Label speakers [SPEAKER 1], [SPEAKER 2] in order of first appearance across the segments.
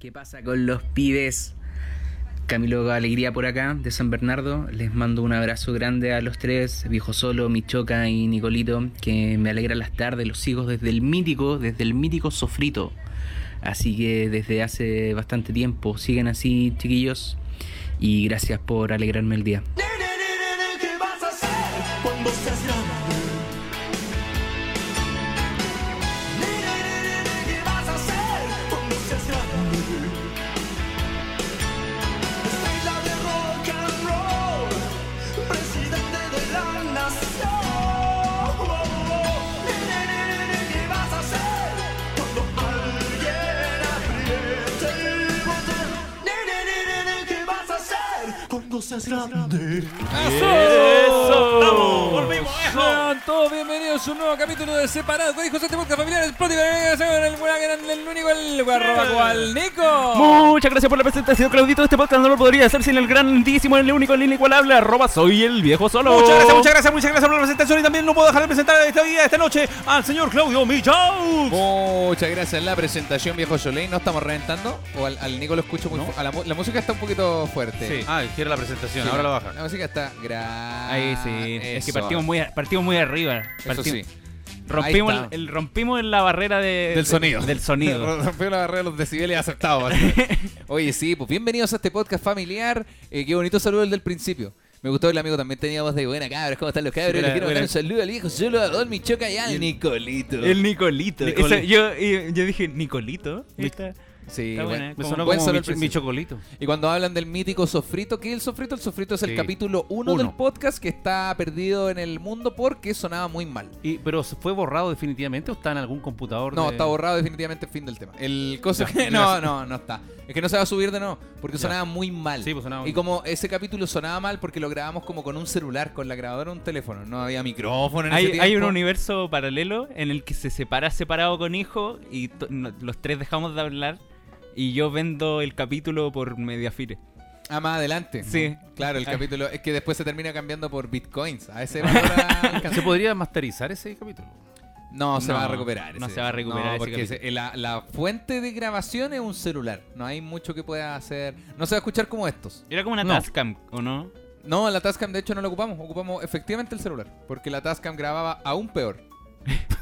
[SPEAKER 1] ¿Qué pasa con los pibes? Camilo Alegría por acá, de San Bernardo. Les mando un abrazo grande a los tres, Viejo Solo, Michoca y Nicolito, que me alegran las tardes, los sigo desde el mítico, desde el mítico sofrito. Así que desde hace bastante tiempo, siguen así, chiquillos, y gracias por alegrarme el día.
[SPEAKER 2] ¿Qué vas a hacer cuando seas grande? ¿Qué vas a hacer cuando seas grande? Estrella de rock and roll, presidente de la nación. ¿Qué vas a hacer cuando alguien apriete el botón? ¿Qué vas a hacer cuando seas grande?
[SPEAKER 3] ¡Eso!
[SPEAKER 4] ¡Vamos! ¡Volvimos!
[SPEAKER 3] Sean todos bienvenidos a un nuevo capítulo de Separados con Hijos este podcast familiar, el pródigo, el el el único, el arroba cual Nico.
[SPEAKER 4] Muchas gracias por la presentación, Claudito. Este podcast no lo podría hacer sin el grandísimo, el único, el inigualable. Arroba, soy el viejo solo.
[SPEAKER 3] Muchas gracias, muchas
[SPEAKER 4] gracias, muchas gracias por la presentación. Y también no puedo dejar de presentar esta, esta noche al señor Claudio Michaux.
[SPEAKER 5] Muchas gracias la presentación, viejo Soleil. ¿No estamos reventando? ¿O al, al Nico lo escucho muy
[SPEAKER 4] No.
[SPEAKER 5] fu- a la, mu- la música está un poquito fuerte.
[SPEAKER 4] Sí. Ah, quiero la presentación,
[SPEAKER 5] Sí.
[SPEAKER 4] ahora la baja.
[SPEAKER 5] La música está gra-
[SPEAKER 6] Ahí
[SPEAKER 4] Ah,
[SPEAKER 6] sí, es que
[SPEAKER 5] Eso.
[SPEAKER 6] partimos muy, partimos muy arriba.
[SPEAKER 5] Eso
[SPEAKER 6] Partimos-
[SPEAKER 5] sí.
[SPEAKER 6] rompimos,
[SPEAKER 5] Ahí está.
[SPEAKER 6] el, el- rompimos la barrera de-
[SPEAKER 5] Del sonido.
[SPEAKER 6] Del sonido.
[SPEAKER 5] Rompió la barrera de los decibeles aceptados. así. Oye, sí, pues bienvenidos a este podcast familiar. Eh, qué bonito saludo el del principio. Me gustó el amigo también tenía voz de buena cabros, ¿cómo están los cabros?
[SPEAKER 6] Sí,
[SPEAKER 5] Les
[SPEAKER 6] buena,
[SPEAKER 5] quiero mandar
[SPEAKER 6] buena.
[SPEAKER 5] un saludo al viejo solo a Don Michoca y al Nicolito.
[SPEAKER 6] el Nicolito.
[SPEAKER 4] Nicol-
[SPEAKER 6] Ese- yo, y- yo dije, ¿Nicolito? Esta-
[SPEAKER 5] sí,
[SPEAKER 6] está
[SPEAKER 5] bueno.
[SPEAKER 6] buena,
[SPEAKER 4] Me
[SPEAKER 6] como-
[SPEAKER 4] sonó
[SPEAKER 5] buen
[SPEAKER 4] como
[SPEAKER 5] solo
[SPEAKER 4] mi,
[SPEAKER 5] al
[SPEAKER 4] cho- mi
[SPEAKER 5] principio.
[SPEAKER 4] chocolito.
[SPEAKER 5] Y cuando hablan del mítico sofrito, ¿qué es el sofrito? El sofrito es el
[SPEAKER 4] Sí.
[SPEAKER 5] capítulo 1
[SPEAKER 4] Uno.
[SPEAKER 5] del podcast que está perdido en el mundo porque sonaba muy mal.
[SPEAKER 4] Y, ¿Pero ¿se fue borrado definitivamente o está en algún computador?
[SPEAKER 5] No,
[SPEAKER 4] de-
[SPEAKER 5] está borrado definitivamente el fin del tema. El coso
[SPEAKER 4] Ya,
[SPEAKER 5] que- no,
[SPEAKER 4] gracias.
[SPEAKER 5] no, no está. Es que no se va a subir de nuevo porque
[SPEAKER 4] Ya.
[SPEAKER 5] sonaba muy mal.
[SPEAKER 4] Sí, pues,
[SPEAKER 5] y
[SPEAKER 4] sonaba mal.
[SPEAKER 5] como ese capítulo sonaba mal porque lo grabamos como con un celular, con la grabadora, un teléfono. No había micrófono en ese
[SPEAKER 6] Hay,
[SPEAKER 5] tiempo.
[SPEAKER 6] hay un universo paralelo en el que se separa separado con hijo y to- no- los tres dejamos de hablar y yo vendo el capítulo por Mediafire.
[SPEAKER 5] Ah, más adelante.
[SPEAKER 6] Sí.
[SPEAKER 5] Claro, el
[SPEAKER 6] Ah.
[SPEAKER 5] capítulo es que después se termina cambiando por bitcoins. A ese valor alcanzó.
[SPEAKER 4] ¿Se podría masterizar ese capítulo?
[SPEAKER 5] No, se
[SPEAKER 6] No,
[SPEAKER 5] va a recuperar.
[SPEAKER 6] no
[SPEAKER 5] ese.
[SPEAKER 6] se va a recuperar ese
[SPEAKER 5] porque
[SPEAKER 6] capítulo.
[SPEAKER 5] ese- la, la fuente de grabación es un celular. No hay mucho que pueda hacer. No se va a escuchar como estos.
[SPEAKER 6] Era como una
[SPEAKER 4] No.
[SPEAKER 6] Tascam, ¿o no?
[SPEAKER 5] No, la Tascam de hecho no la ocupamos. Ocupamos efectivamente el celular. Porque la Tascam grababa aún peor.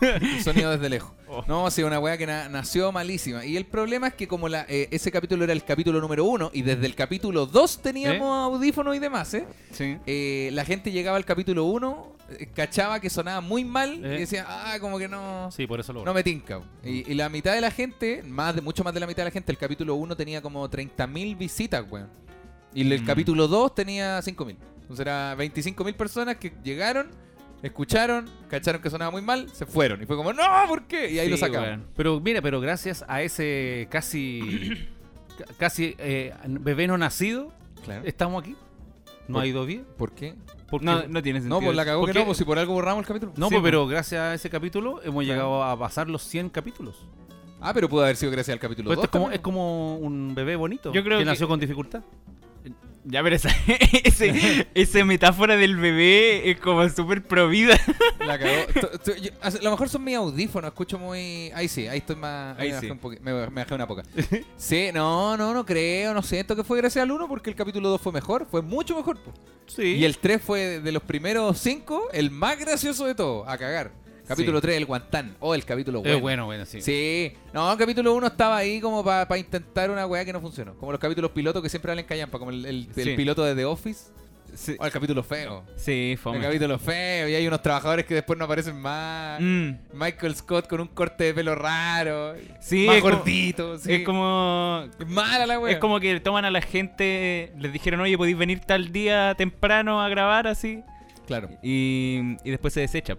[SPEAKER 5] el sonido desde lejos.
[SPEAKER 6] Oh.
[SPEAKER 5] No, sí, una weá que na- nació malísima. Y el problema es que como la, eh, ese capítulo era el capítulo número uno y desde el capítulo dos teníamos audífonos y demás, ¿eh?
[SPEAKER 6] Sí.
[SPEAKER 5] Eh, la gente llegaba al capítulo 1, cachaba que sonaba muy mal
[SPEAKER 4] Eh.
[SPEAKER 5] y decía, ah, como que no,
[SPEAKER 4] Sí, por Mm. eso lo
[SPEAKER 5] no me tinca. Y, y la mitad de la gente, más de, mucho más de la mitad de la gente, el capítulo 1 tenía como 30.000 visitas, weón. Y
[SPEAKER 4] Mm.
[SPEAKER 5] el, el capítulo 2 tenía 5.000. Entonces era 25.000 personas que llegaron, escucharon, cacharon que sonaba muy mal, se fueron. Y fue como, no, ¿por qué? Y ahí lo
[SPEAKER 6] Sí,
[SPEAKER 5] sacaban.
[SPEAKER 6] weón.
[SPEAKER 4] Pero mira, pero gracias a ese casi ca- casi eh, bebé no nacido,
[SPEAKER 5] Claro.
[SPEAKER 4] estamos aquí.
[SPEAKER 5] ¿Eh?
[SPEAKER 4] No
[SPEAKER 5] Por-
[SPEAKER 4] ha ido bien.
[SPEAKER 5] ¿Por qué?
[SPEAKER 4] Porque,
[SPEAKER 6] No, no tiene sentido.
[SPEAKER 5] No, pues la cagó que
[SPEAKER 4] Porque-
[SPEAKER 5] no, pues si por algo borramos el capítulo.
[SPEAKER 4] No,
[SPEAKER 6] Sí,
[SPEAKER 4] pues,
[SPEAKER 6] po.
[SPEAKER 4] pero gracias a ese capítulo hemos llegado a pasar los 100 capítulos.
[SPEAKER 5] Ah, pero pudo haber sido gracias al capítulo
[SPEAKER 4] Pues esto
[SPEAKER 5] 2.
[SPEAKER 4] es, como, es como un bebé bonito
[SPEAKER 6] Yo creo
[SPEAKER 4] que,
[SPEAKER 6] que-
[SPEAKER 4] nació con dificultad.
[SPEAKER 6] Ya, pero esa, ese- esa metáfora del bebé es como súper provida.
[SPEAKER 5] La cagó. Tú- tú- yo- a lo mejor son mis audífonos, escucho muy. Ahí sí, ahí estoy más.
[SPEAKER 6] Ahí
[SPEAKER 5] me,
[SPEAKER 6] sí.
[SPEAKER 5] bajé un poqui- me, me bajé una poca. sí, no, no, no creo, no siento que fue gracias al 1 porque el capítulo 2 fue mejor, fue mucho mejor. po.
[SPEAKER 4] Sí.
[SPEAKER 5] Y el 3 fue de los primeros 5, el más gracioso de todo, a cagar. Capítulo 3, el Guantán. O el capítulo
[SPEAKER 4] bueno.
[SPEAKER 5] bueno.
[SPEAKER 4] bueno, bueno, sí.
[SPEAKER 5] Sí, no, el capítulo 1 estaba ahí como para intentar una weá que no funcionó. Como los capítulos pilotos que siempre hablan callampa, como el, el- el
[SPEAKER 6] Sí.
[SPEAKER 5] piloto de The Office.
[SPEAKER 6] Sí,
[SPEAKER 5] O el capítulo feo.
[SPEAKER 6] sí
[SPEAKER 5] El
[SPEAKER 6] fome.
[SPEAKER 5] capítulo feo, y hay unos trabajadores que después no aparecen más.
[SPEAKER 6] Mm,
[SPEAKER 5] Michael Scott con un corte de pelo raro.
[SPEAKER 6] Sí,
[SPEAKER 5] más
[SPEAKER 6] es como-
[SPEAKER 5] gordito. sí.
[SPEAKER 6] Es como...
[SPEAKER 5] Es Mala la wea.
[SPEAKER 6] Es como que toman a la gente, les dijeron, oye, podéis venir tal día temprano a grabar así.
[SPEAKER 5] Claro.
[SPEAKER 6] Y, y después se desecha.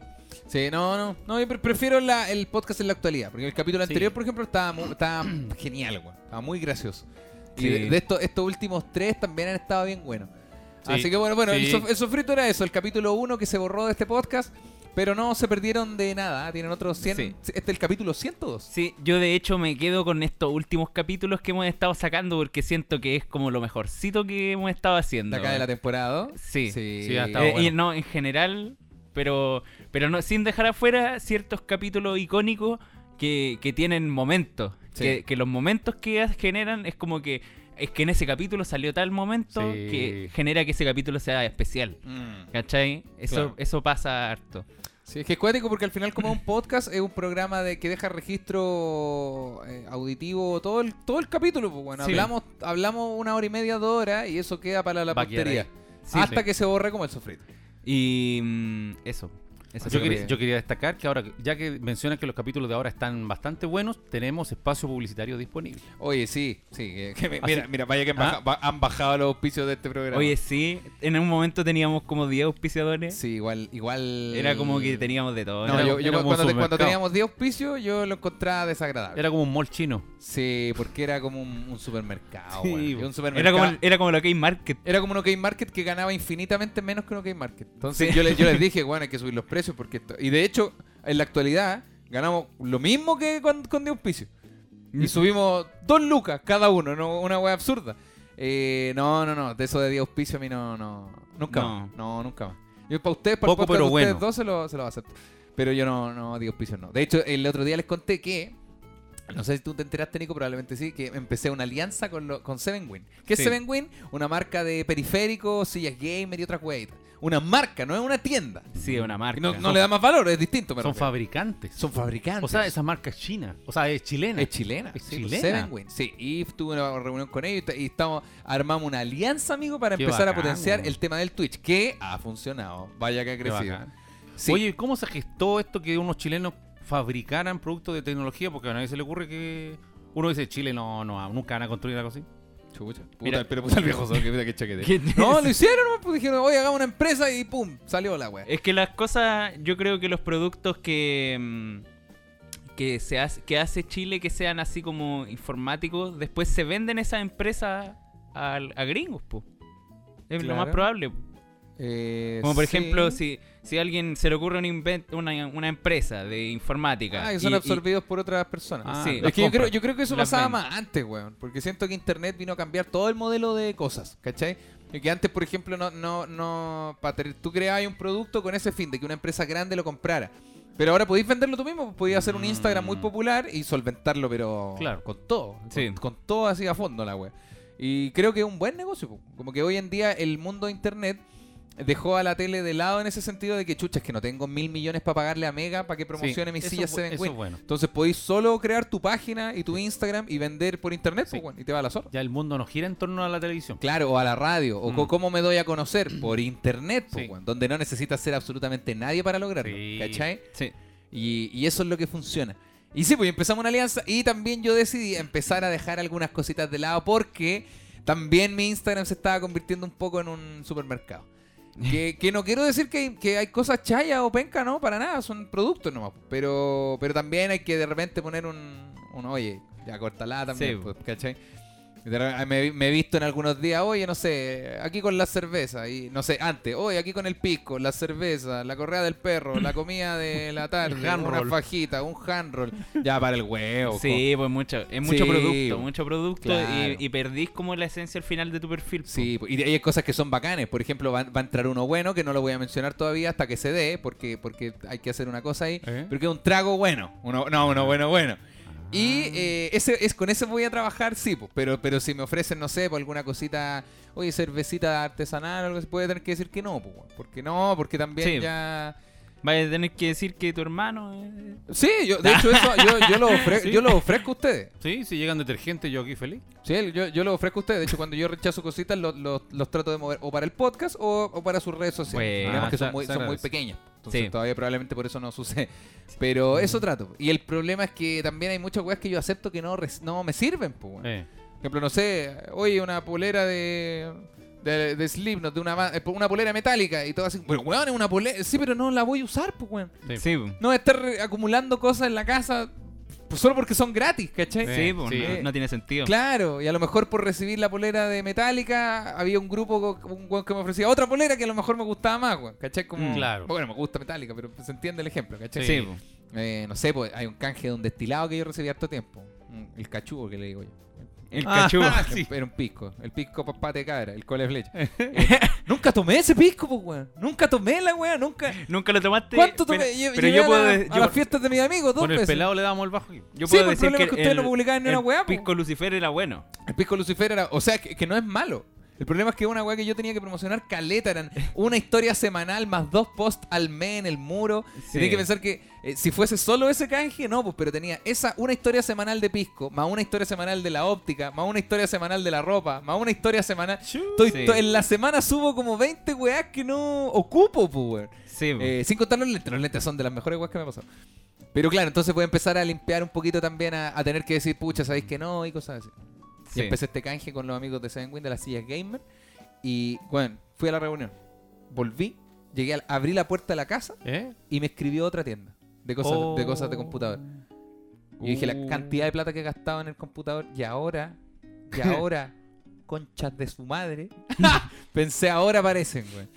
[SPEAKER 5] Sí, no, no. No, yo pre- prefiero la- el podcast en la actualidad. Porque el capítulo
[SPEAKER 6] Sí.
[SPEAKER 5] anterior, por ejemplo, estaba, mu- estaba genial, weón. Estaba muy gracioso. Y
[SPEAKER 6] Sí.
[SPEAKER 5] de, de estos, estos últimos tres también han estado bien buenos.
[SPEAKER 4] Sí.
[SPEAKER 5] Así que bueno, bueno, el,
[SPEAKER 4] Sí.
[SPEAKER 5] sof- el sofrito era eso, el capítulo 1 que se borró de este podcast. Pero no se perdieron de nada. ¿ah? Tienen otros 100.
[SPEAKER 6] Sí.
[SPEAKER 5] Este es el capítulo 102.
[SPEAKER 6] Sí, yo de hecho me quedo con estos últimos capítulos que hemos estado sacando porque siento que es como lo mejorcito que hemos estado haciendo.
[SPEAKER 5] De acá de la temporada. dos.
[SPEAKER 6] Sí.
[SPEAKER 4] Sí, ha estado
[SPEAKER 6] Eh,
[SPEAKER 4] bueno.
[SPEAKER 6] y no, en general, pero pero no sin dejar afuera ciertos capítulos icónicos que, que tienen momentos.
[SPEAKER 4] Sí.
[SPEAKER 6] Que, que los momentos que generan es como que es que en ese capítulo salió tal momento
[SPEAKER 4] Sí.
[SPEAKER 6] que genera que ese capítulo sea especial. ¿Cachai? Eso,
[SPEAKER 5] Claro.
[SPEAKER 6] eso pasa harto.
[SPEAKER 5] Mm. Sí, es que es cuático porque al final como es un podcast es un programa de que deja registro eh, auditivo todo el, todo el capítulo. Pues, bueno,
[SPEAKER 6] Sí.
[SPEAKER 5] hablamos, hablamos una hora y media, dos horas y eso queda para la
[SPEAKER 6] Va a quedar
[SPEAKER 5] postería.
[SPEAKER 6] Sí,
[SPEAKER 5] hasta
[SPEAKER 6] sí.
[SPEAKER 5] que se borre como el sofrito.
[SPEAKER 6] Y mm, eso. eso
[SPEAKER 4] Yo
[SPEAKER 6] creo
[SPEAKER 4] quería,
[SPEAKER 6] que-
[SPEAKER 4] yo quería destacar que ahora, ya que mencionas que los capítulos de ahora están bastante buenos, tenemos espacio publicitario disponible.
[SPEAKER 5] Oye, sí, sí. eh, que- que me-
[SPEAKER 4] Así-
[SPEAKER 5] mira, mira, vaya que han baja- ba- han bajado los auspicios de este programa.
[SPEAKER 6] Ah. Oye, sí, en un momento teníamos como 10 auspiciadores.
[SPEAKER 5] sí, igual, igual...
[SPEAKER 6] Era como que teníamos de todo.
[SPEAKER 5] No,
[SPEAKER 6] Era-
[SPEAKER 5] yo, yo
[SPEAKER 4] era como
[SPEAKER 5] cuando,
[SPEAKER 4] un
[SPEAKER 5] te- cuando
[SPEAKER 4] supermercado.
[SPEAKER 5] teníamos 10 auspicios yo lo encontraba desagradable.
[SPEAKER 4] Era como un mall chino.
[SPEAKER 5] Sí, porque era como un, un supermercado.
[SPEAKER 4] Sí,
[SPEAKER 5] bueno, y
[SPEAKER 4] bueno.
[SPEAKER 5] un supermercado.
[SPEAKER 6] ah, era, como, era como lo que hay market.
[SPEAKER 5] Era como un OK Market que ganaba infinitamente menos que un OK Market. Entonces yo, les, yo les dije, bueno, hay que subir los precios porque esto... Y de hecho, en la actualidad, ganamos lo mismo que con, con de auspicio. Y subimos dos lucas cada uno, ¿no? una wea absurda. Eh, no, no, no, de eso de 10 auspicios a mí no, no, nunca
[SPEAKER 6] No.
[SPEAKER 5] más. No, nunca más. Yo para ustedes, para el
[SPEAKER 4] Poco,
[SPEAKER 5] podcast
[SPEAKER 4] pero
[SPEAKER 5] de ustedes
[SPEAKER 4] bueno.
[SPEAKER 5] dos se lo, se lo acepto. Pero yo no, no, 10 auspicios no. De hecho, el otro día les conté que no sé si tú te enteraste, Nico, probablemente sí, que empecé una alianza con, lo- con Seven Win. ¿Qué
[SPEAKER 6] Sí.
[SPEAKER 5] es Seven Win? Una marca de periféricos, sillas gamer y otras huevitas. Una marca, no es una tienda.
[SPEAKER 6] Sí, una marca.
[SPEAKER 5] No, no le da más valor, es distinto. me
[SPEAKER 4] Son
[SPEAKER 5] refiero.
[SPEAKER 4] fabricantes.
[SPEAKER 5] Son fabricantes.
[SPEAKER 4] o sea, esa marca es china. O sea, es chilena.
[SPEAKER 5] es chilena.
[SPEAKER 4] Es
[SPEAKER 5] sí, pues,
[SPEAKER 4] chilena.
[SPEAKER 5] Seven Win. Sí, y tuve una reunión con ellos y ta- y estamos, armamos una alianza, amigo, para
[SPEAKER 4] Qué
[SPEAKER 5] empezar
[SPEAKER 4] bacán,
[SPEAKER 5] a potenciar
[SPEAKER 4] weón.
[SPEAKER 5] el tema del Twitch, que ha funcionado. Vaya que ha
[SPEAKER 4] Qué
[SPEAKER 5] crecido.
[SPEAKER 4] bacán.
[SPEAKER 5] Sí.
[SPEAKER 4] Oye, ¿cómo se gestó esto que unos chilenos fabricaran productos de tecnología? Porque a nadie se le ocurre que uno dice, Chile no, no, nunca van a construir algo así.
[SPEAKER 5] Chucha, puta,
[SPEAKER 6] Mira.
[SPEAKER 5] pero puta el viejo sol, que puta que chaquete.
[SPEAKER 6] ¿Qué
[SPEAKER 5] No,
[SPEAKER 6] es?
[SPEAKER 5] lo hicieron, nomás, pues dijeron, oye, hagamos una empresa y pum, salió la wea.
[SPEAKER 6] Es que las cosas, yo creo que los productos que mm, que se hace, que hace Chile que sean así como informáticos, después se venden esas empresas al- a, gringos, po. Es lo más
[SPEAKER 5] Claro.
[SPEAKER 6] probable. po.
[SPEAKER 5] Eh,
[SPEAKER 6] Como por
[SPEAKER 5] sí.
[SPEAKER 6] ejemplo, si, si a alguien se le ocurre un invent- una, una empresa de informática.
[SPEAKER 5] Ah, que
[SPEAKER 6] y-
[SPEAKER 5] son
[SPEAKER 6] y-
[SPEAKER 5] absorbidos por otras personas.
[SPEAKER 6] Ah,
[SPEAKER 5] sí.
[SPEAKER 6] las
[SPEAKER 5] Es que yo
[SPEAKER 6] compras.
[SPEAKER 5] creo, yo creo que eso
[SPEAKER 6] Las
[SPEAKER 5] pasaba
[SPEAKER 6] vendes.
[SPEAKER 5] más antes, weón. Porque siento que Internet vino a cambiar todo el modelo de cosas, ¿cachai? Y que antes, por ejemplo, no, no, no, pa' tener- tú creabas un producto con ese fin de que una empresa grande lo comprara. Pero ahora podéis venderlo tú mismo, podías hacer un Instagram muy popular y solventarlo, pero
[SPEAKER 4] Mm. Claro.
[SPEAKER 5] con todo. con-
[SPEAKER 6] Sí.
[SPEAKER 5] Con, todo así a fondo la web. Y creo que es un buen negocio. po. Como que hoy en día el mundo de Internet dejó a la tele de lado en ese sentido de que chucha, es que no tengo mil millones para pagarle a Mega para que promocione mis
[SPEAKER 4] eso
[SPEAKER 5] sillas
[SPEAKER 4] bu-
[SPEAKER 5] Seven
[SPEAKER 4] eso
[SPEAKER 5] Win.
[SPEAKER 4] es bueno.
[SPEAKER 5] Entonces podéis solo crear tu página y tu Instagram y vender por internet,
[SPEAKER 4] Sí.
[SPEAKER 5] pues, weón, y te va a la zorra.
[SPEAKER 4] Ya el mundo no gira en torno a la televisión. Mm.
[SPEAKER 5] Claro, o a la radio, o co- cómo me doy a conocer por internet, pues,
[SPEAKER 4] Sí.
[SPEAKER 5] weón, donde no necesitas ser absolutamente nadie para lograrlo,
[SPEAKER 4] Sí.
[SPEAKER 5] ¿cachai?
[SPEAKER 6] Sí.
[SPEAKER 5] Y, y eso es lo que funciona. Y sí, pues empezamos una alianza y también yo decidí empezar a dejar algunas cositas de lado porque también mi Instagram se estaba convirtiendo un poco en un supermercado. Que, que no quiero decir que, que hay cosas chayas o penca, no, para nada, son productos nomás. Pero, pero también hay que de repente poner un, un oye, ya cortala también,
[SPEAKER 6] Sí.
[SPEAKER 5] pues, ¿cachai? De re- Me, me he visto en algunos días, oye, no sé, aquí con la cerveza, y no sé, antes, oye, aquí con el pisco, la cerveza, la correa del perro, la comida de la tarde,
[SPEAKER 4] El hand
[SPEAKER 5] una
[SPEAKER 4] roll.
[SPEAKER 5] fajita, un hand roll, ya para el huevo. co-
[SPEAKER 6] Sí, pues mucho, es mucho
[SPEAKER 5] Sí,
[SPEAKER 6] producto,
[SPEAKER 5] po.
[SPEAKER 6] mucho producto
[SPEAKER 5] Claro.
[SPEAKER 6] y, y perdís como la esencia al final de tu perfil. pues. po.
[SPEAKER 5] Sí, y hay cosas que son bacanes. Por ejemplo, va, va a entrar uno bueno, que no lo voy a mencionar todavía hasta que se dé, porque, porque hay que hacer una cosa ahí.
[SPEAKER 4] ¿Eh?
[SPEAKER 5] Pero que es un trago bueno. Uno, no, uno bueno, bueno. Y eh, ese, es, con ese voy a trabajar, sí, po, pero, pero si me ofrecen, no sé, por alguna cosita, oye, cervecita artesanal o algo así, puede tener que decir que no, po, weón. porque no, porque también
[SPEAKER 6] Sí.
[SPEAKER 5] ya...
[SPEAKER 6] Vas a tener que decir que tu hermano. eh,
[SPEAKER 5] Sí, yo, de hecho eso yo, yo, lo ofre- yo lo ofrezco a ustedes.
[SPEAKER 4] Sí, si llegan detergentes, yo aquí feliz.
[SPEAKER 5] Sí, yo, yo lo ofrezco a ustedes. De hecho, cuando yo rechazo cositas, lo- lo- los trato de mover o para el podcast o, o para sus redes sociales.
[SPEAKER 6] Bueno,
[SPEAKER 5] Digamos que
[SPEAKER 4] se-
[SPEAKER 5] son muy,
[SPEAKER 4] se
[SPEAKER 5] son muy
[SPEAKER 4] agradece.
[SPEAKER 5] pequeñas. Entonces,
[SPEAKER 6] Sí.
[SPEAKER 5] todavía probablemente por eso no sucede. Pero eso trato. Y el problema es que también hay muchas weas que yo acepto que no, res- no me sirven. Pues, weón.
[SPEAKER 4] Eh.
[SPEAKER 5] Por ejemplo, no sé, oye, una polera de. De, de Slipknot, de una, ba- eh, una polera metálica y todo así. Pero, weón, es una polera. Sí, pero no la voy a usar, pues, weón.
[SPEAKER 4] Sí.
[SPEAKER 6] Sí, po.
[SPEAKER 5] No estar re- acumulando cosas en la casa pues, solo porque son gratis, ¿cachai?
[SPEAKER 6] Sí, po,
[SPEAKER 4] sí.
[SPEAKER 6] No, no tiene sentido.
[SPEAKER 5] Claro, y a lo mejor por recibir la polera de Metallica había un grupo, co- un weón que me ofrecía otra polera que a lo mejor me gustaba más, weón. ¿Cachai? Como,
[SPEAKER 4] Mm, claro.
[SPEAKER 5] Bueno, me gusta Metallica, pero se entiende el ejemplo, ¿cachai?
[SPEAKER 6] Sí, po.
[SPEAKER 5] Eh, no sé, pues hay un canje de un destilado que yo recibí harto tiempo. Mm, El cachugo que le digo yo.
[SPEAKER 6] El
[SPEAKER 4] Ah,
[SPEAKER 6] cachugo.
[SPEAKER 4] sí.
[SPEAKER 5] Era un pisco. El pisco papá de cabra, el cole flecha. Eh, nunca tomé ese pisco, pues, weón. Nunca tomé la weón, nunca.
[SPEAKER 6] Nunca lo tomaste.
[SPEAKER 5] ¿Cuánto
[SPEAKER 6] pero-
[SPEAKER 5] tomé? Lle-
[SPEAKER 6] Pero
[SPEAKER 5] llevé
[SPEAKER 6] yo puedo,
[SPEAKER 5] a, la-
[SPEAKER 6] de-
[SPEAKER 5] a
[SPEAKER 6] yo-
[SPEAKER 5] las fiestas de mis amigos dos
[SPEAKER 4] Con el
[SPEAKER 5] veces.
[SPEAKER 4] pelado le damos el bajo. aquí.
[SPEAKER 6] yo
[SPEAKER 5] Sí, pues,
[SPEAKER 6] puedo
[SPEAKER 5] el
[SPEAKER 6] decir
[SPEAKER 5] problema
[SPEAKER 6] que
[SPEAKER 5] es que ustedes lo publicaban en
[SPEAKER 6] el
[SPEAKER 5] una weá, pues. po.
[SPEAKER 6] Pisco Lucifer era bueno.
[SPEAKER 5] El pisco Lucifer era. O sea, que, que no es malo. El problema es que una weá que yo tenía que promocionar caleta eran una historia semanal más dos posts al mes en el muro.
[SPEAKER 6] Sí.
[SPEAKER 5] Tenía que pensar que eh, si fuese solo ese canje, no, pues, pero tenía esa una historia semanal de pisco, más una historia semanal de la óptica, más una historia semanal de la ropa, más una historia semanal. Estoy-
[SPEAKER 6] Sí.
[SPEAKER 5] estoy- en la semana subo como 20 weás que no ocupo, pues, weón.
[SPEAKER 6] Sí, po.
[SPEAKER 5] Eh, sin contar los lentes, los lentes son de las mejores weas que me ha pasado. Pero claro, entonces voy a empezar a limpiar un poquito también, a, a tener que decir, pucha, sabéis que no, y cosas así.
[SPEAKER 6] Sí.
[SPEAKER 5] Y empecé este canje con los amigos de Seven Wind de las sillas gamer. Y bueno, fui a la reunión, volví, llegué, al- abrí la puerta de la casa
[SPEAKER 4] ¿Eh?
[SPEAKER 5] y me escribió otra tienda de cosas,
[SPEAKER 6] Oh.
[SPEAKER 5] de, cosas de computador. Y dije, la
[SPEAKER 4] Oh.
[SPEAKER 6] Uh.
[SPEAKER 5] cantidad de plata que he gastado en el computador y ahora, y ahora, conchas de su madre. Pensé, ahora aparecen, güey.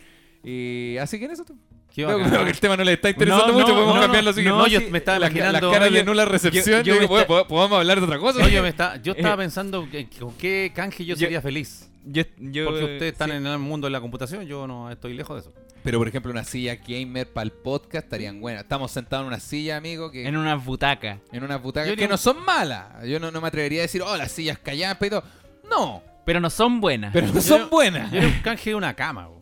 [SPEAKER 5] Y así que en eso tú.
[SPEAKER 4] Qué
[SPEAKER 5] Creo,
[SPEAKER 4] bacán.
[SPEAKER 5] creo que el tema no le está interesando
[SPEAKER 4] No,
[SPEAKER 5] mucho,
[SPEAKER 4] no,
[SPEAKER 5] podemos
[SPEAKER 4] no,
[SPEAKER 5] cambiarlo
[SPEAKER 4] no,
[SPEAKER 5] así que
[SPEAKER 4] no, yo me estaba
[SPEAKER 5] las-
[SPEAKER 4] imaginando,
[SPEAKER 5] Las caras
[SPEAKER 4] oye,
[SPEAKER 5] de nula recepción,
[SPEAKER 4] yo- yo
[SPEAKER 5] yo digo,
[SPEAKER 4] me está-
[SPEAKER 5] "Pod- podamos hablar de otra cosa.
[SPEAKER 4] No, yo, me está- yo
[SPEAKER 5] Eh.
[SPEAKER 4] estaba pensando que- que con qué canje yo
[SPEAKER 6] Yo-
[SPEAKER 4] sería feliz.
[SPEAKER 6] Yo, yo-
[SPEAKER 4] Porque ustedes están
[SPEAKER 6] sí.
[SPEAKER 4] en el mundo de la computación, yo no estoy lejos de eso.
[SPEAKER 5] Pero por ejemplo, una silla gamer para el podcast estarían buenas. Estamos sentados en una silla, amigo, que
[SPEAKER 6] en
[SPEAKER 5] en,
[SPEAKER 6] una butaca.
[SPEAKER 5] unas butacas
[SPEAKER 4] Yo
[SPEAKER 5] que
[SPEAKER 4] diría-
[SPEAKER 5] no son malas. Yo no, no me atrevería a decir, oh, las sillas calladas, pero no,
[SPEAKER 6] Pero no son buenas.
[SPEAKER 5] pero no
[SPEAKER 4] Yo
[SPEAKER 5] son
[SPEAKER 4] diría-
[SPEAKER 5] buenas.
[SPEAKER 4] Yo era un canje de una cama. bo.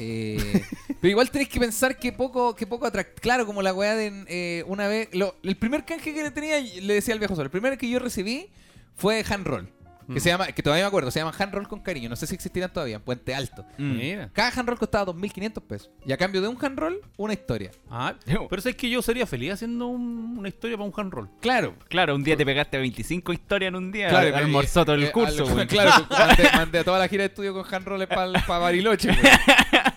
[SPEAKER 5] Eh, pero igual tenés que pensar que poco, que poco atract- Claro, como la weá de eh, una vez. lo- el primer canje que le tenía, le decía al viejo solo, el primer que yo recibí fue hand roll. Que
[SPEAKER 4] Mm.
[SPEAKER 5] se llama, que todavía me acuerdo, se llama hand roll con cariño. No sé si existirán todavía, en Puente Alto.
[SPEAKER 4] Mira.
[SPEAKER 5] Cada hand roll costaba 2.500 pesos. Y a cambio de un hand roll, una historia.
[SPEAKER 4] Ah, pero es que yo sería feliz haciendo un- una historia para un hand roll.
[SPEAKER 5] Claro.
[SPEAKER 6] Claro, un día te pegaste 25 historias en un día.
[SPEAKER 5] Claro,
[SPEAKER 6] almorzó todo el
[SPEAKER 5] eh, eh,
[SPEAKER 6] curso,
[SPEAKER 5] al-
[SPEAKER 6] güey.
[SPEAKER 5] Claro, mandé, mandé a toda la gira de estudio con hand roll para Bariloche, güey.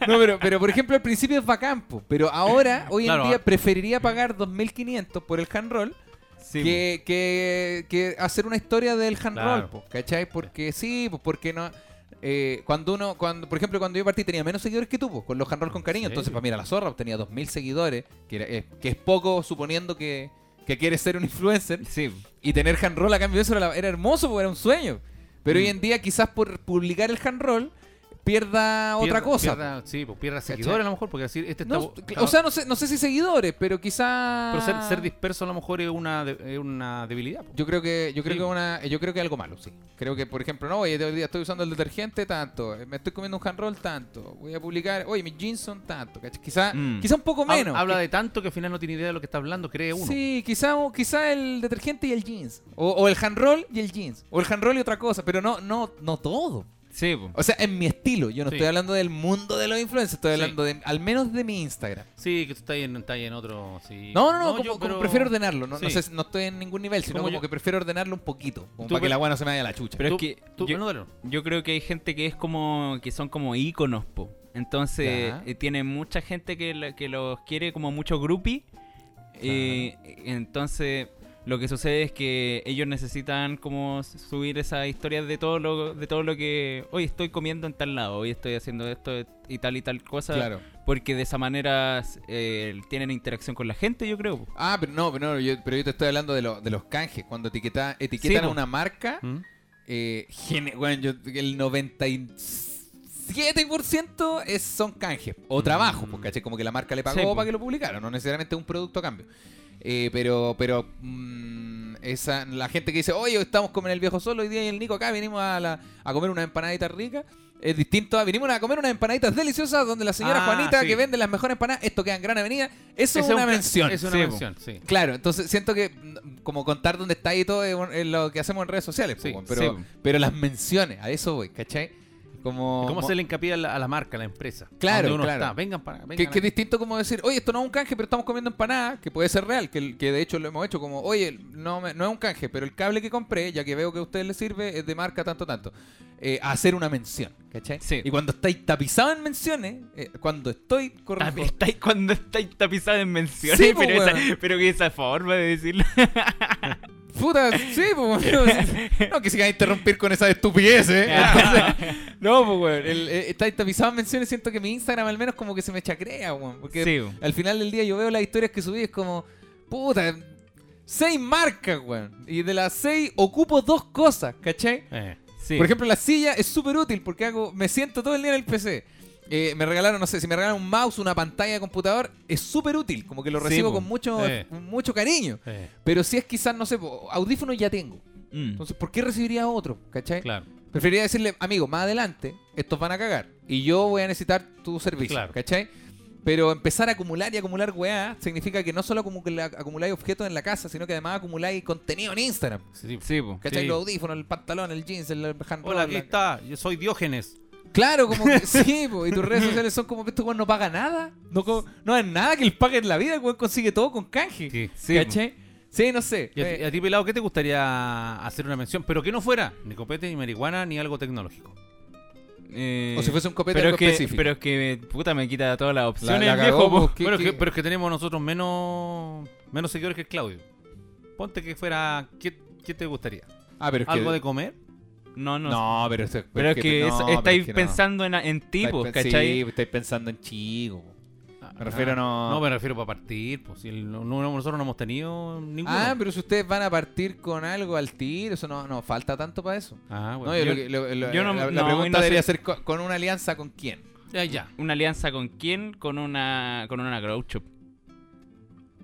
[SPEAKER 5] No, pero, pero por ejemplo, al principio es bacampo. Pero ahora, hoy
[SPEAKER 4] Claro.
[SPEAKER 5] en
[SPEAKER 6] ah.
[SPEAKER 5] día, preferiría pagar 2.500 por el hand roll
[SPEAKER 6] Sí,
[SPEAKER 5] que, que, que hacer una historia del hand
[SPEAKER 4] Claro.
[SPEAKER 5] roll, po, ¿cachai? Porque sí, pues porque no. eh, cuando uno, cuando, por ejemplo, cuando yo partí tenía menos seguidores que tú, po, con los hand roll con cariño.
[SPEAKER 4] ¿En
[SPEAKER 5] Entonces,
[SPEAKER 4] serio?
[SPEAKER 5] para mí era la zorra, po, tenía 2.000 seguidores, que, era- eh, que es poco suponiendo que, que quieres ser un influencer.
[SPEAKER 6] pues. Sí.
[SPEAKER 5] Y tener hand roll a cambio de eso era, la- era hermoso, porque era un sueño. Pero
[SPEAKER 4] Mm.
[SPEAKER 5] hoy en día, quizás por publicar el hand roll, pierda, otra
[SPEAKER 4] Pierda-
[SPEAKER 5] cosa.
[SPEAKER 4] pierda- sí, pues pierda
[SPEAKER 5] ¿Cachai?
[SPEAKER 4] seguidores a lo mejor, porque decir, este
[SPEAKER 5] No,
[SPEAKER 4] está.
[SPEAKER 5] o sea, ah. no sé, no sé si seguidores, pero quizás.
[SPEAKER 4] pero ser, ser disperso a lo mejor es una, de- es una debilidad. po.
[SPEAKER 5] Yo creo que yo creo
[SPEAKER 4] Sí.
[SPEAKER 5] que una yo creo que algo malo, sí. Creo que por ejemplo, no, oye, hoy día estoy usando el detergente tanto, eh, me estoy comiendo un hand roll tanto, voy a publicar, oye, mis jeans son tanto, ¿cachai? quizá
[SPEAKER 6] Mm.
[SPEAKER 5] quizá un poco
[SPEAKER 4] Hab-
[SPEAKER 5] menos.
[SPEAKER 4] Habla
[SPEAKER 5] Qui-
[SPEAKER 4] de tanto que al final no tiene idea de lo que está hablando, cree uno.
[SPEAKER 5] Sí, quizá quizá el detergente y el jeans o, o el hand roll y el jeans, o el hand roll y otra cosa, pero no no no todo.
[SPEAKER 6] Sí, pues. po.
[SPEAKER 5] O sea, en mi estilo, yo no
[SPEAKER 4] Sí.
[SPEAKER 5] estoy hablando del mundo de los influencers, estoy hablando de al menos de mi Instagram.
[SPEAKER 4] Sí, que tú estás ahí en, estás ahí en otro. Sí.
[SPEAKER 5] No, no, no, como,
[SPEAKER 4] yo,
[SPEAKER 5] como
[SPEAKER 4] pero-
[SPEAKER 5] prefiero ordenarlo, no, no
[SPEAKER 4] Sí.
[SPEAKER 5] sé, no estoy en ningún nivel, sino
[SPEAKER 4] Como
[SPEAKER 5] como,
[SPEAKER 4] yo-
[SPEAKER 5] que prefiero ordenarlo un poquito, como
[SPEAKER 4] Tú
[SPEAKER 5] para
[SPEAKER 4] pre-
[SPEAKER 5] que la agua no se me vaya a la chucha.
[SPEAKER 6] Pero
[SPEAKER 4] Tú-
[SPEAKER 6] es que
[SPEAKER 4] tú-
[SPEAKER 6] yo,
[SPEAKER 4] no, dale, no.
[SPEAKER 6] yo creo que hay gente que es como que son como íconos, po. Entonces
[SPEAKER 5] Ya.
[SPEAKER 6] eh, tiene mucha gente que, la- que los quiere como mucho groupie. Eh, entonces lo que sucede es que ellos necesitan como s- subir esas historias de todo lo de todo lo que hoy estoy comiendo en tal lado, hoy estoy haciendo esto y tal y tal cosa,
[SPEAKER 5] claro.
[SPEAKER 6] porque de esa manera eh, tienen interacción con la gente, yo creo. po.
[SPEAKER 5] Ah, pero no, pero, no, yo, pero yo te estoy hablando de, lo- de los canjes. Cuando etiqueta, etiquetan
[SPEAKER 6] po.
[SPEAKER 5] a una marca,
[SPEAKER 4] ¿Mm?
[SPEAKER 5] eh, gene- bueno, yo- el 97% es, son canjes o
[SPEAKER 4] Mm.
[SPEAKER 5] trabajo, pues, ¿cachai? Como que la marca le pagó
[SPEAKER 6] Sí, po.
[SPEAKER 5] para que lo publicara, no necesariamente un producto a cambio. Eh, pero, pero mm, esa, la gente que dice, oye, estamos comiendo el viejo solo hoy día y el Nico acá, vinimos a, la- a comer unas empanaditas ricas. Es distinto a, vinimos a comer unas empanaditas deliciosas donde la señora
[SPEAKER 4] Ah,
[SPEAKER 5] Juanita
[SPEAKER 4] sí.
[SPEAKER 5] que vende las mejores empanadas, esto queda en Gran Avenida. Eso
[SPEAKER 4] Ese
[SPEAKER 5] es
[SPEAKER 4] un
[SPEAKER 5] una
[SPEAKER 4] ca-
[SPEAKER 5] mención.
[SPEAKER 4] Es una
[SPEAKER 6] Sí, po.
[SPEAKER 4] mención, sí.
[SPEAKER 5] Claro, entonces siento que mm, como contar dónde está y todo es, un- es lo que hacemos en redes sociales,
[SPEAKER 4] Sí,
[SPEAKER 5] po, weón, pero,
[SPEAKER 6] sí.
[SPEAKER 5] pero las menciones, a eso voy, ¿cachai? Como,
[SPEAKER 4] ¿Cómo
[SPEAKER 5] mo-
[SPEAKER 4] se le hincapié a la, a la marca, a la empresa?
[SPEAKER 5] Claro,
[SPEAKER 4] Donde uno
[SPEAKER 5] claro.
[SPEAKER 4] está. Vengan para. Vengan
[SPEAKER 5] que, que es
[SPEAKER 4] aquí.
[SPEAKER 5] distinto como decir, oye, esto no es un canje, pero estamos comiendo empanadas, que puede ser real, que, el- que de hecho lo hemos hecho como, oye, no, me- no es un canje, pero el cable que compré, ya que veo que a ustedes les sirve, es de marca tanto, tanto. Eh, hacer una mención, ¿cachai?
[SPEAKER 6] Sí.
[SPEAKER 5] Y cuando estáis tapizado en menciones, eh, cuando estoy
[SPEAKER 6] Tapi-
[SPEAKER 5] corriendo...
[SPEAKER 6] estáis- cuando estáis tapizados en menciones,
[SPEAKER 5] Sí, po,
[SPEAKER 6] pero, esa,
[SPEAKER 5] weón.
[SPEAKER 6] pero que esa forma de decirlo.
[SPEAKER 5] Puta, sí, pues, no quisiera interrumpir con eh. esas estupideces. Entonces, no, pues, weón. el- eh, Está tapizado en menciones. Siento que mi Instagram al menos como que se me chacrea, weón. Porque
[SPEAKER 6] Sí, weón.
[SPEAKER 5] al final del día yo veo las historias que subí es como, puta, seis marcas, weón. Y de las seis ocupo dos cosas, ¿cachai?
[SPEAKER 4] Eh.
[SPEAKER 6] Sí.
[SPEAKER 5] Por ejemplo, la silla es súper útil porque hago, me siento todo el día en el PC. Eh, me regalaron, no sé, si me regalaron un mouse, una pantalla de computador, es súper útil. Como que lo
[SPEAKER 4] Sí,
[SPEAKER 5] recibo
[SPEAKER 4] po.
[SPEAKER 5] con mucho,
[SPEAKER 4] Eh.
[SPEAKER 5] mucho cariño.
[SPEAKER 4] Eh,
[SPEAKER 5] Pero si es quizás, no sé, po, audífonos ya tengo.
[SPEAKER 6] Mm.
[SPEAKER 5] Entonces, ¿por qué recibiría otro? ¿Cachai?
[SPEAKER 4] claro.
[SPEAKER 5] Preferiría decirle, amigo, más adelante, estos van a cagar. Y yo voy a necesitar tu servicio.
[SPEAKER 4] Claro.
[SPEAKER 5] ¿Cachai? Pero empezar a acumular y acumular weá significa que no solo acumula- acumuláis objetos en la casa, sino que además acumuláis contenido en Instagram.
[SPEAKER 4] Sí, sí.
[SPEAKER 6] Sí, po.
[SPEAKER 5] ¿Cachai?
[SPEAKER 4] Sí.
[SPEAKER 5] Los audífonos, el pantalón, el jeans, el handball.
[SPEAKER 4] Hola, aquí está. Yo soy Diógenes.
[SPEAKER 5] Claro, como que sí, po, y tus redes sociales son como que este weón no paga nada. No, co- no es nada que él pague en la vida, el weón consigue todo con canje.
[SPEAKER 4] Sí,
[SPEAKER 6] sí,
[SPEAKER 5] ¿Cachai? Sí, no sé.
[SPEAKER 4] Y a, ti-
[SPEAKER 5] Eh,
[SPEAKER 4] a ti, pelado, ¿qué te gustaría hacer una mención? Pero que no fuera ni copete, ni marihuana, ni algo tecnológico.
[SPEAKER 6] Eh,
[SPEAKER 5] o si fuese un copete
[SPEAKER 6] pero
[SPEAKER 5] algo
[SPEAKER 6] es que,
[SPEAKER 5] específico.
[SPEAKER 6] Pero es que, puta, me quita todas las
[SPEAKER 5] La-
[SPEAKER 6] opciones
[SPEAKER 5] la
[SPEAKER 6] el
[SPEAKER 5] cagó,
[SPEAKER 6] viejo, po.
[SPEAKER 5] po, ¿qué-
[SPEAKER 4] Bueno, es que-
[SPEAKER 5] qué?
[SPEAKER 4] pero es que tenemos nosotros menos menos seguidores que el Claudio. Ponte que fuera. ¿Qué, qué te gustaría?
[SPEAKER 5] Ah, pero es que-
[SPEAKER 4] ¿Algo de comer?
[SPEAKER 6] No, no.
[SPEAKER 5] No, pero, eso-
[SPEAKER 6] Pero es que
[SPEAKER 5] no,
[SPEAKER 6] es-
[SPEAKER 5] pero
[SPEAKER 6] estáis
[SPEAKER 5] es que no.
[SPEAKER 6] pensando en, en ti, po,
[SPEAKER 5] Estáis pen-
[SPEAKER 6] ¿cachai?
[SPEAKER 5] pues, Sí, estáis pensando en chico. po. Me
[SPEAKER 4] Ah,
[SPEAKER 5] refiero a no-
[SPEAKER 4] No, me refiero para partir. Pues, si el- no- no- nosotros no hemos tenido ninguno.
[SPEAKER 5] Ah, pero si ustedes van a partir con algo al tiro, eso no, no falta tanto para eso.
[SPEAKER 4] Ah, bueno.
[SPEAKER 5] no, yo
[SPEAKER 4] Yo-
[SPEAKER 5] lo que- lo- lo-
[SPEAKER 6] Pues yo no-
[SPEAKER 5] la, la
[SPEAKER 6] no,
[SPEAKER 5] pregunta
[SPEAKER 6] no sé.
[SPEAKER 5] debería ser co- con, una alianza con quién.
[SPEAKER 4] Ya, ya.
[SPEAKER 6] ¿Una alianza con quién? Con una, con una grow shop.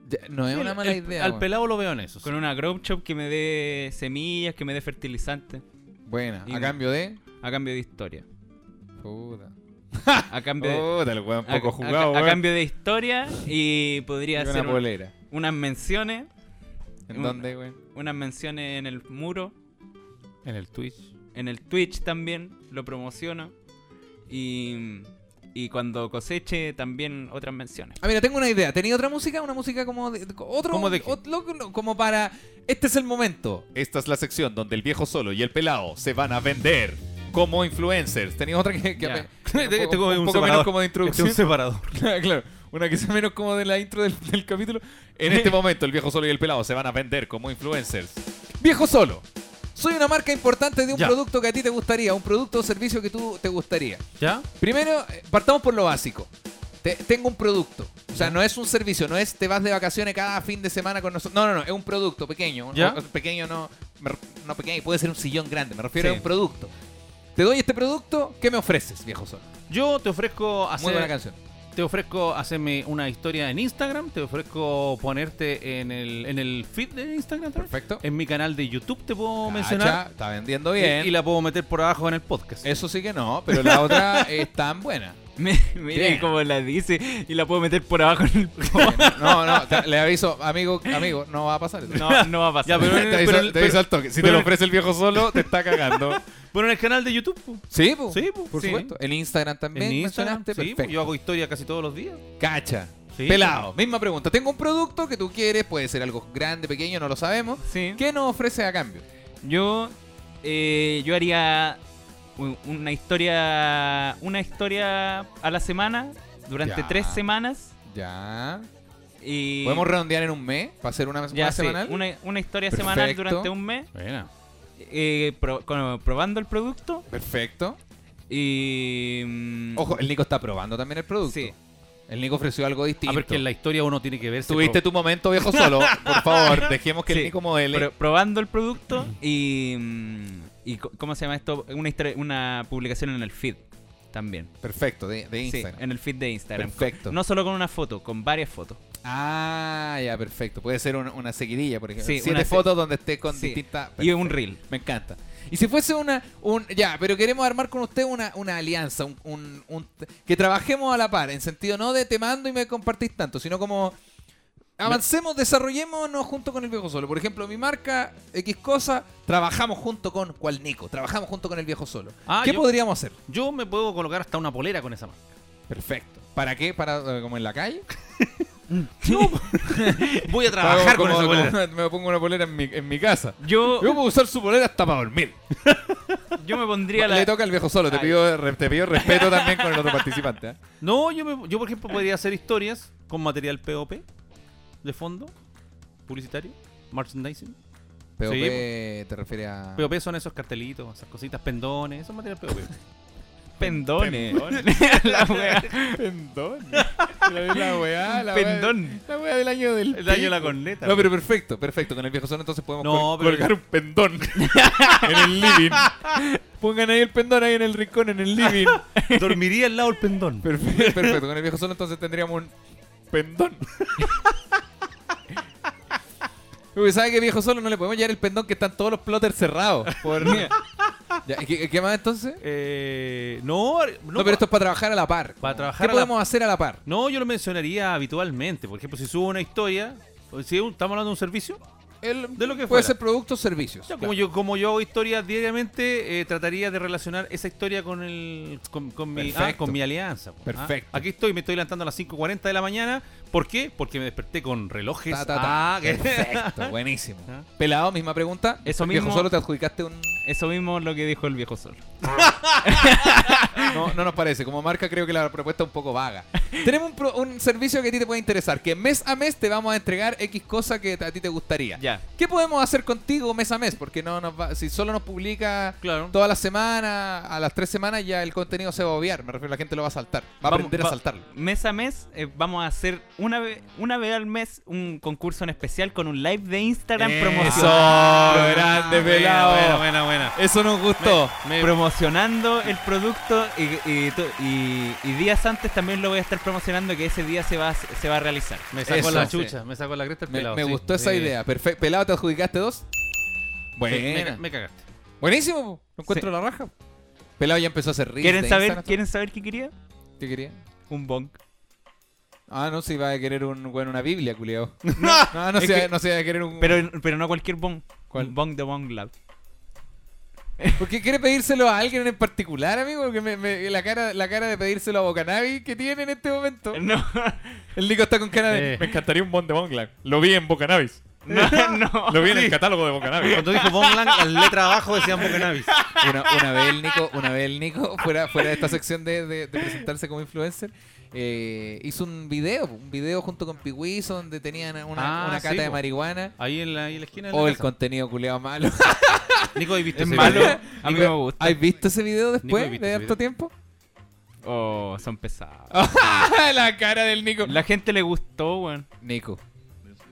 [SPEAKER 5] Ya, No es una
[SPEAKER 4] El-
[SPEAKER 5] mala
[SPEAKER 4] el-
[SPEAKER 5] idea.
[SPEAKER 4] Al
[SPEAKER 5] weón.
[SPEAKER 4] pelado lo veo en eso.
[SPEAKER 6] Con una grow shop que me dé semillas, que me dé fertilizante.
[SPEAKER 5] Buena,
[SPEAKER 6] Y-
[SPEAKER 5] a cambio de.
[SPEAKER 6] A cambio de historia.
[SPEAKER 5] Puta.
[SPEAKER 6] A cambio de...
[SPEAKER 5] Puta, el weón
[SPEAKER 6] a-
[SPEAKER 5] Oh, poco
[SPEAKER 6] a-
[SPEAKER 5] jugado,
[SPEAKER 6] a
[SPEAKER 5] weón.
[SPEAKER 6] cambio de historia y podría
[SPEAKER 5] Y
[SPEAKER 6] hacer
[SPEAKER 5] una
[SPEAKER 6] un-
[SPEAKER 5] polera.
[SPEAKER 6] unas menciones,
[SPEAKER 5] ¿En
[SPEAKER 6] un-
[SPEAKER 5] dónde, weón?
[SPEAKER 6] unas menciones en el muro,
[SPEAKER 4] En el Twitch.
[SPEAKER 6] en el Twitch también, lo promociono y, y cuando coseche también otras menciones.
[SPEAKER 5] Ah, mira, tengo una idea. ¿Tenía otra música? Una música como de. de- Otro,
[SPEAKER 4] ¿Cómo de qué?
[SPEAKER 5] ot- lo- lo- como para. Este es el momento.
[SPEAKER 7] Esta es la sección donde el viejo solo y el pelado se van a vender como influencers.
[SPEAKER 5] Tenía otra que. que
[SPEAKER 6] Ya.
[SPEAKER 5] ape-
[SPEAKER 4] Tengo
[SPEAKER 5] un poco, un
[SPEAKER 4] Este, un
[SPEAKER 5] poco menos
[SPEAKER 4] separador.
[SPEAKER 5] como de
[SPEAKER 4] Este
[SPEAKER 5] introducción.
[SPEAKER 4] es un separador.
[SPEAKER 5] Claro, claro. Una que sea menos como de la intro del, del capítulo.
[SPEAKER 7] En este momento, el viejo solo y el pelado se van a vender como influencers.
[SPEAKER 5] Viejo solo. Soy una marca importante de un
[SPEAKER 4] Ya.
[SPEAKER 5] producto que a ti te gustaría, un producto o servicio que tú te gustaría.
[SPEAKER 4] ¿Ya?
[SPEAKER 5] Primero, eh, partamos por lo básico. Te- tengo un producto. O sea, no es un servicio, no es te vas de vacaciones cada fin de semana con nosotros. No, no, no, es un producto pequeño.
[SPEAKER 4] ¿Ya?
[SPEAKER 5] O- o pequeño no, me re- no pequeño, puede ser un sillón grande, me refiero
[SPEAKER 4] Sí.
[SPEAKER 5] a un producto. Te doy este producto, ¿qué me ofreces, viejo solo?
[SPEAKER 4] Yo te ofrezco hacer.
[SPEAKER 5] Muy buena canción.
[SPEAKER 4] Te ofrezco hacerme una historia en Instagram, te ofrezco ponerte en el, en el feed de Instagram. también.
[SPEAKER 5] Perfecto.
[SPEAKER 4] En mi canal de YouTube te puedo
[SPEAKER 5] Cacha,
[SPEAKER 4] mencionar.
[SPEAKER 5] Está vendiendo
[SPEAKER 4] Y,
[SPEAKER 5] bien.
[SPEAKER 4] y la puedo meter por abajo en el podcast.
[SPEAKER 5] Eso sí que no, pero la otra es tan buena.
[SPEAKER 6] Me- Miren
[SPEAKER 5] Bien.
[SPEAKER 6] cómo la dice y la puedo meter por abajo en el...
[SPEAKER 5] No, no, te- le aviso, amigo, amigo, no va a pasar eso.
[SPEAKER 6] No, no va a pasar.
[SPEAKER 4] Ya, pero,
[SPEAKER 7] te aviso,
[SPEAKER 4] pero-
[SPEAKER 7] te aviso
[SPEAKER 4] pero-
[SPEAKER 7] al toque. Si
[SPEAKER 4] pero-
[SPEAKER 7] te lo ofrece el viejo solo, te está cagando.
[SPEAKER 4] pero en el canal de YouTube. pues. po.
[SPEAKER 5] Sí, po.
[SPEAKER 4] Sí, po,
[SPEAKER 5] por
[SPEAKER 4] sí.
[SPEAKER 5] supuesto. En Instagram también
[SPEAKER 4] En Instagram.
[SPEAKER 5] mencionaste,
[SPEAKER 4] sí, po,
[SPEAKER 5] perfecto.
[SPEAKER 4] yo hago historia casi todos los días.
[SPEAKER 5] Cacha.
[SPEAKER 4] Sí.
[SPEAKER 5] Pelado, misma pregunta. Tengo un producto que tú quieres, puede ser algo grande, pequeño, no lo sabemos.
[SPEAKER 6] Sí.
[SPEAKER 5] ¿Qué nos ofrece a cambio?
[SPEAKER 6] Yo, eh, yo haría u- una historia, una historia a la semana durante
[SPEAKER 5] Ya.
[SPEAKER 6] tres semanas
[SPEAKER 5] Ya.
[SPEAKER 6] y
[SPEAKER 5] ¿Podemos redondear en un mes para hacer una,
[SPEAKER 6] ya
[SPEAKER 5] una
[SPEAKER 6] sí,
[SPEAKER 5] semanal?
[SPEAKER 6] una, una historia
[SPEAKER 5] Perfecto.
[SPEAKER 6] semanal durante un mes,
[SPEAKER 4] Bueno.
[SPEAKER 6] eh, pro- con- probando el producto
[SPEAKER 5] Perfecto.
[SPEAKER 6] y mm,
[SPEAKER 5] Ojo, el Nico está probando también el producto.
[SPEAKER 6] sí,
[SPEAKER 5] El Nico ofreció algo distinto.
[SPEAKER 4] A ver, que en la historia uno tiene que ver.
[SPEAKER 7] Tuviste tu momento, viejo solo. Por favor, dejemos que
[SPEAKER 6] Sí,
[SPEAKER 7] el Nico modele.
[SPEAKER 6] pro- probando el producto y mm, y co- cómo se llama esto, una historia- una publicación en el feed también,
[SPEAKER 5] Perfecto, de, de
[SPEAKER 6] Sí,
[SPEAKER 5] Instagram.
[SPEAKER 6] en el feed de Instagram,
[SPEAKER 5] Perfecto.
[SPEAKER 6] no solo con una foto, con varias fotos.
[SPEAKER 5] Ah, ya, perfecto. Puede ser una, una seguidilla, por ejemplo.
[SPEAKER 6] Sí,
[SPEAKER 5] Siete
[SPEAKER 6] una se-
[SPEAKER 5] fotos donde esté con
[SPEAKER 6] Sí.
[SPEAKER 5] distintas...
[SPEAKER 6] Y un reel.
[SPEAKER 5] Me encanta. Y si fuese una, un, ya, pero queremos armar con usted una, una alianza, un, un- un- que trabajemos a la par, en sentido no de te mando y me compartís tanto, sino como avancemos, desarrollémonos junto con el viejo solo. Por ejemplo, mi marca X cosa, trabajamos junto con cual Nico, trabajamos junto con el viejo solo.
[SPEAKER 4] Ah,
[SPEAKER 5] ¿Qué
[SPEAKER 4] yo-
[SPEAKER 5] podríamos hacer?
[SPEAKER 4] Yo me puedo colocar hasta una polera con esa mano.
[SPEAKER 5] Perfecto. ¿Para qué? ¿Para eh, como en la calle?
[SPEAKER 4] Voy a trabajar
[SPEAKER 5] Como-
[SPEAKER 4] con esa
[SPEAKER 5] como-
[SPEAKER 4] polera.
[SPEAKER 5] como- me pongo una polera en mi, en mi casa.
[SPEAKER 6] Yo,
[SPEAKER 5] Yo puedo usar su polera hasta para dormir.
[SPEAKER 6] yo me pondría la...
[SPEAKER 5] Le toca al viejo solo, te
[SPEAKER 6] Ay.
[SPEAKER 5] pido, re- te pido respeto también con el otro participante. ¿eh?
[SPEAKER 4] No, yo, me- yo por ejemplo podría hacer historias con material POP de fondo, publicitario, merchandising.
[SPEAKER 5] POP
[SPEAKER 4] Sí,
[SPEAKER 5] te refiere a.
[SPEAKER 4] POP son esos cartelitos, esas cositas, pendones, eso es material POP.
[SPEAKER 6] pendones.
[SPEAKER 4] Pendones.
[SPEAKER 6] La wea.
[SPEAKER 5] La weá, la
[SPEAKER 6] Pendón.
[SPEAKER 5] La weá del año del.
[SPEAKER 6] El año de la
[SPEAKER 5] pico.
[SPEAKER 6] corneta.
[SPEAKER 5] No, pero perfecto, perfecto. Con el viejo solo entonces podemos
[SPEAKER 6] No,
[SPEAKER 5] col-
[SPEAKER 6] pero-
[SPEAKER 5] colgar un pendón en el living. Pongan ahí el pendón ahí en el rincón, en el living.
[SPEAKER 6] Dormiría al lado del pendón.
[SPEAKER 5] Perfecto, perfecto. Con el viejo solo entonces tendríamos un pendón. Uy, ¿sabe qué viejo solo? No le podemos llevar el pendón que están todos los plotters cerrados. Por... Ya, ¿qué, qué más entonces?
[SPEAKER 4] Eh, no, no,
[SPEAKER 5] No, pero esto es para trabajar a la par.
[SPEAKER 4] Para trabajar
[SPEAKER 5] ¿Qué
[SPEAKER 4] a la-
[SPEAKER 5] podemos hacer a la par?
[SPEAKER 4] no, yo lo mencionaría habitualmente. Por ejemplo, si subo una historia, o si un- estamos hablando de un servicio, de lo que
[SPEAKER 5] Puede
[SPEAKER 4] fuera.
[SPEAKER 5] ser productos, servicios.
[SPEAKER 4] Ya, como, yo, como yo hago historias diariamente, eh, trataría de relacionar esa historia con el con, con mi, ah,
[SPEAKER 5] Perfecto.
[SPEAKER 4] con mi alianza. po. Ah,
[SPEAKER 5] Perfecto.
[SPEAKER 4] Aquí estoy, me estoy levantando a las 5.40 de la mañana. ¿Por qué? Porque me desperté con relojes.
[SPEAKER 5] Ta, ta, ta.
[SPEAKER 4] Ah, que-
[SPEAKER 5] Perfecto, buenísimo.
[SPEAKER 4] Ah.
[SPEAKER 5] Pelado, misma pregunta.
[SPEAKER 6] Eso
[SPEAKER 5] Viejo
[SPEAKER 6] mismo.
[SPEAKER 5] solo te adjudicaste un.
[SPEAKER 6] Eso mismo es lo que dijo el viejo sol.
[SPEAKER 5] No, no nos parece. Como marca, creo que la propuesta es un poco vaga. Tenemos un, pro- un servicio que a ti te puede interesar. Que mes a mes te vamos a entregar X cosa que a ti te gustaría.
[SPEAKER 6] Ya.
[SPEAKER 5] ¿Qué podemos hacer contigo mes a mes? Porque no nos va- si solo nos publica
[SPEAKER 4] Claro.
[SPEAKER 5] todas las semanas, a las tres semanas ya el contenido se va a obviar. Me refiero, la gente lo va a saltar. Va a
[SPEAKER 6] Vamos-
[SPEAKER 5] aprender
[SPEAKER 6] va-
[SPEAKER 5] a saltarlo.
[SPEAKER 6] Mes a mes eh, vamos a hacer una vez, una vez al mes un concurso en especial con un live de Instagram promocionando,
[SPEAKER 5] ¡Lo grande, pelado!
[SPEAKER 4] Buena, buena, buena.
[SPEAKER 5] Eso nos gustó.
[SPEAKER 4] Me-
[SPEAKER 6] promocionando el producto y, y to- y- y días antes también lo voy a estar promocionando que ese día se va, a- se va a realizar.
[SPEAKER 4] Me sacó
[SPEAKER 5] Eso,
[SPEAKER 4] la
[SPEAKER 5] sí.
[SPEAKER 4] chucha, me sacó la cresta el
[SPEAKER 5] Me,
[SPEAKER 4] pelado.
[SPEAKER 5] me
[SPEAKER 4] sí.
[SPEAKER 5] gustó esa
[SPEAKER 4] Sí.
[SPEAKER 5] idea. Perfecto. Pelado, te adjudicaste dos.
[SPEAKER 4] Sí, me-
[SPEAKER 5] Buena.
[SPEAKER 4] Me, cagaste.
[SPEAKER 5] Buenísimo, po. lo encuentro la raja. Pelado ya empezó a hacer reels
[SPEAKER 6] ¿Quieren
[SPEAKER 5] de
[SPEAKER 6] saber,
[SPEAKER 5] Instagram.
[SPEAKER 6] ¿Quieren saber qué quería?
[SPEAKER 5] ¿Qué quería?
[SPEAKER 6] Un bong.
[SPEAKER 5] Ah, no, se iba a querer un, bueno, una Biblia, culiao. No, no, se,
[SPEAKER 6] Es
[SPEAKER 5] iba-
[SPEAKER 6] que-
[SPEAKER 5] no se iba a querer un.
[SPEAKER 6] Pero, pero no cualquier bong.
[SPEAKER 5] ¿Cuál?
[SPEAKER 6] Un bong de Bong Lab.
[SPEAKER 5] ¿Por qué quiere pedírselo a alguien en particular, amigo? Porque me- me- la, cara, la cara de pedírselo a Bocanavi que tiene en este momento.
[SPEAKER 6] No,
[SPEAKER 5] El Nico está con cara de.
[SPEAKER 4] Eh.
[SPEAKER 7] Me encantaría un Bond de Monclan. Lo vi en Bocanavis.
[SPEAKER 6] no, no.
[SPEAKER 7] Lo vi en el catálogo de Bocanavis.
[SPEAKER 4] Cuando dijo Bongland, en letra abajo decían Bocanabis.
[SPEAKER 5] Una, una vez el Nico, una vez el Nico, fuera, fuera de esta sección de, de- de presentarse como influencer, eh, hizo un video, un video junto con Piwiso donde tenían una,
[SPEAKER 4] Ah,
[SPEAKER 5] una cata
[SPEAKER 4] sí,
[SPEAKER 5] de
[SPEAKER 4] po.
[SPEAKER 5] marihuana.
[SPEAKER 4] Ahí en la, ahí en la esquina. de la
[SPEAKER 5] O el
[SPEAKER 4] casa.
[SPEAKER 5] contenido culeado malo.
[SPEAKER 4] Nico, ¿y viste
[SPEAKER 6] Es
[SPEAKER 4] ese
[SPEAKER 6] malo.
[SPEAKER 4] video?
[SPEAKER 6] A mí
[SPEAKER 5] Nico,
[SPEAKER 6] me gusta.
[SPEAKER 5] ¿Has visto ese video
[SPEAKER 4] Nico,
[SPEAKER 5] después
[SPEAKER 4] ¿has visto
[SPEAKER 5] de
[SPEAKER 4] ese
[SPEAKER 5] tanto tiempo?
[SPEAKER 6] Oh, son pesados.
[SPEAKER 5] la cara del Nico.
[SPEAKER 6] La gente le gustó, weón.
[SPEAKER 5] Nico.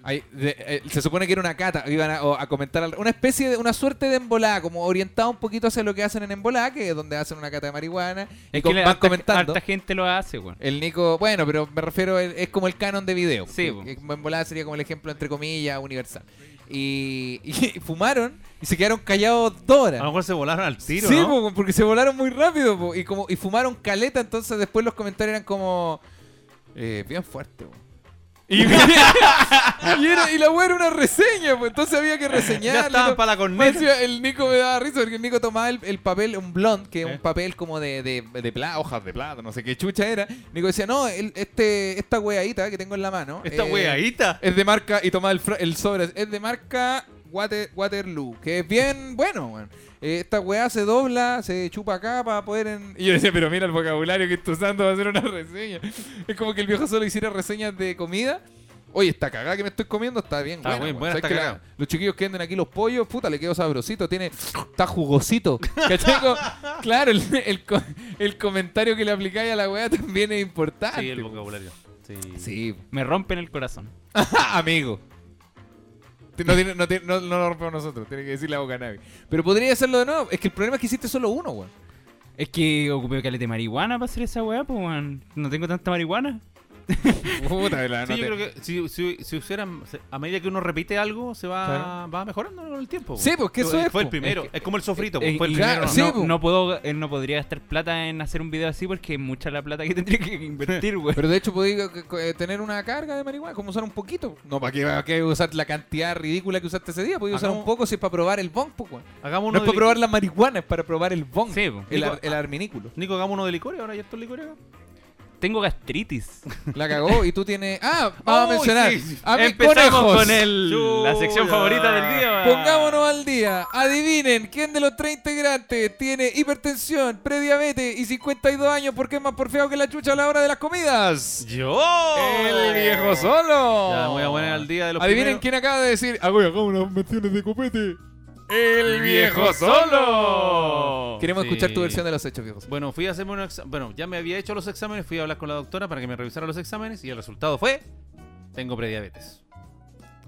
[SPEAKER 5] Ahí, de- eh, se supone que era una cata, iban a, o a comentar al- una especie de una suerte de embolada, como orientado un poquito hacia lo que hacen en embolada, que es donde hacen una cata de marihuana y
[SPEAKER 6] Es
[SPEAKER 5] con-
[SPEAKER 6] que
[SPEAKER 5] van
[SPEAKER 6] harta,
[SPEAKER 5] comentando.
[SPEAKER 6] harta gente lo hace, weón.
[SPEAKER 5] El Nico, bueno, pero me refiero, el- es como el canon de video.
[SPEAKER 6] Sí,
[SPEAKER 5] Que-
[SPEAKER 6] po.
[SPEAKER 5] que En volada sería como el ejemplo, entre comillas, universal. Y, y fumaron y se quedaron callados dos
[SPEAKER 4] A
[SPEAKER 5] horas.
[SPEAKER 4] lo mejor se volaron al Ah, tiro,
[SPEAKER 5] sí,
[SPEAKER 4] ¿no?
[SPEAKER 5] po, porque se volaron muy rápido po, y como y fumaron caleta, entonces después los comentarios eran como eh, bien fuerte. po. Y, y era- y la weá era una reseña, pues entonces había que reseñar.
[SPEAKER 4] Ah. Ya estaban para la corneta.
[SPEAKER 5] Pues el Nico me daba risa porque el Nico tomaba el, el papel, un blond, que es un
[SPEAKER 4] ¿Eh?
[SPEAKER 5] papel como de, de, de pla- hojas de plata, no sé qué chucha era. Nico decía, no, el- este, esta weadita que tengo en la mano.
[SPEAKER 4] Esta
[SPEAKER 5] eh,
[SPEAKER 4] weadita.
[SPEAKER 5] es de marca, y tomaba el, fra- el sobre, es de marca Water- Waterloo, que es bien bueno, weón. Eh, esta weá se dobla, se chupa acá para poder... en- Y yo decía, pero mira el vocabulario que está usando va a hacer una reseña. Es como que el viejo solo hiciera reseñas de comida. Oye, esta cagada que me estoy comiendo está bien
[SPEAKER 4] Está
[SPEAKER 5] buena,
[SPEAKER 4] bien
[SPEAKER 5] weón.
[SPEAKER 4] buena
[SPEAKER 5] ¿Sabes
[SPEAKER 4] esta
[SPEAKER 5] que la-
[SPEAKER 4] cagada?
[SPEAKER 5] los chiquillos que venden aquí los pollos, puta, le quedó sabrosito, tiene... Está jugosito. ¿Cachai? Como- Claro, el, el co- el comentario que le aplicáis a la weá también es importante.
[SPEAKER 4] Sí, el vocabulario. Sí.
[SPEAKER 5] Sí,
[SPEAKER 6] Me rompen el corazón.
[SPEAKER 5] Amigo. No, tiene- no, tiene- no- no lo rompemos nosotros, tiene que decir la boca nadie. Pero podría hacerlo de nuevo. Es que el problema es que hiciste solo uno, weón.
[SPEAKER 6] Es que ocupé caleta de marihuana para hacer esa weá, pues, weón. No tengo tanta marihuana.
[SPEAKER 5] Puta, de la
[SPEAKER 4] Sí,
[SPEAKER 5] Ah, no
[SPEAKER 4] yo
[SPEAKER 5] te-
[SPEAKER 4] creo que si, si, si hicieran- se- a medida que uno repite algo, se va,
[SPEAKER 5] Claro.
[SPEAKER 4] va mejorando con el tiempo. eh,
[SPEAKER 5] Sí, pues, que eso es,
[SPEAKER 4] Fue el
[SPEAKER 5] po.
[SPEAKER 4] primero. Es, como el sofrito,
[SPEAKER 6] Eh,
[SPEAKER 4] pues, fue el
[SPEAKER 6] y-
[SPEAKER 5] claro,
[SPEAKER 4] primero.
[SPEAKER 5] sí,
[SPEAKER 6] no,
[SPEAKER 5] po.
[SPEAKER 6] no puedo, eh, no podría gastar plata en hacer un video así porque es mucha la plata que tendría que invertir, weón.
[SPEAKER 5] Pero de hecho podía eh, co- eh, tener una carga de marihuana, como usar un poquito. No, ¿para qué, para qué usar la cantidad ridícula que usaste ese día? Podía usar
[SPEAKER 4] Hagamos-
[SPEAKER 5] un poco si es para probar el bong, po, weón.
[SPEAKER 4] Hagamos
[SPEAKER 5] No
[SPEAKER 4] Ah, uno
[SPEAKER 5] es
[SPEAKER 4] de
[SPEAKER 5] para
[SPEAKER 4] li-
[SPEAKER 5] probar la marihuana, es para probar el bong.
[SPEAKER 6] Sí, po.
[SPEAKER 5] el,
[SPEAKER 4] Nico,
[SPEAKER 5] ar- el arminículo.
[SPEAKER 4] Nico, hagamos uno de licores. Ahora ya estos licores. acá.
[SPEAKER 6] Tengo gastritis.
[SPEAKER 5] La cagó y tú tienes... Ah, vamos a
[SPEAKER 4] Uy,
[SPEAKER 5] mencionar.
[SPEAKER 4] sí, sí.
[SPEAKER 5] A mí,
[SPEAKER 6] Empezamos
[SPEAKER 5] conejos.
[SPEAKER 6] con el, la sección
[SPEAKER 4] Chuya.
[SPEAKER 6] favorita del día. weón.
[SPEAKER 5] Pongámonos al día. Adivinen quién de los 30 integrantes tiene hipertensión, prediabetes y 52 años porque es más porfeado que la chucha a la hora de las comidas.
[SPEAKER 4] ¡Yo!
[SPEAKER 5] El viejo solo.
[SPEAKER 4] Ya, me voy a poner al día de los
[SPEAKER 5] Adivinen
[SPEAKER 4] primeros.
[SPEAKER 5] quién acaba de "Ah, decir, hago acá unas menciones de copete. El viejo solo.
[SPEAKER 4] Oh,
[SPEAKER 5] Queremos escuchar tu
[SPEAKER 4] sí.
[SPEAKER 5] versión de los hechos, viejos.
[SPEAKER 4] Bueno, fui a hacerme unos exa- Bueno, ya me había hecho los exámenes, fui a hablar con la doctora para que me revisara los exámenes y el resultado fue. Tengo prediabetes.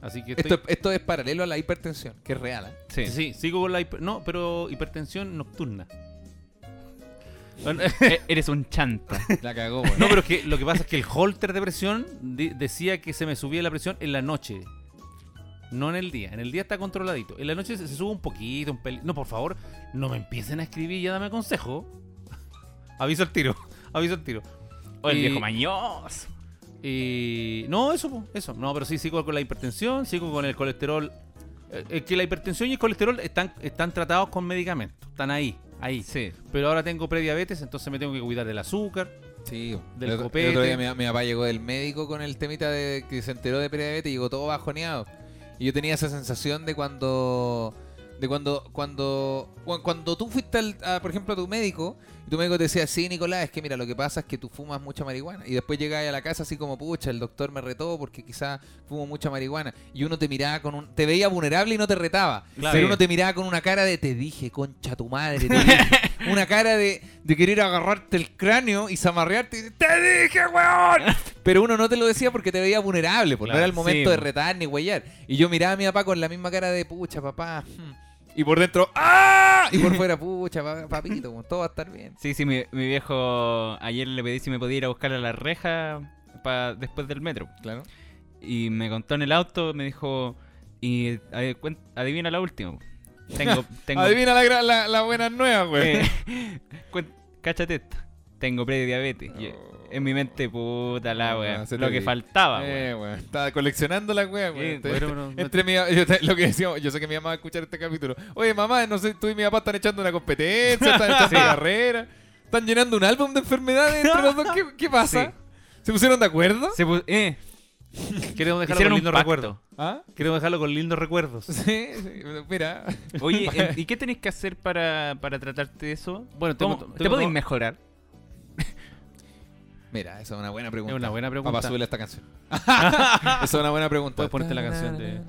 [SPEAKER 4] Así que estoy-
[SPEAKER 5] Esto, esto es paralelo a la hipertensión, que es real. ¿eh?
[SPEAKER 4] sí. sigo con la hiper- No, pero hipertensión nocturna. Bueno,
[SPEAKER 6] E- Eres un chanta.
[SPEAKER 5] La cagó, güey.
[SPEAKER 4] No, pero es que lo que pasa es que el holter de presión de- decía que se me subía la presión en la noche. No en el día. En el día está controladito. En la noche se, se sube un poquito, un peli- No, por favor, no me empiecen a escribir ya dame consejo. aviso al tiro. aviso al tiro.
[SPEAKER 6] O el
[SPEAKER 4] Y-
[SPEAKER 6] viejo mañoso.
[SPEAKER 4] Y. No, eso, po, eso. No, pero sí, sigo con la hipertensión, sigo con el colesterol. Eh, Es que la hipertensión y el colesterol están, están tratados con medicamentos. Están ahí, ahí.
[SPEAKER 6] Sí.
[SPEAKER 4] Pero ahora tengo prediabetes, entonces me tengo que cuidar del azúcar.
[SPEAKER 5] Sí,
[SPEAKER 4] Del
[SPEAKER 5] el, otro-
[SPEAKER 4] copete.
[SPEAKER 5] el otro día mi, mi papá llegó del médico con el temita de que se enteró de prediabetes y llegó todo bajoneado. Y yo tenía esa sensación de cuando. De cuando. Cuando. cuan- Cuando tú fuiste, al, a, por ejemplo, a tu médico, y tu médico te decía, sí, Nicolás, es que mira, lo que pasa es que tú fumas mucha marihuana. Y después llegabas a la casa así como, pucha, el doctor me retó porque quizás fumo mucha marihuana. Y uno te miraba con un. Te veía vulnerable y no te retaba.
[SPEAKER 4] Claro.
[SPEAKER 5] Pero
[SPEAKER 4] Sí.
[SPEAKER 5] uno te miraba con una cara de, te dije, concha tu madre, te dije" una cara de, de querer agarrarte el cráneo y zamarrearte. y decir, ¡Te dije, weón! Pero uno no te lo decía porque te veía vulnerable, porque no
[SPEAKER 6] Claro,
[SPEAKER 5] era el momento
[SPEAKER 6] sí,
[SPEAKER 5] de
[SPEAKER 6] po.
[SPEAKER 5] retar ni huellar. Y yo miraba a mi papá con la misma cara de pucha, papá. Y por dentro, ¡ah! Y por fuera, pucha, pa- papito, como todo va a estar bien.
[SPEAKER 6] Sí, sí, mi, mi viejo ayer le pedí si me podía ir a buscar a la reja pa- después del metro.
[SPEAKER 5] Claro.
[SPEAKER 6] Y me contó en el auto, me dijo, y ade- cuen- adivina la última. po. Tengo, tengo,
[SPEAKER 7] Adivina la, gra- la, la buena nueva, güey.
[SPEAKER 6] eh, cuen- cáchate esto. Tengo prediabetes. Y En mi mente, puta la
[SPEAKER 5] No,
[SPEAKER 6] wea.
[SPEAKER 5] se te
[SPEAKER 6] lo que
[SPEAKER 5] vi.
[SPEAKER 6] faltaba, wea.
[SPEAKER 7] Eh, güey. Estaba coleccionando la wea, güey.
[SPEAKER 6] Eh,
[SPEAKER 7] Entre-
[SPEAKER 4] ah, bueno, no- no-
[SPEAKER 7] entre mi- yo te- lo que decíamos, yo sé que mi mamá va a escuchar este capítulo. Oye, mamá, no sé, tú y mi papá están echando una competencia, están echando una carrera.
[SPEAKER 5] Están llenando un álbum de enfermedades entre los dos. ¿Qué, qué pasa?
[SPEAKER 6] Sí.
[SPEAKER 5] ¿Se pusieron de acuerdo?
[SPEAKER 6] Se pu- eh,
[SPEAKER 4] Queremos dejarlo
[SPEAKER 6] hicieron
[SPEAKER 4] con
[SPEAKER 6] un
[SPEAKER 4] lindos
[SPEAKER 6] pacto.
[SPEAKER 4] recuerdos.
[SPEAKER 5] ¿Ah?
[SPEAKER 4] Queremos dejarlo con lindos recuerdos.
[SPEAKER 5] Sí, sí, mira.
[SPEAKER 6] Oye, eh, ¿y qué tenés que hacer
[SPEAKER 4] Ah,
[SPEAKER 6] para, para tratarte de eso?
[SPEAKER 4] Bueno,
[SPEAKER 6] ¿Cómo-
[SPEAKER 4] tengo-
[SPEAKER 6] ¿Te
[SPEAKER 4] tengo-
[SPEAKER 6] podéis mejorar?
[SPEAKER 5] Mira, esa es una buena
[SPEAKER 4] Es
[SPEAKER 5] pregunta.
[SPEAKER 4] una buena pregunta.
[SPEAKER 5] Papá, súbele esta canción. esa es una buena pregunta.
[SPEAKER 4] Puedes ponerte la canción de.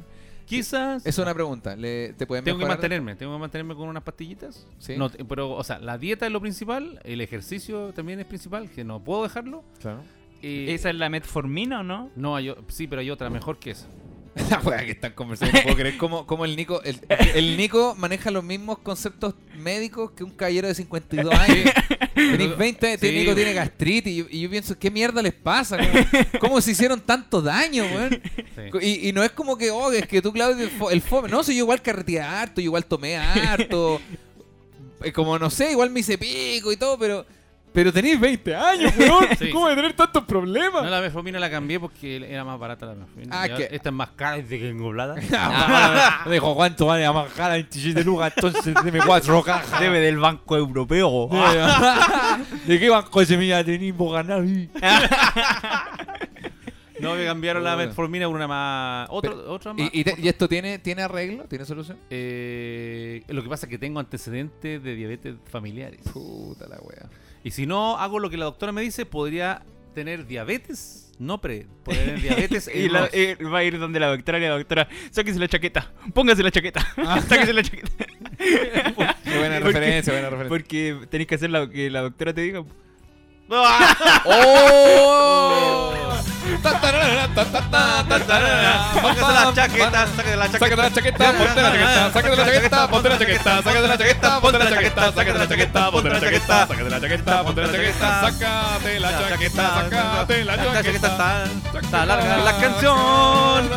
[SPEAKER 4] Quizás.
[SPEAKER 5] Es una pregunta. le- ¿Te pueden
[SPEAKER 4] Tengo que
[SPEAKER 5] mejorar?
[SPEAKER 4] mantenerme, tengo que mantenerme con unas pastillitas.
[SPEAKER 5] Sí.
[SPEAKER 4] No, te- pero, o sea, la dieta es lo principal, el ejercicio también es principal, que no puedo dejarlo.
[SPEAKER 7] Claro.
[SPEAKER 4] Y-
[SPEAKER 6] ¿Esa es la metformina o no?
[SPEAKER 4] No, hay o- sí, pero hay otra mejor que esa.
[SPEAKER 5] La weá que están conversando. No puedo creer cómo, cómo el Nico. El, el Nico maneja los mismos conceptos médicos que un caballero de 52 años. Tenéis 20 años, este
[SPEAKER 4] Sí,
[SPEAKER 5] Nico
[SPEAKER 4] weón.
[SPEAKER 5] tiene gastritis. Y yo, y yo pienso, ¿qué mierda les pasa? weón? ¿Cómo se hicieron tanto daño, weón? Y, y no es como que, oh, es que tú, Claudio, el, fo- el fome. No, si yo igual carreteé harto, yo igual tomé harto. Eh, Como no sé, igual me hice pico y todo, pero. Pero tenéis 20 años, weón.
[SPEAKER 4] Sí.
[SPEAKER 5] ¿Cómo de tener tantos problemas?
[SPEAKER 4] No, la meformina la cambié porque era más barata la meformina.
[SPEAKER 5] Ah,
[SPEAKER 4] Y
[SPEAKER 5] que-
[SPEAKER 4] ahora Esta es más cara y de que engoblada.
[SPEAKER 5] Ah,
[SPEAKER 7] Me dijo, ¿cuánto vale la manjada en Chichén de Luga? Entonces, deme cuatro cajas.
[SPEAKER 6] Debe del Banco Europeo.
[SPEAKER 7] ¿De qué banco de semilla tenemos ganado?
[SPEAKER 4] No, me cambiaron la
[SPEAKER 5] Puta.
[SPEAKER 4] metformina por una más. Otro,
[SPEAKER 5] Pero-
[SPEAKER 4] otra más.
[SPEAKER 5] ¿Y, y te- y esto tiene, tiene arreglo? ¿Tiene solución?
[SPEAKER 4] Eh, lo que pasa es que tengo antecedentes de diabetes familiares.
[SPEAKER 5] Puta la wea.
[SPEAKER 4] Y si no hago lo que la doctora me dice, podría tener diabetes. No, pre. Podría tener diabetes.
[SPEAKER 6] Y
[SPEAKER 4] en
[SPEAKER 6] la-
[SPEAKER 4] dos.
[SPEAKER 6] eh, va a ir donde la doctora y la doctora, sáquese la chaqueta, póngase la chaqueta, sáquese la chaqueta.
[SPEAKER 5] Qué buena
[SPEAKER 6] Porque-
[SPEAKER 5] referencia, buena referencia.
[SPEAKER 6] Porque tenés que hacer lo que la doctora te diga.
[SPEAKER 5] ¡Oh!
[SPEAKER 4] Sácate la chaqueta, sácate la chaqueta.
[SPEAKER 7] Sácate la chaqueta, ponte la chaqueta, sácate la chaqueta, ponte la chaqueta, sácate la chaqueta, ponte la chaqueta, sácate la chaqueta, ponte la chaqueta, sácate la chaqueta, ponte la chaqueta, sácate la chaqueta, sácate la chaqueta.
[SPEAKER 4] está, está larga la canción.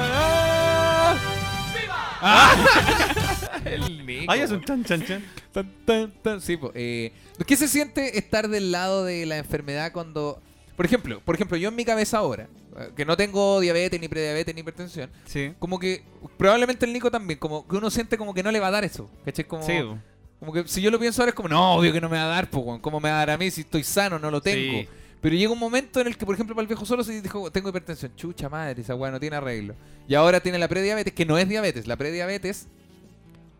[SPEAKER 4] Ay, es un chan chan chan.
[SPEAKER 5] Tan, tan, tan. Sí, po, eh, ¿Qué se siente estar del lado de la enfermedad cuando... Por ejemplo, por ejemplo, yo en mi cabeza ahora, eh, que no tengo diabetes, ni prediabetes, ni hipertensión,
[SPEAKER 6] Sí.
[SPEAKER 5] como que probablemente el Nico también, como que uno siente como que no le va a dar eso. ¿Cachai? Como,
[SPEAKER 6] Sí. bo.
[SPEAKER 5] Como que si yo lo pienso ahora es como, no, obvio que no me va a dar, pues, ¿cómo me va a dar a mí si estoy sano, no lo tengo?
[SPEAKER 4] Sí.
[SPEAKER 5] Pero llega un momento en el que, por ejemplo, para el viejo solo se dijo, tengo hipertensión, chucha madre, esa weá no tiene arreglo. Y ahora tiene la prediabetes, que no es diabetes, la prediabetes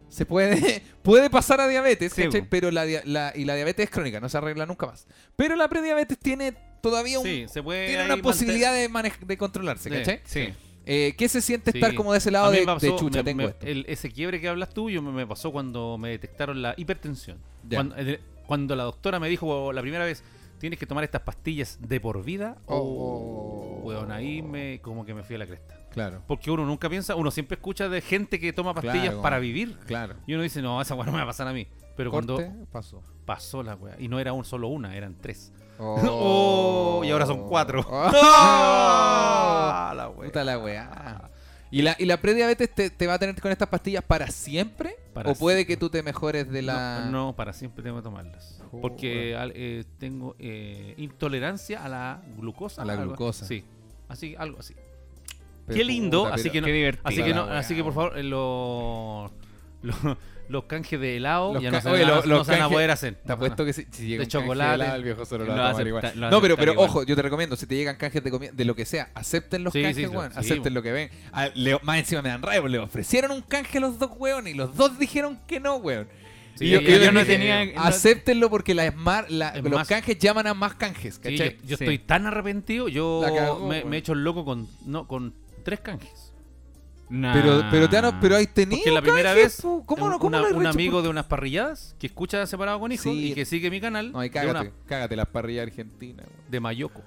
[SPEAKER 5] se puede, puede pasar a diabetes,
[SPEAKER 6] Sí,
[SPEAKER 5] ¿cachai?
[SPEAKER 6] bo.
[SPEAKER 5] Pero la, dia- la- y la diabetes es crónica, no se arregla nunca más. Pero la prediabetes tiene todavía un,
[SPEAKER 4] Sí, se puede.
[SPEAKER 5] tiene
[SPEAKER 4] ahí
[SPEAKER 5] una
[SPEAKER 4] mantener-
[SPEAKER 5] posibilidad de, manej- de controlarse,
[SPEAKER 4] Sí,
[SPEAKER 5] ¿cachai?
[SPEAKER 4] Sí.
[SPEAKER 5] Eh, ¿Qué se siente
[SPEAKER 4] Sí.
[SPEAKER 5] estar como de ese
[SPEAKER 4] A
[SPEAKER 5] lado
[SPEAKER 4] mí
[SPEAKER 5] de,
[SPEAKER 4] me pasó-
[SPEAKER 5] de chucha?
[SPEAKER 4] me-
[SPEAKER 5] tengo
[SPEAKER 4] me-
[SPEAKER 5] esto.
[SPEAKER 4] el- ese quiebre que hablas tú yo me, me pasó cuando me detectaron la hipertensión.
[SPEAKER 5] Ya.
[SPEAKER 4] Cuando, eh, cuando la doctora me dijo "Oh, la primera vez, tienes que tomar estas pastillas de por vida.
[SPEAKER 5] Oh.
[SPEAKER 4] Weón, ahí me, como que me fui a la cresta.
[SPEAKER 5] Claro,
[SPEAKER 4] Porque uno nunca piensa, uno siempre escucha de gente que toma pastillas
[SPEAKER 5] Claro.
[SPEAKER 4] para vivir.
[SPEAKER 5] claro.
[SPEAKER 4] Y uno dice, no, esa weá no me va a pasar a mí. Pero
[SPEAKER 5] Corte,
[SPEAKER 4] cuando
[SPEAKER 5] pasó.
[SPEAKER 4] pasó la weá, y no era un, solo una, eran tres.
[SPEAKER 5] Oh.
[SPEAKER 4] Oh, y ahora son cuatro.
[SPEAKER 5] Oh.
[SPEAKER 4] Ah, la weá.
[SPEAKER 5] Puta la weá. ¿Y la, y la prediabetes te, te va a tener con estas pastillas para siempre?
[SPEAKER 4] Para
[SPEAKER 5] ¿O puede
[SPEAKER 4] siempre.
[SPEAKER 5] que tú te mejores de la...? Oh,
[SPEAKER 4] No, no, para siempre tengo que tomarlas.
[SPEAKER 5] Joder.
[SPEAKER 4] Porque al- eh, tengo eh, intolerancia a la glucosa.
[SPEAKER 5] A la
[SPEAKER 4] algo-
[SPEAKER 5] glucosa.
[SPEAKER 4] Sí. Así, algo así.
[SPEAKER 5] Pero
[SPEAKER 4] qué lindo.
[SPEAKER 5] puta,
[SPEAKER 4] así
[SPEAKER 5] pero-
[SPEAKER 4] que no,
[SPEAKER 6] qué divertido.
[SPEAKER 4] así que no,
[SPEAKER 5] la weá,
[SPEAKER 4] así que por
[SPEAKER 5] weón.
[SPEAKER 4] favor, eh, los los- los canjes de helado
[SPEAKER 5] Los
[SPEAKER 4] ya no,
[SPEAKER 5] ca-
[SPEAKER 4] se,
[SPEAKER 5] oye,
[SPEAKER 4] van a-
[SPEAKER 5] los-
[SPEAKER 4] no
[SPEAKER 5] los
[SPEAKER 4] se van a
[SPEAKER 5] canjes-
[SPEAKER 4] poder hacer.
[SPEAKER 5] Te apuesto que si, si llega
[SPEAKER 4] De
[SPEAKER 5] un canje
[SPEAKER 4] chocolate.
[SPEAKER 5] helado, el viejo solo lo
[SPEAKER 4] Lo
[SPEAKER 5] va a tomar
[SPEAKER 4] acepta-
[SPEAKER 5] igual.
[SPEAKER 4] lo va a
[SPEAKER 5] No, pero,
[SPEAKER 4] aceptar
[SPEAKER 5] pero
[SPEAKER 4] igual.
[SPEAKER 5] ojo, yo te recomiendo, si te llegan canjes de comida, de lo que sea, acepten los
[SPEAKER 4] Sí,
[SPEAKER 5] canjes,
[SPEAKER 4] sí, sí,
[SPEAKER 5] weón.
[SPEAKER 4] sí,
[SPEAKER 5] acepten
[SPEAKER 4] weón.
[SPEAKER 5] lo que ven. Ah, le- más encima me dan rabia, porque le ofrecieron un canje a los dos weones y los dos dijeron que no, weón.
[SPEAKER 4] Sí,
[SPEAKER 5] Y yo-
[SPEAKER 4] y
[SPEAKER 5] y yo
[SPEAKER 4] yo
[SPEAKER 5] no
[SPEAKER 4] dije,
[SPEAKER 6] tenía-
[SPEAKER 4] sí,
[SPEAKER 6] No-
[SPEAKER 5] Acéptenlo porque la, esmar- la-
[SPEAKER 4] Es
[SPEAKER 5] los
[SPEAKER 4] más-
[SPEAKER 5] canjes llaman a más canjes,
[SPEAKER 4] yo-
[SPEAKER 5] ¿cachai?
[SPEAKER 4] yo
[SPEAKER 6] Sí.
[SPEAKER 4] estoy tan arrepentido, yo
[SPEAKER 5] La cagó,
[SPEAKER 4] me,
[SPEAKER 5] weón.
[SPEAKER 4] me he hecho el loco con no con tres canjes.
[SPEAKER 6] Nah.
[SPEAKER 5] Pero, pero, te han- pero hay tenido.
[SPEAKER 4] Ah. Porque la primera
[SPEAKER 5] canjes,
[SPEAKER 4] vez
[SPEAKER 5] po. ¿Cómo
[SPEAKER 4] un-
[SPEAKER 5] no? ¿Cómo
[SPEAKER 4] una-
[SPEAKER 5] lo has
[SPEAKER 4] un
[SPEAKER 5] hecho?
[SPEAKER 4] amigo de unas parrilladas que escucha separado con hijos
[SPEAKER 5] Sí.
[SPEAKER 4] y que sigue mi canal
[SPEAKER 5] No, y
[SPEAKER 4] de,
[SPEAKER 5] cágate,
[SPEAKER 4] una-
[SPEAKER 5] cágate las parrillas argentinas. weón.
[SPEAKER 4] de Mayoco.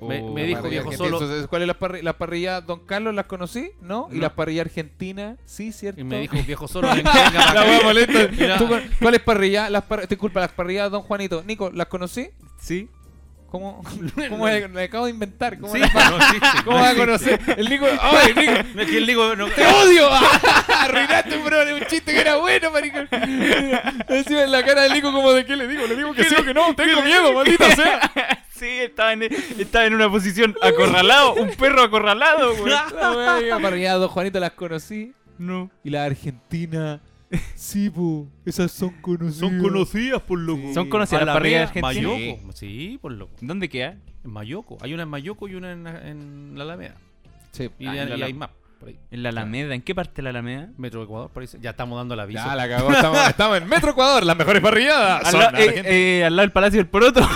[SPEAKER 4] Me-
[SPEAKER 5] Oh,
[SPEAKER 4] me
[SPEAKER 5] las parrillas
[SPEAKER 4] dijo viejo
[SPEAKER 5] argentinas.
[SPEAKER 4] solo-
[SPEAKER 5] Entonces, ¿cuál es la parrilla? ¿Las parrillas Don Carlos las conocí? ¿No? ¿Y
[SPEAKER 4] No.
[SPEAKER 5] las parrillas argentinas? Sí, cierto.
[SPEAKER 4] Y me dijo, viejo solo, ven- venga para acá. Mira,
[SPEAKER 5] ¿Tú cuál- ¿Cuál es parrilla? Las par- Disculpa, las parrillas Don Juanito. Nico, ¿las conocí?
[SPEAKER 6] Sí.
[SPEAKER 5] ¿Cómo? ¿Cómo es? Me acabo de inventar. ¿Cómo,
[SPEAKER 4] sí,
[SPEAKER 5] las-
[SPEAKER 4] no existe,
[SPEAKER 5] ¿cómo
[SPEAKER 4] no
[SPEAKER 5] vas a
[SPEAKER 4] existe.
[SPEAKER 5] conocer? El Nico. ¡Ay, Nico!
[SPEAKER 4] No es que el Nico no-
[SPEAKER 5] ¡Te odio! Arruinaste, bro, de un chiste que era bueno, maricón. Encima en la cara del Nico como de qué le digo, le digo que sí o que no, tengo miedo, maldita sea.
[SPEAKER 6] Sí, estaba en, estaba en una posición acorralado, un perro acorralado, güey.
[SPEAKER 5] La wea, diga, parrillada Don Juanito las conocí.
[SPEAKER 6] No.
[SPEAKER 5] Y la Argentina. Sí, po, esas son conocidas.
[SPEAKER 4] Son conocidas por loco.
[SPEAKER 6] Son conocidas las parrillas
[SPEAKER 4] Alameda,
[SPEAKER 6] argentinas.
[SPEAKER 4] Mayoco. Sí, por loco.
[SPEAKER 6] ¿Dónde queda?
[SPEAKER 4] En Mayoco. Hay una en Mayoco y una en, en la Alameda.
[SPEAKER 5] Sí.
[SPEAKER 4] Y,
[SPEAKER 6] Ah, en la
[SPEAKER 4] y
[SPEAKER 6] Alam-
[SPEAKER 4] hay más. Por ahí.
[SPEAKER 6] En la Alameda. ¿En qué parte de la Alameda?
[SPEAKER 4] Metro de Ecuador, por ahí. Ya estamos dando la
[SPEAKER 5] Ya
[SPEAKER 4] visa.
[SPEAKER 5] la cagó, estamos, estamos en Metro Ecuador, las mejores parrilladas.
[SPEAKER 6] Al,
[SPEAKER 5] Son
[SPEAKER 6] lado- eh,
[SPEAKER 5] argentinas.
[SPEAKER 6] eh, al lado del Palacio del Poroto.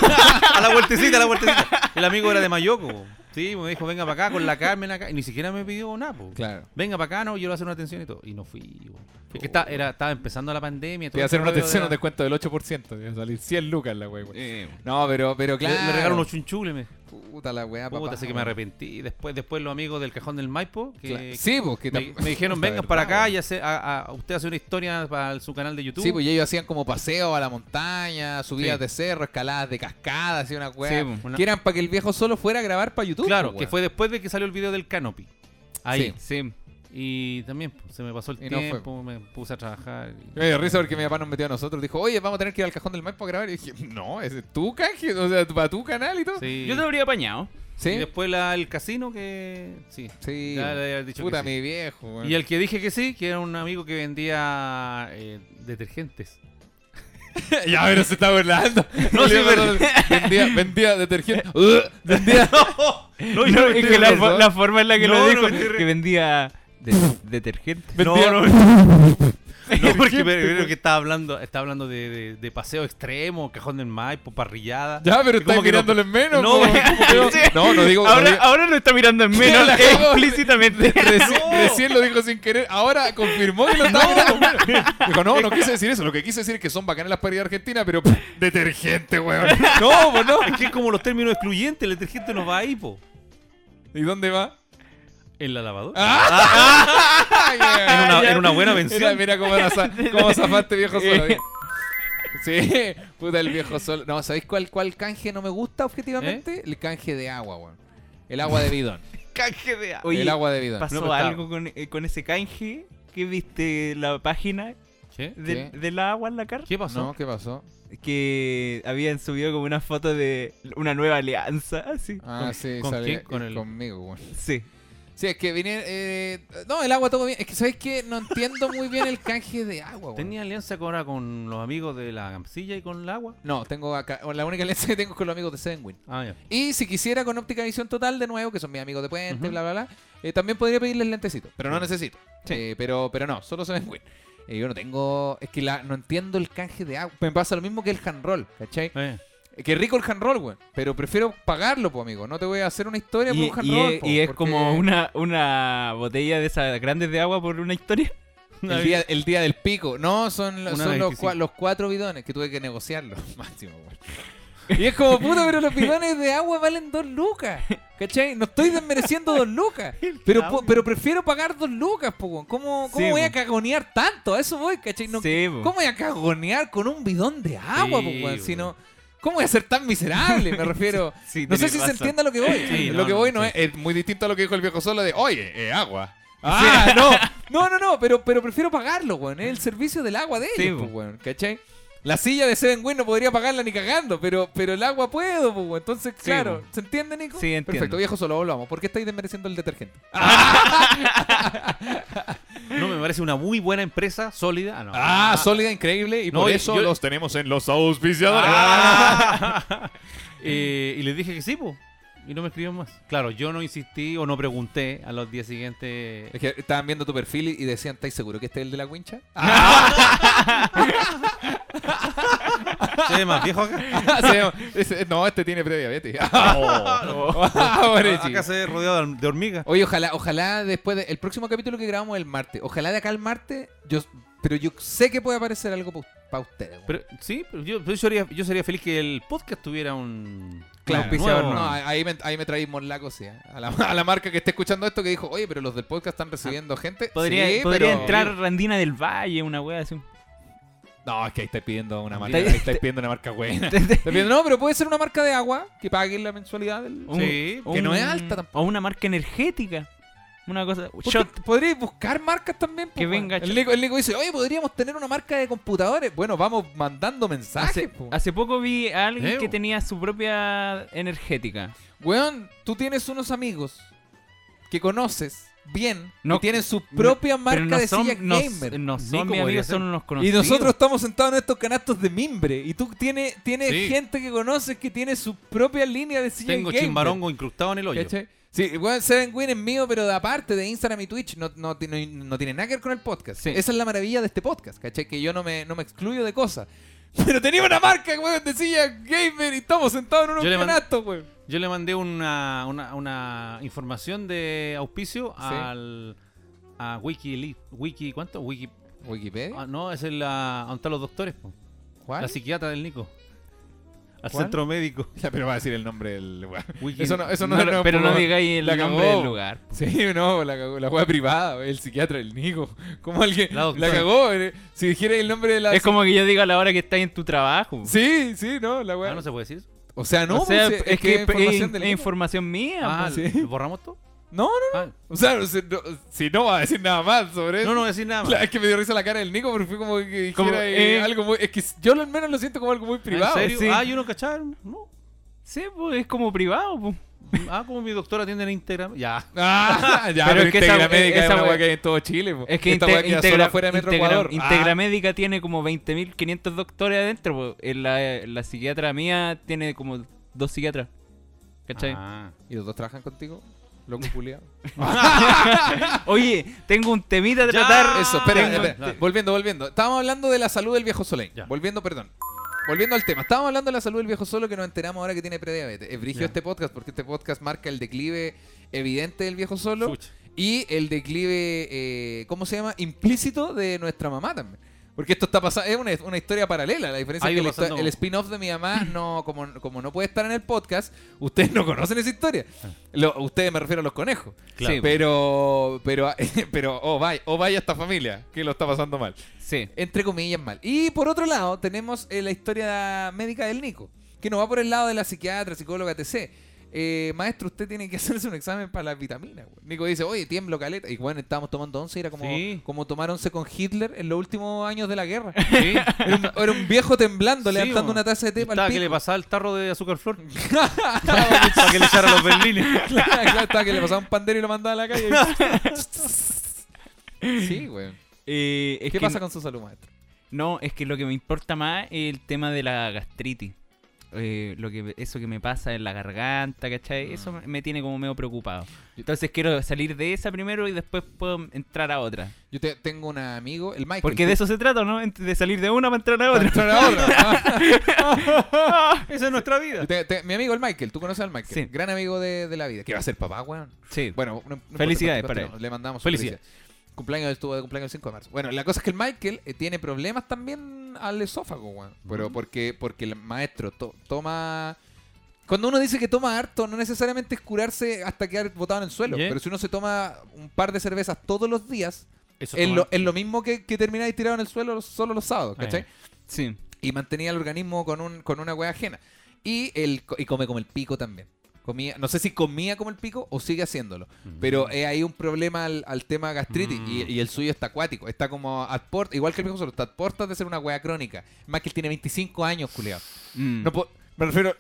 [SPEAKER 4] a la vueltecita, a la vueltecita. El amigo era de Mayoco. Sí, me dijo, venga para acá con la Carmen acá. Y ni siquiera me pidió nada, po.
[SPEAKER 5] Claro.
[SPEAKER 4] Venga para acá, no, yo le voy a hacer una atención y todo. Y no fui, po. Es que está- era, estaba empezando la pandemia.
[SPEAKER 5] Te
[SPEAKER 4] todo
[SPEAKER 5] voy Oh. a hacer
[SPEAKER 4] ese
[SPEAKER 5] una
[SPEAKER 4] rollo de
[SPEAKER 5] atención,
[SPEAKER 4] la-
[SPEAKER 5] un descuento del 8%. Te iba a salir 100 lucas la wea, wea. No, pero, pero
[SPEAKER 4] Le,
[SPEAKER 5] claro.
[SPEAKER 4] le regalaron unos chunchules, me.
[SPEAKER 5] Puta la wea,
[SPEAKER 4] Puta,
[SPEAKER 5] papá.
[SPEAKER 4] así que me arrepentí. Después, después los amigos del Cajón del Maipo que,
[SPEAKER 5] Claro. Sí, pues que
[SPEAKER 4] me,
[SPEAKER 5] tam-
[SPEAKER 4] me dijeron,
[SPEAKER 5] Puta
[SPEAKER 4] vengan
[SPEAKER 5] verdad,
[SPEAKER 4] para acá
[SPEAKER 5] wea.
[SPEAKER 4] y hace, a, a- usted hace una historia para su canal de YouTube.
[SPEAKER 5] Sí, pues y ellos hacían como paseos a la montaña, subidas
[SPEAKER 4] Sí.
[SPEAKER 5] de cerro, escaladas de cascadas, así una
[SPEAKER 6] Sí,
[SPEAKER 5] wea.
[SPEAKER 6] pues,
[SPEAKER 4] una-
[SPEAKER 5] Que eran para que el viejo solo fuera a grabar para YouTube.
[SPEAKER 4] claro,
[SPEAKER 5] pues,
[SPEAKER 4] que
[SPEAKER 5] wea.
[SPEAKER 4] fue después de que salió el video del Canopy.
[SPEAKER 5] Ahí.
[SPEAKER 4] Ahí.
[SPEAKER 6] Sí.
[SPEAKER 4] Y también pues, se me pasó el
[SPEAKER 5] Y no fue.
[SPEAKER 4] tiempo, me puse a trabajar. y-
[SPEAKER 5] Me dio risa porque mi papá nos metió a nosotros. Dijo, oye, vamos a tener que ir al cajón del Maipo para grabar. Y dije, no, ese es tu canje, o sea, para tu canal y todo.
[SPEAKER 4] Sí.
[SPEAKER 6] Yo te habría apañado.
[SPEAKER 5] Sí,
[SPEAKER 4] Y después la- el casino que... Sí.
[SPEAKER 5] Sí,
[SPEAKER 4] Ya
[SPEAKER 5] wea.
[SPEAKER 4] le había dicho
[SPEAKER 5] Puta,
[SPEAKER 4] que sí.
[SPEAKER 5] mi viejo, wea.
[SPEAKER 4] Y el que dije que sí, que era un amigo que vendía eh, detergentes.
[SPEAKER 5] ya, pero se está burlando.
[SPEAKER 4] No, sí, pero-
[SPEAKER 5] vendía, vendía detergente. Uh, vendía.
[SPEAKER 6] No, es que la,
[SPEAKER 5] eso.
[SPEAKER 6] fo- la forma en la que
[SPEAKER 4] No,
[SPEAKER 6] lo
[SPEAKER 4] no
[SPEAKER 6] dijo,
[SPEAKER 4] me estoy re-
[SPEAKER 6] que vendía de- detergente.
[SPEAKER 5] vendía-
[SPEAKER 4] No, porque creo que estaba hablando, estaba hablando de, de- de paseo extremo, cajón del Maipo, parrillada.
[SPEAKER 5] Ya, pero
[SPEAKER 4] Y como
[SPEAKER 5] estás
[SPEAKER 4] que no-
[SPEAKER 5] mirándole en menos.
[SPEAKER 4] No,
[SPEAKER 5] po.
[SPEAKER 4] güey.
[SPEAKER 5] Como que- no, no digo. no
[SPEAKER 6] ahora,
[SPEAKER 5] digo-
[SPEAKER 6] ahora lo está mirando en menos,
[SPEAKER 5] la cagó.
[SPEAKER 6] explícitamente.
[SPEAKER 5] Reci- Recién lo dijo sin querer, ahora confirmó que lo estaba mirando en menos. Dijo, no, no quise decir eso. Lo que quise decir es que son bacanas las paredes argentinas, pero pff, detergente, weón.
[SPEAKER 4] No, pues no. Es que es como los términos excluyentes, el detergente no va ahí, po.
[SPEAKER 5] ¿Y dónde va?
[SPEAKER 4] En la lavadora.
[SPEAKER 5] Ay, ay,
[SPEAKER 4] en,
[SPEAKER 5] ay,
[SPEAKER 4] una, en una buena
[SPEAKER 5] Mira,
[SPEAKER 4] mención.
[SPEAKER 5] mira cómo, la za- cómo zafaste viejo solo.
[SPEAKER 4] Eh.
[SPEAKER 5] mira. Sí, puta el viejo solo. No, ¿sabéis cuál, cuál canje no me gusta
[SPEAKER 4] ¿Eh?
[SPEAKER 5] objetivamente? El canje de agua, weón. El agua de bidón.
[SPEAKER 6] Canje de agua.
[SPEAKER 5] el agua de bidón.
[SPEAKER 6] ¿Pasó
[SPEAKER 4] No, pero está-
[SPEAKER 6] algo con, eh, con ese canje que viste la página
[SPEAKER 4] ¿Qué?
[SPEAKER 6] de,
[SPEAKER 5] ¿Qué?
[SPEAKER 6] de la agua en la carta?
[SPEAKER 4] ¿Qué pasó?
[SPEAKER 5] No, ¿qué pasó?
[SPEAKER 6] Que habían subido como una foto de una nueva alianza, así.
[SPEAKER 5] Ah, sí,
[SPEAKER 4] con
[SPEAKER 5] sale
[SPEAKER 4] quién? Con el-
[SPEAKER 5] conmigo, weón.
[SPEAKER 6] Sí.
[SPEAKER 5] Sí, es que vine. eh, no, el agua todo bien. Es que, ¿sabéis qué? No entiendo muy bien el canje de agua, weón.
[SPEAKER 4] Tenía alianza ahora con los amigos de la Gamsilla y con el agua.
[SPEAKER 5] No, tengo acá. La única alianza que tengo es con los amigos de Seven Win.
[SPEAKER 4] Ah, ya.
[SPEAKER 5] Y si quisiera con óptica visión total de nuevo, que son mis amigos de Puente, bla, bla, bla, eh, también podría pedirles lentecitos, pero no necesito. Eh, pero, pero no, solo se ven win.
[SPEAKER 6] Ah.
[SPEAKER 5] Eh, yo no tengo. Es que la, no entiendo el canje de agua. Me pasa lo mismo que el hand roll, ¿cachai?
[SPEAKER 4] Eh,
[SPEAKER 5] Que rico el hand roll, weón. Pero prefiero pagarlo, pues, amigo. No te voy a hacer una historia
[SPEAKER 6] Y,
[SPEAKER 5] por un hand
[SPEAKER 6] y
[SPEAKER 5] roll.
[SPEAKER 6] es,
[SPEAKER 5] po,
[SPEAKER 6] y es
[SPEAKER 5] porque
[SPEAKER 6] como una, una botella de esas grandes de agua por una historia.
[SPEAKER 5] El día, el día del pico. No, son, la-
[SPEAKER 4] Una
[SPEAKER 5] son los,
[SPEAKER 4] 25.
[SPEAKER 5] cua- los cuatro bidones que tuve que negociarlos. Máximo, weón. Y es como, puta, pero los bidones de agua valen dos lucas. ¿Cachai? No estoy desmereciendo dos lucas. Pero, po- pero prefiero pagar dos lucas, po, weón. ¿Cómo, cómo
[SPEAKER 6] Sí,
[SPEAKER 5] voy a
[SPEAKER 6] po.
[SPEAKER 5] cagonear tanto? A eso voy, ¿cachai? No,
[SPEAKER 6] Sí, po.
[SPEAKER 5] ¿Cómo voy a cagonear con un bidón de agua, po,
[SPEAKER 4] Sí,
[SPEAKER 5] weón? Si
[SPEAKER 4] weón.
[SPEAKER 5] no- ¿Cómo voy a ser tan miserable? Me refiero.
[SPEAKER 6] Sí,
[SPEAKER 5] no sé
[SPEAKER 6] tenés
[SPEAKER 5] si se
[SPEAKER 6] razón.
[SPEAKER 5] entienda lo que voy.
[SPEAKER 4] Sí,
[SPEAKER 5] lo
[SPEAKER 4] no,
[SPEAKER 5] que
[SPEAKER 4] no,
[SPEAKER 5] voy no
[SPEAKER 4] sí.
[SPEAKER 5] es,
[SPEAKER 7] Es muy distinto a lo que dijo el viejo solo de, oye, eh, agua.
[SPEAKER 5] Ah, no. No, no, no, pero, pero prefiero pagarlo, weón. Es el servicio del agua de
[SPEAKER 6] Sí,
[SPEAKER 5] ellos,
[SPEAKER 6] po.
[SPEAKER 5] pues, weón. ¿Cachai? La silla de Seven Win no podría pagarla ni cagando, pero, pero el agua puedo, pues, weón. Entonces, claro.
[SPEAKER 6] po.
[SPEAKER 5] ¿Se entiende, Nico?
[SPEAKER 6] Sí, entiendo.
[SPEAKER 5] Perfecto, viejo, solo volvamos. ¿Por qué estáis desmereciendo el detergente?
[SPEAKER 4] No, me parece una muy buena empresa, sólida. Ah, no.
[SPEAKER 7] Ah,
[SPEAKER 5] Ah, sólida, increíble. Y
[SPEAKER 4] No,
[SPEAKER 5] por
[SPEAKER 4] y-
[SPEAKER 5] eso
[SPEAKER 4] yo-
[SPEAKER 7] los tenemos en los auspiciadores.
[SPEAKER 5] Ah.
[SPEAKER 4] Eh, y les dije que sí, po. Y no me escribieron más. Claro, yo no insistí o no pregunté a los días siguientes.
[SPEAKER 5] Es que estaban viendo tu perfil y- y decían, ¿estáis seguro que este es el de la wincha?
[SPEAKER 4] ¿Se más viejo acá?
[SPEAKER 7] Sí, ese- no, este tiene prediabetes.
[SPEAKER 4] Oh,
[SPEAKER 5] Ah, bueno, chico.
[SPEAKER 4] acá se rodeado de hormigas.
[SPEAKER 5] Oye, ojalá, ojalá después del próximo capítulo que grabamos el martes, ojalá de acá al martes, yo, pero yo sé que puede aparecer algo para ustedes. weón.
[SPEAKER 4] Pero, sí, pero yo, pero yo, sería, yo sería feliz que el podcast tuviera un.
[SPEAKER 5] Claro,
[SPEAKER 4] un
[SPEAKER 5] auspiciador
[SPEAKER 4] nuevo-
[SPEAKER 5] no, eh, ahí me, ahí me traí morlaco, sí, ¿eh? a, la, a la marca que esté escuchando esto que dijo, oye, pero los del podcast están recibiendo gente.
[SPEAKER 6] Podría,
[SPEAKER 5] Sí,
[SPEAKER 6] podría
[SPEAKER 5] pero-
[SPEAKER 6] entrar Randina del Valle, una wea así.
[SPEAKER 5] No, es que ahí estáis pidiendo una marca.
[SPEAKER 4] Está-
[SPEAKER 5] ahí estáis pidiendo una marca buena. Estáis pidiendo- no, pero puede ser una marca de agua que pague la mensualidad del...
[SPEAKER 6] Un-
[SPEAKER 4] Sí,
[SPEAKER 5] que no es alta tampoco.
[SPEAKER 6] O una marca energética. Una cosa.
[SPEAKER 5] Porque
[SPEAKER 6] Shot.
[SPEAKER 5] Podríais buscar marcas también. po,
[SPEAKER 6] Que
[SPEAKER 5] weón.
[SPEAKER 6] venga-
[SPEAKER 5] el, Nico, el Nico dice, oye, podríamos tener una marca de computadores. Bueno, vamos mandando mensajes. pues.
[SPEAKER 6] Hace,
[SPEAKER 5] po.
[SPEAKER 6] hace poco vi a alguien
[SPEAKER 4] Eh,
[SPEAKER 6] que
[SPEAKER 4] bo.
[SPEAKER 6] tenía su propia energética.
[SPEAKER 5] Weón, tú tienes unos amigos que conoces bien,
[SPEAKER 6] No,
[SPEAKER 5] que tienen su
[SPEAKER 6] no,
[SPEAKER 5] propia
[SPEAKER 6] Pero
[SPEAKER 5] marca
[SPEAKER 6] no
[SPEAKER 5] de
[SPEAKER 6] son,
[SPEAKER 5] silla
[SPEAKER 6] no,
[SPEAKER 5] gamer.
[SPEAKER 6] no son
[SPEAKER 4] Nico
[SPEAKER 6] mis
[SPEAKER 4] podría
[SPEAKER 6] amigos,
[SPEAKER 4] ser.
[SPEAKER 6] son unos
[SPEAKER 5] Y
[SPEAKER 6] conocidos.
[SPEAKER 5] nosotros estamos sentados en estos canastos de mimbre. Y tú tienes tiene
[SPEAKER 4] Sí.
[SPEAKER 5] gente que conoces que tiene su propia línea de silla
[SPEAKER 4] Tengo
[SPEAKER 5] gamer. Este-
[SPEAKER 4] chimbarongo incrustado en el hoyo.
[SPEAKER 5] ¿Cachai? Sí, weón, Seven Win es mío, pero de aparte de Instagram y Twitch no, no, ti- no- no tiene nada que ver con el podcast.
[SPEAKER 6] Sí.
[SPEAKER 5] Esa es la maravilla de este podcast, ¿cachai? Que yo no me, no me excluyo de cosas. Pero teníamos una marca, weón, de silla gamer y estamos sentados en unos
[SPEAKER 4] Yo le mandé-
[SPEAKER 5] canastos, weón.
[SPEAKER 4] Yo le mandé una, una, una información de auspicio al a Wiki Wiki ¿cuánto? Wiki
[SPEAKER 5] ¿Wikipedia?
[SPEAKER 4] ah, no, es el ah, donde están los doctores, po.
[SPEAKER 5] ¿Cuál?
[SPEAKER 4] la psiquiatra del Nico. Al
[SPEAKER 5] ¿Cuál?
[SPEAKER 4] centro médico.
[SPEAKER 7] Ya, pero va a decir el nombre del weón.
[SPEAKER 4] Wiki-
[SPEAKER 7] Eso no, eso no,
[SPEAKER 6] No,
[SPEAKER 7] no-
[SPEAKER 6] pero no
[SPEAKER 7] no-
[SPEAKER 6] digáis el
[SPEAKER 5] la
[SPEAKER 6] nombre
[SPEAKER 5] cagó.
[SPEAKER 6] del lugar.
[SPEAKER 5] Sí, no, la cagó. La weá privada, el psiquiatra, el Nico. ¿Cómo alguien
[SPEAKER 4] La
[SPEAKER 5] la,
[SPEAKER 4] doctora.
[SPEAKER 5] cagó? eh. Si dijera el nombre de la.
[SPEAKER 6] Es como que yo diga la hora que estás en tu trabajo.
[SPEAKER 5] Sí, sí, no, la weá.
[SPEAKER 4] Ah, no se puede decir. eso?
[SPEAKER 5] O sea, no,
[SPEAKER 6] O sea,
[SPEAKER 5] pues,
[SPEAKER 6] es, que es
[SPEAKER 5] información
[SPEAKER 6] información,
[SPEAKER 5] del Nico.
[SPEAKER 6] información mía.
[SPEAKER 4] Ah,
[SPEAKER 6] pues.
[SPEAKER 5] sí.
[SPEAKER 4] ¿borramos todo?
[SPEAKER 5] No, no,
[SPEAKER 4] Ah,
[SPEAKER 5] no. O sea, o sea, no- si no va a decir nada más sobre eso.
[SPEAKER 4] no, no voy a decir nada más.
[SPEAKER 5] La- es que me dio risa la cara del Nico porque fue como que dijera
[SPEAKER 6] Como,
[SPEAKER 5] eh,
[SPEAKER 6] eh.
[SPEAKER 5] algo muy. Es que yo al menos lo siento como algo muy
[SPEAKER 4] Ah,
[SPEAKER 5] privado.
[SPEAKER 4] ¿En serio?
[SPEAKER 5] pues, sí.
[SPEAKER 4] Ah, yo no cachaba. No.
[SPEAKER 6] Sí, pues es como privado. pues.
[SPEAKER 4] Ah, como mi doctora atiende en Instagram. Ya.
[SPEAKER 5] Ah, ya, pero,
[SPEAKER 6] Pero es que esa-
[SPEAKER 5] Integra Médica es
[SPEAKER 6] esa
[SPEAKER 5] una
[SPEAKER 6] weá-
[SPEAKER 5] weá que hay en todo Chile. po.
[SPEAKER 6] Es que
[SPEAKER 5] Esta
[SPEAKER 6] Inte-
[SPEAKER 5] weá queda solo
[SPEAKER 6] Integra,
[SPEAKER 5] afuera de Metro
[SPEAKER 6] Integra-
[SPEAKER 5] Ecuador. Ah.
[SPEAKER 6] Integra Médica tiene como 20.500 doctores adentro. po. En la, en la psiquiatra mía tiene como dos psiquiatras. ¿Cachai?
[SPEAKER 4] Ah.
[SPEAKER 5] ¿Y los dos trabajan contigo? Loco Julián.
[SPEAKER 6] Oye, tengo un temita a tratar.
[SPEAKER 5] Eso, espera,
[SPEAKER 6] Ah, Tengo-
[SPEAKER 5] espera. Volviendo, volviendo. Estábamos hablando de la salud del viejo Soleil.
[SPEAKER 4] Ya.
[SPEAKER 5] Volviendo, perdón. Volviendo al tema. Estábamos hablando de la salud del viejo Solo que nos enteramos ahora que tiene prediabetes. Es brígido este podcast porque este podcast marca el declive evidente del viejo Solo
[SPEAKER 4] Chucha.
[SPEAKER 5] y el declive, eh, ¿cómo se llama? Implícito de nuestra mamá también. Porque esto está pasando, es una, una historia paralela. La diferencia
[SPEAKER 4] Ha
[SPEAKER 5] es que
[SPEAKER 4] ido
[SPEAKER 5] la histo-
[SPEAKER 4] pasando.
[SPEAKER 5] el spin-off de mi mamá, no como, como no puede estar en el podcast, ustedes no conocen esa historia.
[SPEAKER 4] Ah.
[SPEAKER 5] Lo- ustedes me refiero a los conejos.
[SPEAKER 6] Claro.
[SPEAKER 5] Sí, pero, pero, pero, oh vaya, oh vaya esta familia, que lo está pasando mal.
[SPEAKER 6] Sí.
[SPEAKER 5] Entre comillas mal. Y por otro lado, tenemos eh, la historia médica del Nico, que nos va por el lado de la psiquiatra, psicóloga, etc. Eh, maestro, usted tiene que hacerse un examen para las vitaminas. güey. Nico dice, oye, tiemblo caleta. Y bueno, estábamos tomando once, era como,
[SPEAKER 4] Sí.
[SPEAKER 5] como tomar once con Hitler en los últimos años de la guerra.
[SPEAKER 4] Sí.
[SPEAKER 5] Era un, era un viejo temblando,
[SPEAKER 4] Sí,
[SPEAKER 5] levantando
[SPEAKER 4] bueno.
[SPEAKER 5] una taza de té para
[SPEAKER 4] Estaba
[SPEAKER 5] el
[SPEAKER 4] que le
[SPEAKER 5] pico.
[SPEAKER 4] pasaba el tarro de azúcar flor. para que le echara los berlines.
[SPEAKER 5] Claro, estaba que le pasaba un pandero y lo mandaba a la calle. sí, güey.
[SPEAKER 6] Eh, es
[SPEAKER 5] ¿Qué
[SPEAKER 6] que
[SPEAKER 5] pasa con su salud, maestro?
[SPEAKER 6] No, es que lo que me importa más es el tema de la gastritis. eh, lo que, eso que me pasa en la garganta,
[SPEAKER 5] Mm.
[SPEAKER 6] ¿cachai? Eso me- me tiene como medio preocupado. Entonces quiero salir de esa primero y después puedo entrar a otra.
[SPEAKER 5] Yo te- tengo un amigo, el Michael.
[SPEAKER 6] Porque de eso se trata, ¿no? Ent- De salir de una para entrar a otra.
[SPEAKER 5] Pero ahora, ah,
[SPEAKER 6] Esa es nuestra vida.
[SPEAKER 5] te- te- mi amigo el Michael, tú conoces al Michael,
[SPEAKER 6] Sí.
[SPEAKER 5] gran amigo de, de la vida, que va a ser papá, weón.
[SPEAKER 6] Sí.
[SPEAKER 5] Bueno, no- no importa,
[SPEAKER 6] Felicidades
[SPEAKER 5] continu-
[SPEAKER 6] para
[SPEAKER 5] continu- Le mandamos
[SPEAKER 4] Felicidades.
[SPEAKER 5] felicidades. Cumpleaños estuvo de cumpleaños el 5 de marzo. Bueno, la cosa es que el Michael eh, tiene problemas también al esófago, weón.
[SPEAKER 6] Mm.
[SPEAKER 5] Pero porque, porque el maestro to- toma. Cuando uno dice que toma harto, no necesariamente es curarse hasta quedar botado en el suelo.
[SPEAKER 4] Yeah.
[SPEAKER 5] Pero si uno se toma un par de cervezas todos los días,
[SPEAKER 4] Eso
[SPEAKER 5] es
[SPEAKER 4] toma-
[SPEAKER 5] lo, es lo mismo que, que termináis tirado en el suelo solo los sábados, ¿cachai?
[SPEAKER 6] Sí.
[SPEAKER 5] y mantenía el organismo con, un, con una hueá ajena. Y, el, co- y come como el pico también. Comía, no sé si comía como el pico o sigue haciéndolo.
[SPEAKER 4] Mm.
[SPEAKER 5] Pero es ahí un problema al, al tema gastritis. Y, y el suyo está acuático. Está como a puertas, igual que el viejo solo, está a puertas de ser una hueá crónica. Más que él tiene 25 años, culiao.
[SPEAKER 6] Mm.
[SPEAKER 5] No po- me refiero.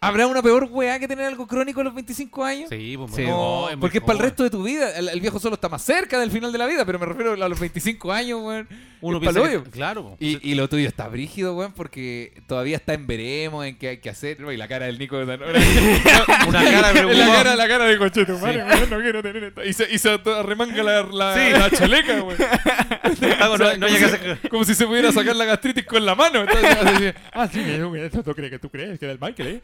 [SPEAKER 5] ¿Habrá una peor hueá que tener algo crónico a los 25 años?
[SPEAKER 4] Sí, pues,
[SPEAKER 6] Sí.
[SPEAKER 4] muy
[SPEAKER 5] No,
[SPEAKER 4] joven, muy
[SPEAKER 5] porque es para el
[SPEAKER 4] joven.
[SPEAKER 5] resto de tu vida. El, el viejo solo está más cerca del final de la vida, pero me refiero a los 25 años, weón.
[SPEAKER 4] Uno
[SPEAKER 5] Es pa'l
[SPEAKER 4] piensa que-
[SPEAKER 5] hoyo.
[SPEAKER 4] claro, pues. po.
[SPEAKER 5] Y, y lo tuyo está brígido, weón, porque todavía está en veremos, en qué hay que hacer. ¿no? Y la cara del Nico. Una,
[SPEAKER 4] una cara de
[SPEAKER 5] la cara, la cara de cochito,
[SPEAKER 7] no quiero tener esta. Y se, y se arremanga la, la, la chaleca, güey.
[SPEAKER 4] preocupado. No, no llega a ser-
[SPEAKER 5] Como si se pudiera sacar la gastritis con la mano. Entonces, así,
[SPEAKER 7] Ah, sí, mira, güey, esto tú crees que tú crees que era el Michael, ¿eh?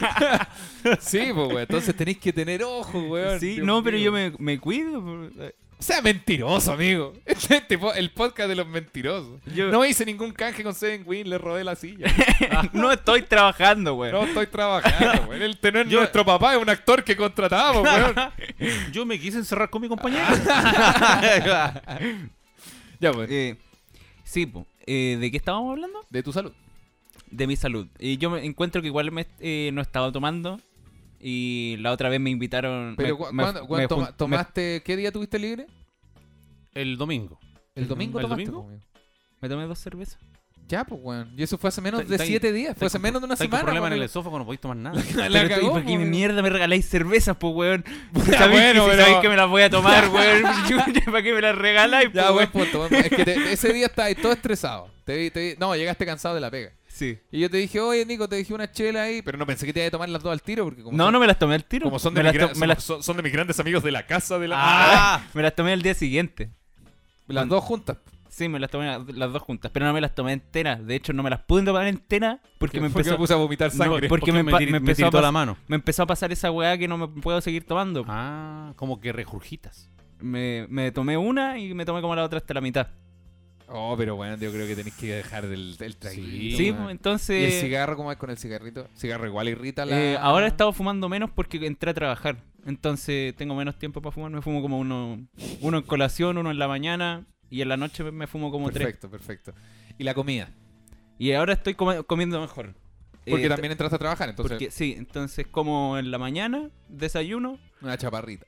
[SPEAKER 5] sí, pues, weón. Entonces tenéis que tener ojo, weón.
[SPEAKER 6] Sí,
[SPEAKER 5] Dios
[SPEAKER 6] no, pero
[SPEAKER 5] mío.
[SPEAKER 6] yo me, me cuido. por-
[SPEAKER 5] Sea mentiroso, amigo. Este, este po- el podcast de los mentirosos.
[SPEAKER 6] Yo-
[SPEAKER 5] No hice ningún canje con Seven Win, le robé la silla.
[SPEAKER 6] no estoy trabajando, güey.
[SPEAKER 5] No estoy trabajando, weón. El tenor
[SPEAKER 4] Yo-
[SPEAKER 5] nuestro papá es un actor que contratamos, weón.
[SPEAKER 4] Yo me quise encerrar con mi compañero.
[SPEAKER 5] Ah. Ya, pues.
[SPEAKER 6] Eh, sí, po. Eh, ¿de qué estábamos hablando?
[SPEAKER 5] De tu salud.
[SPEAKER 6] de mi salud. Y yo me encuentro que igual me, eh, no he estado tomando. Y la otra vez me invitaron.
[SPEAKER 5] Pero,
[SPEAKER 6] me-
[SPEAKER 5] cu-
[SPEAKER 6] me-
[SPEAKER 5] ¿cuándo-
[SPEAKER 6] me
[SPEAKER 5] cuándo toma-
[SPEAKER 6] jun-
[SPEAKER 5] tomaste, ¿qué día tuviste libre?
[SPEAKER 4] El domingo.
[SPEAKER 5] El domingo
[SPEAKER 4] ¿El
[SPEAKER 5] tomaste.
[SPEAKER 4] domingo?
[SPEAKER 5] po, weón.
[SPEAKER 6] me- me tomé dos cervezas.
[SPEAKER 5] Ya, pues, weón. Y eso fue hace menos
[SPEAKER 4] Está-
[SPEAKER 5] de
[SPEAKER 4] está ahí-
[SPEAKER 5] siete días. Fue hace menos de una
[SPEAKER 4] Hay un
[SPEAKER 5] semana.
[SPEAKER 4] problema en
[SPEAKER 5] weón.
[SPEAKER 4] el esófago, no podéis tomar nada.
[SPEAKER 5] La
[SPEAKER 6] Pero estoy-
[SPEAKER 5] cagó,
[SPEAKER 6] ¿Por qué
[SPEAKER 5] po, weón.
[SPEAKER 6] mierda me regaláis cervezas, pues, weón? Sabéis
[SPEAKER 5] bueno,
[SPEAKER 6] que, si
[SPEAKER 5] pero-
[SPEAKER 6] sabéis que me las voy a tomar, weón. Chucha, ¿Para qué me las regaláis,
[SPEAKER 5] Ya,
[SPEAKER 6] po,
[SPEAKER 5] buen
[SPEAKER 6] weón?
[SPEAKER 5] punto. buen punto. Es que te- ese día estabas todo estresado. Te, vi- te vi- no, llegaste cansado de la pega.
[SPEAKER 6] Sí.
[SPEAKER 5] Y yo te dije, oye, Nico, te dije una chela ahí. Pero no pensé que te iba a tomar las dos al tiro. Porque como
[SPEAKER 6] No, no me las tomé al tiro.
[SPEAKER 7] Como son de,
[SPEAKER 6] me, las
[SPEAKER 7] mis
[SPEAKER 6] to-
[SPEAKER 7] gran-
[SPEAKER 6] me las-
[SPEAKER 7] son, son de mis grandes amigos de la casa de la.
[SPEAKER 6] Ah, me las tomé al día siguiente.
[SPEAKER 5] Las dos juntas.
[SPEAKER 6] Sí, me las tomé las- las dos juntas, pero no me las tomé enteras. De hecho, no me las pude tomar enteras porque me
[SPEAKER 5] Porque
[SPEAKER 6] empezó
[SPEAKER 5] me puse a vomitar
[SPEAKER 6] No,
[SPEAKER 5] sangre.
[SPEAKER 6] porque me, pa-
[SPEAKER 4] tir-
[SPEAKER 6] me empezó a
[SPEAKER 4] tiritó
[SPEAKER 6] pas-
[SPEAKER 4] la mano.
[SPEAKER 6] me empezó a pasar esa weá que no me puedo seguir tomando.
[SPEAKER 4] Ah, como que rejurgitas.
[SPEAKER 6] Me, me tomé una y me tomé como la otra hasta la mitad.
[SPEAKER 5] Oh, pero bueno, yo creo que tenés que dejar del, del traguito,
[SPEAKER 6] sí,
[SPEAKER 5] weón.
[SPEAKER 6] pues,
[SPEAKER 5] ¿Y el
[SPEAKER 6] entonces
[SPEAKER 5] cigarro cómo es con el cigarrito? Cigarro igual irrita la...
[SPEAKER 6] eh, ahora he estado fumando menos porque entré a trabajar. Entonces tengo menos tiempo para fumar. Me fumo como uno, uno en colación, uno en la mañana y en la noche me fumo como tres.
[SPEAKER 5] Perfecto, perfecto. ¿Y la comida?
[SPEAKER 6] Y ahora estoy comi- comiendo mejor.
[SPEAKER 5] Porque
[SPEAKER 6] Eh,
[SPEAKER 5] también entraste a trabajar, entonces...
[SPEAKER 6] porque- sí, entonces como en la mañana, desayuno.
[SPEAKER 5] Una chaparrita.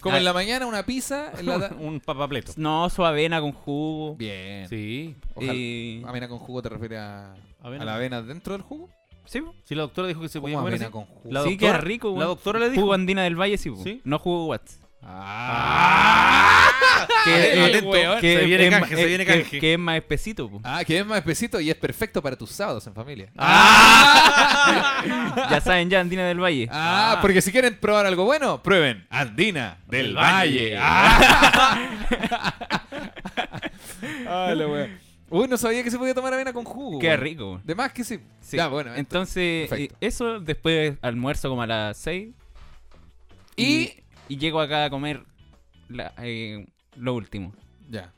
[SPEAKER 5] Como
[SPEAKER 6] Ah.
[SPEAKER 5] en la mañana una pizza, en la ta-
[SPEAKER 4] Un papapleto.
[SPEAKER 6] No, su avena con jugo.
[SPEAKER 5] Bien.
[SPEAKER 4] Sí.
[SPEAKER 5] Ojalá. Ah,
[SPEAKER 6] eh,
[SPEAKER 5] ¿Avena con jugo te refieres a,
[SPEAKER 4] Avena.
[SPEAKER 5] a la avena dentro del jugo?
[SPEAKER 6] sí, po.
[SPEAKER 4] Sí, la doctora dijo que se podía
[SPEAKER 5] ¿Cómo
[SPEAKER 4] comer
[SPEAKER 5] avena
[SPEAKER 4] así.
[SPEAKER 5] con jugo?
[SPEAKER 4] La
[SPEAKER 6] sí,
[SPEAKER 4] doctora-
[SPEAKER 6] queda rico,
[SPEAKER 4] La
[SPEAKER 6] weón.
[SPEAKER 4] doctora le dijo.
[SPEAKER 6] Jugo Andina del Valle, sí, po.
[SPEAKER 4] Sí.
[SPEAKER 6] No jugo Watts.
[SPEAKER 4] Eh,
[SPEAKER 5] Que,
[SPEAKER 4] atento, que se viene canje, se viene canje.
[SPEAKER 6] eh, Que, es más espesito, po.
[SPEAKER 5] ah, que es más espesito y es perfecto para tus sábados en familia. Ah,
[SPEAKER 6] Ya saben, ya Andina del Valle.
[SPEAKER 5] Ah, porque si quieren probar algo bueno, prueben.
[SPEAKER 7] Andina del
[SPEAKER 4] Del
[SPEAKER 7] Valle.
[SPEAKER 4] Valle.
[SPEAKER 7] Ah.
[SPEAKER 5] Ah, la wea. Uy, no sabía que se podía tomar avena con jugo.
[SPEAKER 6] Qué
[SPEAKER 5] weón.
[SPEAKER 6] rico, po.
[SPEAKER 5] De más que sí.
[SPEAKER 6] Sí.
[SPEAKER 5] Ya, bueno. ent-
[SPEAKER 6] entonces,
[SPEAKER 5] perfecto.
[SPEAKER 6] eh, eso después almuerzo como a las 6
[SPEAKER 5] y...
[SPEAKER 6] y llego acá a comer la- eh, lo último.
[SPEAKER 5] Ya,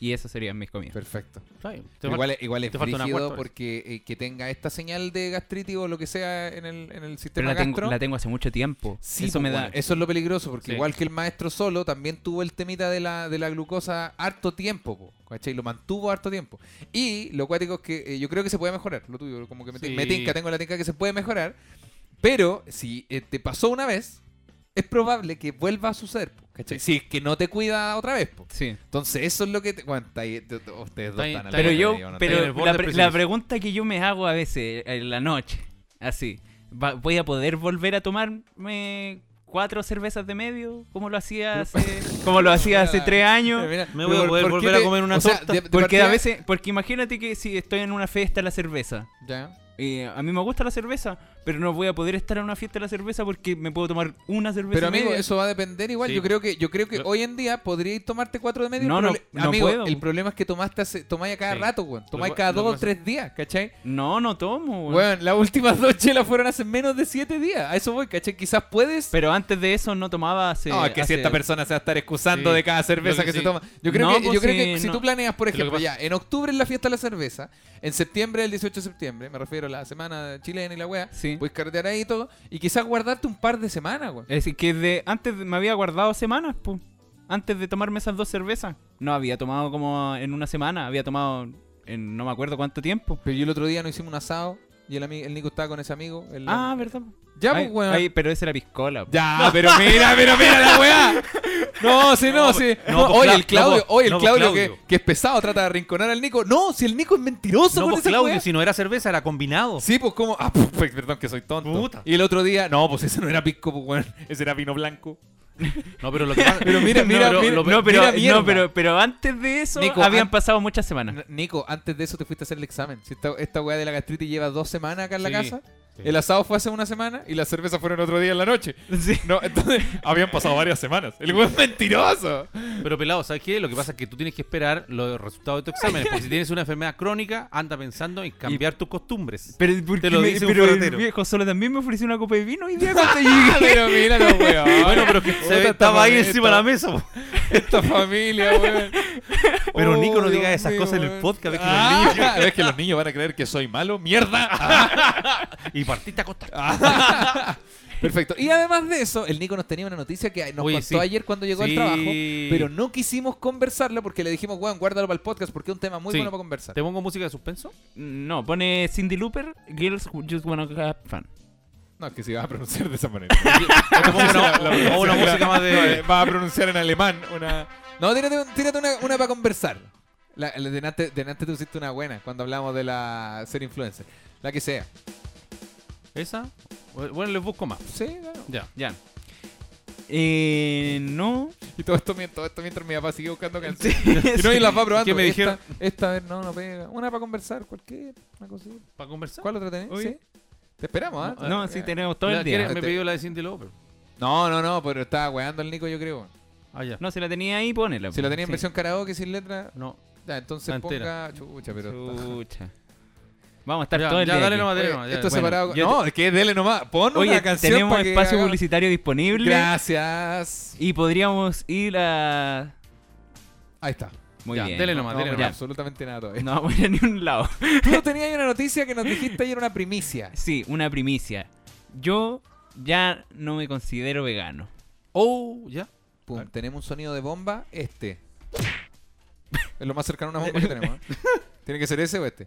[SPEAKER 6] Y esas serían mis comidas.
[SPEAKER 5] perfecto.
[SPEAKER 4] Está bien. Te
[SPEAKER 5] Pero
[SPEAKER 4] falta-
[SPEAKER 5] igual, es- igual es
[SPEAKER 4] te falta una
[SPEAKER 5] brígido
[SPEAKER 4] cuarta vez.
[SPEAKER 5] porque eh, que tenga esta señal de gastritis o lo que sea en el, en el
[SPEAKER 6] Pero
[SPEAKER 5] sistema
[SPEAKER 6] la tengo,
[SPEAKER 5] gastro.
[SPEAKER 6] la tengo hace mucho tiempo.
[SPEAKER 5] Sí,
[SPEAKER 6] eso
[SPEAKER 5] pues,
[SPEAKER 6] me da.
[SPEAKER 5] bueno, eso es lo peligroso, porque
[SPEAKER 4] Sí.
[SPEAKER 5] igual que el maestro solo, también tuvo el temita de la, de la glucosa harto tiempo, po, ¿cachai? Lo mantuvo harto tiempo. Y lo cuático es que eh, yo creo que se puede mejorar, lo tuyo, como que me, tin-
[SPEAKER 4] Sí.
[SPEAKER 5] me tinca, tengo la tinca que se puede mejorar, pero si eh, te pasó una vez, es probable que vuelva a suceder, po, ¿cachai? Si es que no te cuida otra vez, po.
[SPEAKER 6] Sí.
[SPEAKER 5] Entonces eso es lo que... Te, bueno, está ahí, te- te- ustedes dos
[SPEAKER 4] Está ahí-
[SPEAKER 5] están al
[SPEAKER 4] está
[SPEAKER 6] Pero
[SPEAKER 5] borde,
[SPEAKER 6] yo,
[SPEAKER 5] digo, no
[SPEAKER 4] en el
[SPEAKER 6] pero
[SPEAKER 4] borde
[SPEAKER 6] la,
[SPEAKER 4] del
[SPEAKER 6] pre- la
[SPEAKER 4] precipicio.
[SPEAKER 6] pregunta que yo me hago a veces en la noche, así, va- ¿voy a poder volver a tomarme cuatro cervezas de medio como lo hacía hace, como lo hacía hace tres años?
[SPEAKER 5] Eh, Mira,
[SPEAKER 4] Me voy a
[SPEAKER 5] pero
[SPEAKER 4] poder
[SPEAKER 5] ¿por qué
[SPEAKER 4] volver a comer una
[SPEAKER 5] o sea,
[SPEAKER 4] torta.
[SPEAKER 5] de- de
[SPEAKER 6] Porque
[SPEAKER 5] partida-
[SPEAKER 6] a veces, porque imagínate que si estoy en una fiesta la cerveza
[SPEAKER 5] Ya.
[SPEAKER 6] eh, a mí me gusta la cerveza, pero no voy a poder estar en una fiesta de la cerveza porque me puedo tomar una cerveza.
[SPEAKER 5] Pero
[SPEAKER 6] al
[SPEAKER 5] amigo,
[SPEAKER 6] día.
[SPEAKER 5] eso va a depender igual.
[SPEAKER 4] Sí.
[SPEAKER 5] Yo creo que yo creo que
[SPEAKER 4] Lo-
[SPEAKER 5] hoy en día podríais tomarte cuatro de medio.
[SPEAKER 6] No,
[SPEAKER 5] pero
[SPEAKER 6] no,
[SPEAKER 5] le-
[SPEAKER 6] no
[SPEAKER 5] amigo,
[SPEAKER 6] puedo.
[SPEAKER 5] el problema es que tomaste hace- tomáis a cada
[SPEAKER 4] Sí.
[SPEAKER 5] rato, weón. Tomáis
[SPEAKER 4] Lo-
[SPEAKER 5] cada
[SPEAKER 4] lo
[SPEAKER 5] dos o
[SPEAKER 4] pasa-
[SPEAKER 5] tres días, ¿cachai?
[SPEAKER 6] No, no tomo, weón.
[SPEAKER 5] Weón, las últimas dos chelas fueron hace menos de siete días. A eso voy, ¿cachai? Quizás puedes.
[SPEAKER 6] Pero antes de eso no tomaba hace.
[SPEAKER 5] no, es que
[SPEAKER 6] hace-
[SPEAKER 5] cierta persona se va a estar excusando
[SPEAKER 4] Sí.
[SPEAKER 5] de cada cerveza
[SPEAKER 4] Lo
[SPEAKER 5] que,
[SPEAKER 4] que
[SPEAKER 5] se
[SPEAKER 4] sí.
[SPEAKER 5] toma. Yo creo
[SPEAKER 6] No,
[SPEAKER 5] que, yo
[SPEAKER 6] pues
[SPEAKER 5] creo
[SPEAKER 6] sí,
[SPEAKER 5] que si
[SPEAKER 6] no.
[SPEAKER 5] tú planeas, por
[SPEAKER 4] Es lo que
[SPEAKER 5] ejemplo, ya,
[SPEAKER 4] pasa.
[SPEAKER 5] en octubre es la fiesta de la cerveza, en septiembre el 18 de septiembre, me refiero a la semana chilena y la weá,
[SPEAKER 6] Sí.
[SPEAKER 5] puedes carretear ahí y todo, y quizás guardarte un par de semanas, weón.
[SPEAKER 6] Es que de, antes de- me había guardado semanas, po. Antes de tomarme esas dos cervezas. No había tomado como en una semana, había tomado en no me acuerdo cuánto tiempo.
[SPEAKER 5] Pero yo el otro día nos hicimos un asado y el, ami- el Nico estaba con ese amigo. el-
[SPEAKER 6] Ah, verdad. po.
[SPEAKER 5] ya,
[SPEAKER 6] Ay,
[SPEAKER 5] pues, weón.
[SPEAKER 6] ay, pero esa era piscola. po.
[SPEAKER 5] Ya, pero mira, pero mira la weá. No, si no, si.
[SPEAKER 4] no, pues,
[SPEAKER 5] oye,
[SPEAKER 4] Cla-
[SPEAKER 5] el Claudio,
[SPEAKER 4] no, pues,
[SPEAKER 5] oye, el
[SPEAKER 4] no, pues,
[SPEAKER 5] Claudio,
[SPEAKER 4] Claudio.
[SPEAKER 5] Que, que es pesado, trata de arrinconar al Nico. No, si el Nico es mentiroso
[SPEAKER 4] No,
[SPEAKER 5] con
[SPEAKER 4] pues
[SPEAKER 5] esa
[SPEAKER 4] Claudio,
[SPEAKER 5] weá.
[SPEAKER 4] si no era cerveza, era combinado.
[SPEAKER 5] Sí, pues como. Ah, puf, pues, perdón que soy tonto.
[SPEAKER 4] Puta.
[SPEAKER 5] Y el otro día, no, pues ese no era pisco, pues weón. Ese era vino blanco.
[SPEAKER 4] No, pero lo que pasa-
[SPEAKER 5] Pero mira,
[SPEAKER 4] No,
[SPEAKER 5] mira,
[SPEAKER 4] pero
[SPEAKER 5] mira,
[SPEAKER 4] lo-
[SPEAKER 6] No, pero,
[SPEAKER 5] Mira mierda.
[SPEAKER 6] no, pero, pero antes de eso
[SPEAKER 5] Nico,
[SPEAKER 6] habían
[SPEAKER 5] an-
[SPEAKER 6] pasado muchas semanas.
[SPEAKER 5] Nico, antes de eso te fuiste a hacer el examen. Si esta, esta weá de la gastritis lleva dos semanas acá en la
[SPEAKER 4] Sí,
[SPEAKER 5] casa.
[SPEAKER 4] sí.
[SPEAKER 5] El asado fue hace una semana y las cervezas fueron otro día en la noche. No, entonces
[SPEAKER 7] Habían pasado varias semanas.
[SPEAKER 5] el weón es mentiroso.
[SPEAKER 4] Pero pelado, ¿sabes qué? Lo que pasa es que tú tienes que esperar los resultados de tus exámenes. Porque si tienes una enfermedad crónica, anda pensando en cambiar tus costumbres.
[SPEAKER 6] Pero, ¿por
[SPEAKER 4] Te
[SPEAKER 6] qué
[SPEAKER 4] lo
[SPEAKER 6] me-
[SPEAKER 4] dice un
[SPEAKER 6] pero el
[SPEAKER 4] ferretero.
[SPEAKER 6] viejo solo también me ofreció una copa de vino y día
[SPEAKER 5] Pero mira los weón.
[SPEAKER 4] Bueno, pero que se ve- estaba ahí encima de la mesa. po.
[SPEAKER 5] Esta familia, weón.
[SPEAKER 4] Pero Nico, no
[SPEAKER 5] Oh,
[SPEAKER 4] diga
[SPEAKER 5] Dios
[SPEAKER 4] esas
[SPEAKER 5] mío,
[SPEAKER 4] cosas en el
[SPEAKER 5] weón.
[SPEAKER 4] podcast. ves que los niños-
[SPEAKER 5] Ah,
[SPEAKER 7] ¿Ves que los niños van a creer que soy malo? ¡Mierda!
[SPEAKER 4] Y partiste a costa.
[SPEAKER 5] Ah. Perfecto. Y además de eso, el Nico nos tenía una noticia que nos
[SPEAKER 4] Oye,
[SPEAKER 5] contó
[SPEAKER 4] sí.
[SPEAKER 5] ayer cuando llegó al
[SPEAKER 4] Sí.
[SPEAKER 5] trabajo, pero no quisimos conversarla porque le dijimos, weón, guárdalo para el podcast porque es un tema muy
[SPEAKER 4] Sí.
[SPEAKER 5] bueno para conversar.
[SPEAKER 4] ¿Te pongo música de suspenso?
[SPEAKER 6] No, pone Cindy Looper, Girls Who Just Wanna Have Fun.
[SPEAKER 5] No, es que si vas a pronunciar de esa manera.
[SPEAKER 4] ¿O te pongo una, o una música más de...
[SPEAKER 5] vas a pronunciar en alemán una... No, tírate, un- tírate una, una para conversar. La, la de Nate- de Nate te pusiste una buena cuando hablamos de la ser influencer. La que sea.
[SPEAKER 4] ¿Esa? Bueno, les busco más.
[SPEAKER 5] Sí, claro.
[SPEAKER 4] Ya.
[SPEAKER 6] Ya. Eh, no.
[SPEAKER 5] Y todo esto, mien- todo esto mientras mi papá sigue buscando canciones. y no, y las va probando.
[SPEAKER 4] ¿Qué me
[SPEAKER 5] Esta-
[SPEAKER 4] dijeron?
[SPEAKER 5] Esta, vez no, no pega. Una para conversar, cualquier. Una cosa. así.
[SPEAKER 4] ¿Para conversar?
[SPEAKER 5] ¿Cuál otra tenés?
[SPEAKER 6] Oye.
[SPEAKER 5] Sí. Te esperamos, ¿ah?
[SPEAKER 6] No, sí, tenemos todo
[SPEAKER 4] La
[SPEAKER 6] el
[SPEAKER 4] que
[SPEAKER 6] día. Este-
[SPEAKER 4] Me
[SPEAKER 5] Este-
[SPEAKER 4] pidió la de Cindy Lauper.
[SPEAKER 5] No, no, no, pero estaba weando el Nico, yo creo.
[SPEAKER 4] Ah, ya.
[SPEAKER 6] No, si la tenía ahí, ponela. pues.
[SPEAKER 5] Si lo tenía en
[SPEAKER 6] Sí.
[SPEAKER 5] versión karaoke sin letra,
[SPEAKER 4] No.
[SPEAKER 5] ya, entonces
[SPEAKER 4] Ah,
[SPEAKER 5] ponga.
[SPEAKER 4] entera.
[SPEAKER 5] Chucha, pero.
[SPEAKER 6] Chucha. Vamos a estar
[SPEAKER 4] Ya,
[SPEAKER 6] todo el
[SPEAKER 4] ya,
[SPEAKER 6] día.
[SPEAKER 4] dale
[SPEAKER 6] aquí.
[SPEAKER 4] nomás, dale
[SPEAKER 5] Oye,
[SPEAKER 4] nomás. ya.
[SPEAKER 5] esto
[SPEAKER 4] Bueno, este-
[SPEAKER 5] separado.
[SPEAKER 4] yo-
[SPEAKER 5] no, es que dele nomás. Pon
[SPEAKER 6] Oye,
[SPEAKER 5] una canción.
[SPEAKER 6] tenemos
[SPEAKER 5] pa' que
[SPEAKER 6] espacio
[SPEAKER 5] haga-
[SPEAKER 6] publicitario disponible.
[SPEAKER 5] Gracias.
[SPEAKER 6] Y podríamos ir a.
[SPEAKER 5] Ahí está.
[SPEAKER 6] Muy
[SPEAKER 4] Ya,
[SPEAKER 6] bien.
[SPEAKER 4] dele nomás,
[SPEAKER 5] No,
[SPEAKER 4] dele
[SPEAKER 5] pero
[SPEAKER 4] nomás.
[SPEAKER 5] absolutamente nada todavía.
[SPEAKER 6] No voy a ni un lado.
[SPEAKER 5] Tú no tenías una noticia que nos dijiste ayer, una primicia.
[SPEAKER 6] Sí, una primicia. Yo ya no me considero vegano.
[SPEAKER 4] Oh, ya.
[SPEAKER 5] Pum, tenemos un sonido de bomba, este. Es lo más cercano a una bomba que tenemos. ¿eh? Tiene que ser ese o este.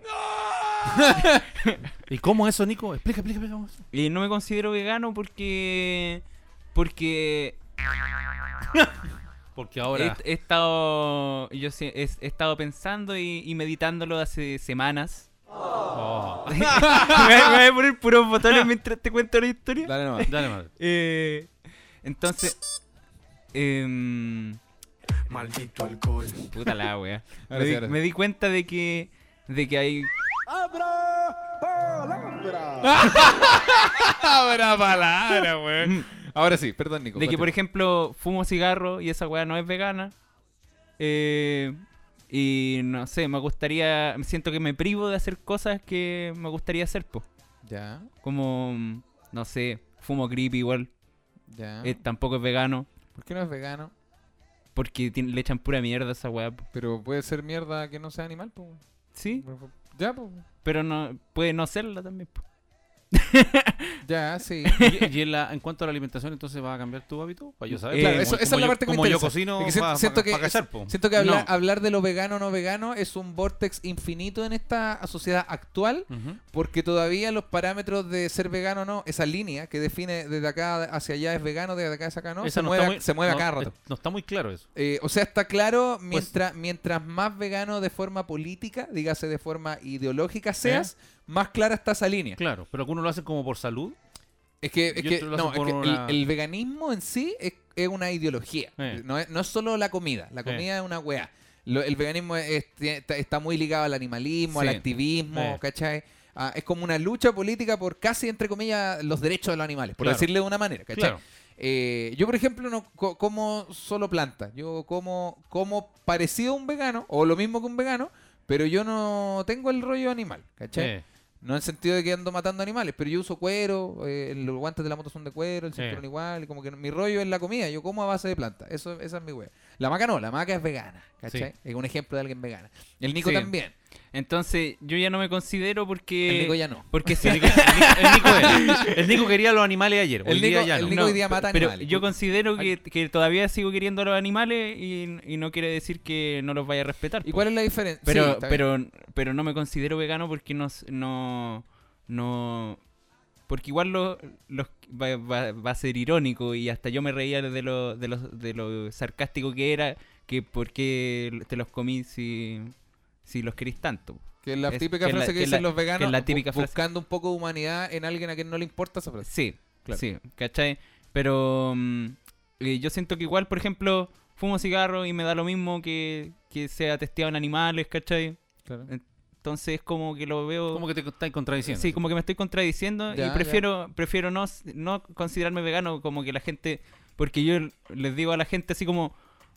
[SPEAKER 4] ¿Y cómo es eso, Nico? Explica, explica, explica. cómo es eso.
[SPEAKER 6] Y no me considero vegano porque. Porque
[SPEAKER 4] Porque ahora...
[SPEAKER 6] He, he estado. Yo sé- he, he estado pensando y, y meditándolo hace semanas.
[SPEAKER 5] Oh.
[SPEAKER 6] me, voy a- me voy a poner puros botones mientras te cuento la historia.
[SPEAKER 5] Dale nomás.
[SPEAKER 4] Dale, madre.
[SPEAKER 6] Eh, entonces. em,
[SPEAKER 2] Maldito alcohol.
[SPEAKER 6] puta la wea.
[SPEAKER 5] Ahora
[SPEAKER 6] me,
[SPEAKER 5] sí,
[SPEAKER 6] di,
[SPEAKER 5] ahora sí.
[SPEAKER 6] me di cuenta de que. de que hay.
[SPEAKER 5] Abra palabra, weón. Ahora sí, perdón, Nico.
[SPEAKER 6] de que, por ejemplo, fumo cigarro y esa wea no es vegana. Eh, y no sé, me gustaría. Siento que me privo de hacer cosas que me gustaría hacer, po.
[SPEAKER 5] Ya,
[SPEAKER 6] como, mm, no sé, fumo creepy igual,
[SPEAKER 5] ya.
[SPEAKER 6] eh, tampoco es vegano,
[SPEAKER 5] ¿Por qué no es vegano?
[SPEAKER 6] porque tiene- le echan pura mierda a esa weá. po.
[SPEAKER 5] Pero puede ser mierda que no sea animal, po.
[SPEAKER 6] Sí,
[SPEAKER 5] Ya, po.
[SPEAKER 6] pero no puede no serla también. po.
[SPEAKER 5] Ya, sí.
[SPEAKER 4] ¿Y, y en, la- en cuanto a la alimentación, entonces va a cambiar tu hábito? Para yo saber.
[SPEAKER 6] Eh,
[SPEAKER 5] Claro,
[SPEAKER 4] Como-
[SPEAKER 5] eso- esa
[SPEAKER 4] como
[SPEAKER 5] es la
[SPEAKER 4] yo-
[SPEAKER 5] parte que me
[SPEAKER 4] Como yo
[SPEAKER 5] interesa.
[SPEAKER 4] cocino,
[SPEAKER 5] Es que si-
[SPEAKER 4] pa-
[SPEAKER 5] siento
[SPEAKER 4] pa-
[SPEAKER 5] que-
[SPEAKER 4] pa' cachar, po.
[SPEAKER 5] Siento que hablar,
[SPEAKER 6] No.
[SPEAKER 5] hablar de lo vegano o no vegano es un vortex infinito en esta sociedad actual
[SPEAKER 4] Ujú.
[SPEAKER 5] Porque todavía los parámetros de ser vegano o no, esa línea que define desde acá hacia allá es vegano, desde acá hacia acá no,
[SPEAKER 4] Esa
[SPEAKER 5] se
[SPEAKER 4] no
[SPEAKER 5] mueve,
[SPEAKER 4] está muy-
[SPEAKER 5] se mueve a
[SPEAKER 4] no- Pues
[SPEAKER 5] cada rato.
[SPEAKER 4] No está muy claro eso.
[SPEAKER 5] Eh, o sea, está claro, mientras, mientras más vegano de forma política, dígase de forma ideológica seas,
[SPEAKER 4] ¿Eh?
[SPEAKER 5] más clara está esa línea.
[SPEAKER 4] Claro, pero algunos lo hacen como por salud.
[SPEAKER 5] Es que, es
[SPEAKER 4] Y
[SPEAKER 5] que,
[SPEAKER 4] otros lo
[SPEAKER 5] no,
[SPEAKER 4] hacen
[SPEAKER 5] es
[SPEAKER 4] por
[SPEAKER 5] que el-
[SPEAKER 4] una-
[SPEAKER 5] el, veganismo en sí es, es una ideología.
[SPEAKER 4] Eh.
[SPEAKER 5] No, es, no es solo la comida. La comida es una weá. Lo- el veganismo es- es- está, está muy ligado al animalismo,
[SPEAKER 4] Sí.
[SPEAKER 5] al activismo,
[SPEAKER 4] Eh.
[SPEAKER 5] ¿cachai? a- es como una lucha política por casi, entre comillas, los derechos de los animales, por
[SPEAKER 4] Claro.
[SPEAKER 5] decirle de una manera, ¿cachai?
[SPEAKER 4] Claro.
[SPEAKER 5] Eh, yo, por ejemplo, no co- como solo planta. Yo como, como parecido a un vegano, o lo mismo que un vegano, pero yo no tengo el rollo animal, ¿cachai?
[SPEAKER 4] Eh,
[SPEAKER 5] No en el sentido de que ando matando animales, pero yo uso cuero, eh, los guantes de la moto son de cuero, el
[SPEAKER 4] Sí.
[SPEAKER 5] cinturón igual, y como que mi rollo es la comida, yo como a base de planta, eso, esa es mi wea. La maca no, la maca es vegana, ¿cachai? Es un ejemplo de alguien vegana. El Nico
[SPEAKER 6] Sí.
[SPEAKER 5] también,
[SPEAKER 6] Entonces, yo ya no me considero porque.
[SPEAKER 5] el Nico ya no.
[SPEAKER 6] Porque si
[SPEAKER 4] El Nico, el Nico- el Nico era. El Nico quería los animales ayer.
[SPEAKER 5] El
[SPEAKER 4] hoy
[SPEAKER 5] Nico-
[SPEAKER 4] día ya
[SPEAKER 5] el
[SPEAKER 4] no.
[SPEAKER 5] Nico hoy día mata
[SPEAKER 6] pero
[SPEAKER 5] animales.
[SPEAKER 6] yo considero que, que todavía sigo queriendo a los animales y, y no quiere decir que no los vaya a respetar.
[SPEAKER 5] ¿Y
[SPEAKER 6] po.
[SPEAKER 5] cuál es la diferencia? Sí,
[SPEAKER 6] pero,
[SPEAKER 5] está bien.
[SPEAKER 6] pero, pero no me considero vegano porque no. s- no, no porque igual lo- los, va, va- va a ser irónico y hasta yo me reía de lo, de los de lo sarcástico que era que por qué te los comí si, si los querís tanto. po.
[SPEAKER 5] que es la
[SPEAKER 6] es-
[SPEAKER 5] típica
[SPEAKER 6] que es la-
[SPEAKER 5] frase que
[SPEAKER 6] que es
[SPEAKER 5] dicen
[SPEAKER 6] la-
[SPEAKER 5] los veganos,
[SPEAKER 6] que es la
[SPEAKER 5] bu-
[SPEAKER 6] típica frase.
[SPEAKER 5] buscando un poco de humanidad en alguien a quien no le importa esa frase.
[SPEAKER 6] Sí,
[SPEAKER 5] Claro.
[SPEAKER 6] sí, ¿cachai? Pero mm, eh, yo siento que igual, por ejemplo, fumo cigarro y me da lo mismo que, que sea testeado en animales, ¿cachai?
[SPEAKER 5] Claro.
[SPEAKER 6] Entonces es como que lo veo...
[SPEAKER 4] Como que te estáis contradiciendo.
[SPEAKER 6] Sí, como que me estoy contradiciendo
[SPEAKER 5] Ya,
[SPEAKER 6] y
[SPEAKER 5] ya.
[SPEAKER 6] prefiero prefiero no, no considerarme vegano como que la gente... Porque yo les digo a la gente así como...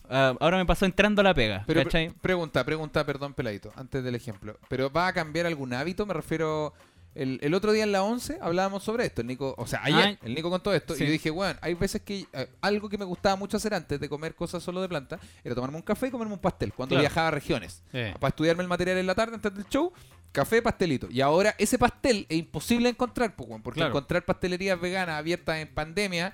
[SPEAKER 6] ah, ahora me pasó entrando a la pega,
[SPEAKER 5] Pero
[SPEAKER 6] ¿cachai?
[SPEAKER 5] pre- pregunta, pregunta, perdón, peladito, antes del ejemplo. ¿Pero va a cambiar algún hábito? Me refiero. El, el otro día en la 11 hablábamos sobre esto. El Nico, o sea, ayer,
[SPEAKER 6] Ay.
[SPEAKER 5] el Nico contó esto.
[SPEAKER 6] Sí.
[SPEAKER 5] Y yo dije, bueno, hay veces que eh, algo que me gustaba mucho hacer antes de comer cosas solo de planta era tomarme un café y comerme un pastel cuando
[SPEAKER 4] Claro.
[SPEAKER 5] viajaba a regiones.
[SPEAKER 4] Eh.
[SPEAKER 5] Para estudiarme el material en la tarde antes del show, café, pastelito. Y ahora ese pastel es imposible encontrar, pues, weón, porque
[SPEAKER 4] Claro.
[SPEAKER 5] encontrar pastelerías veganas abiertas en pandemia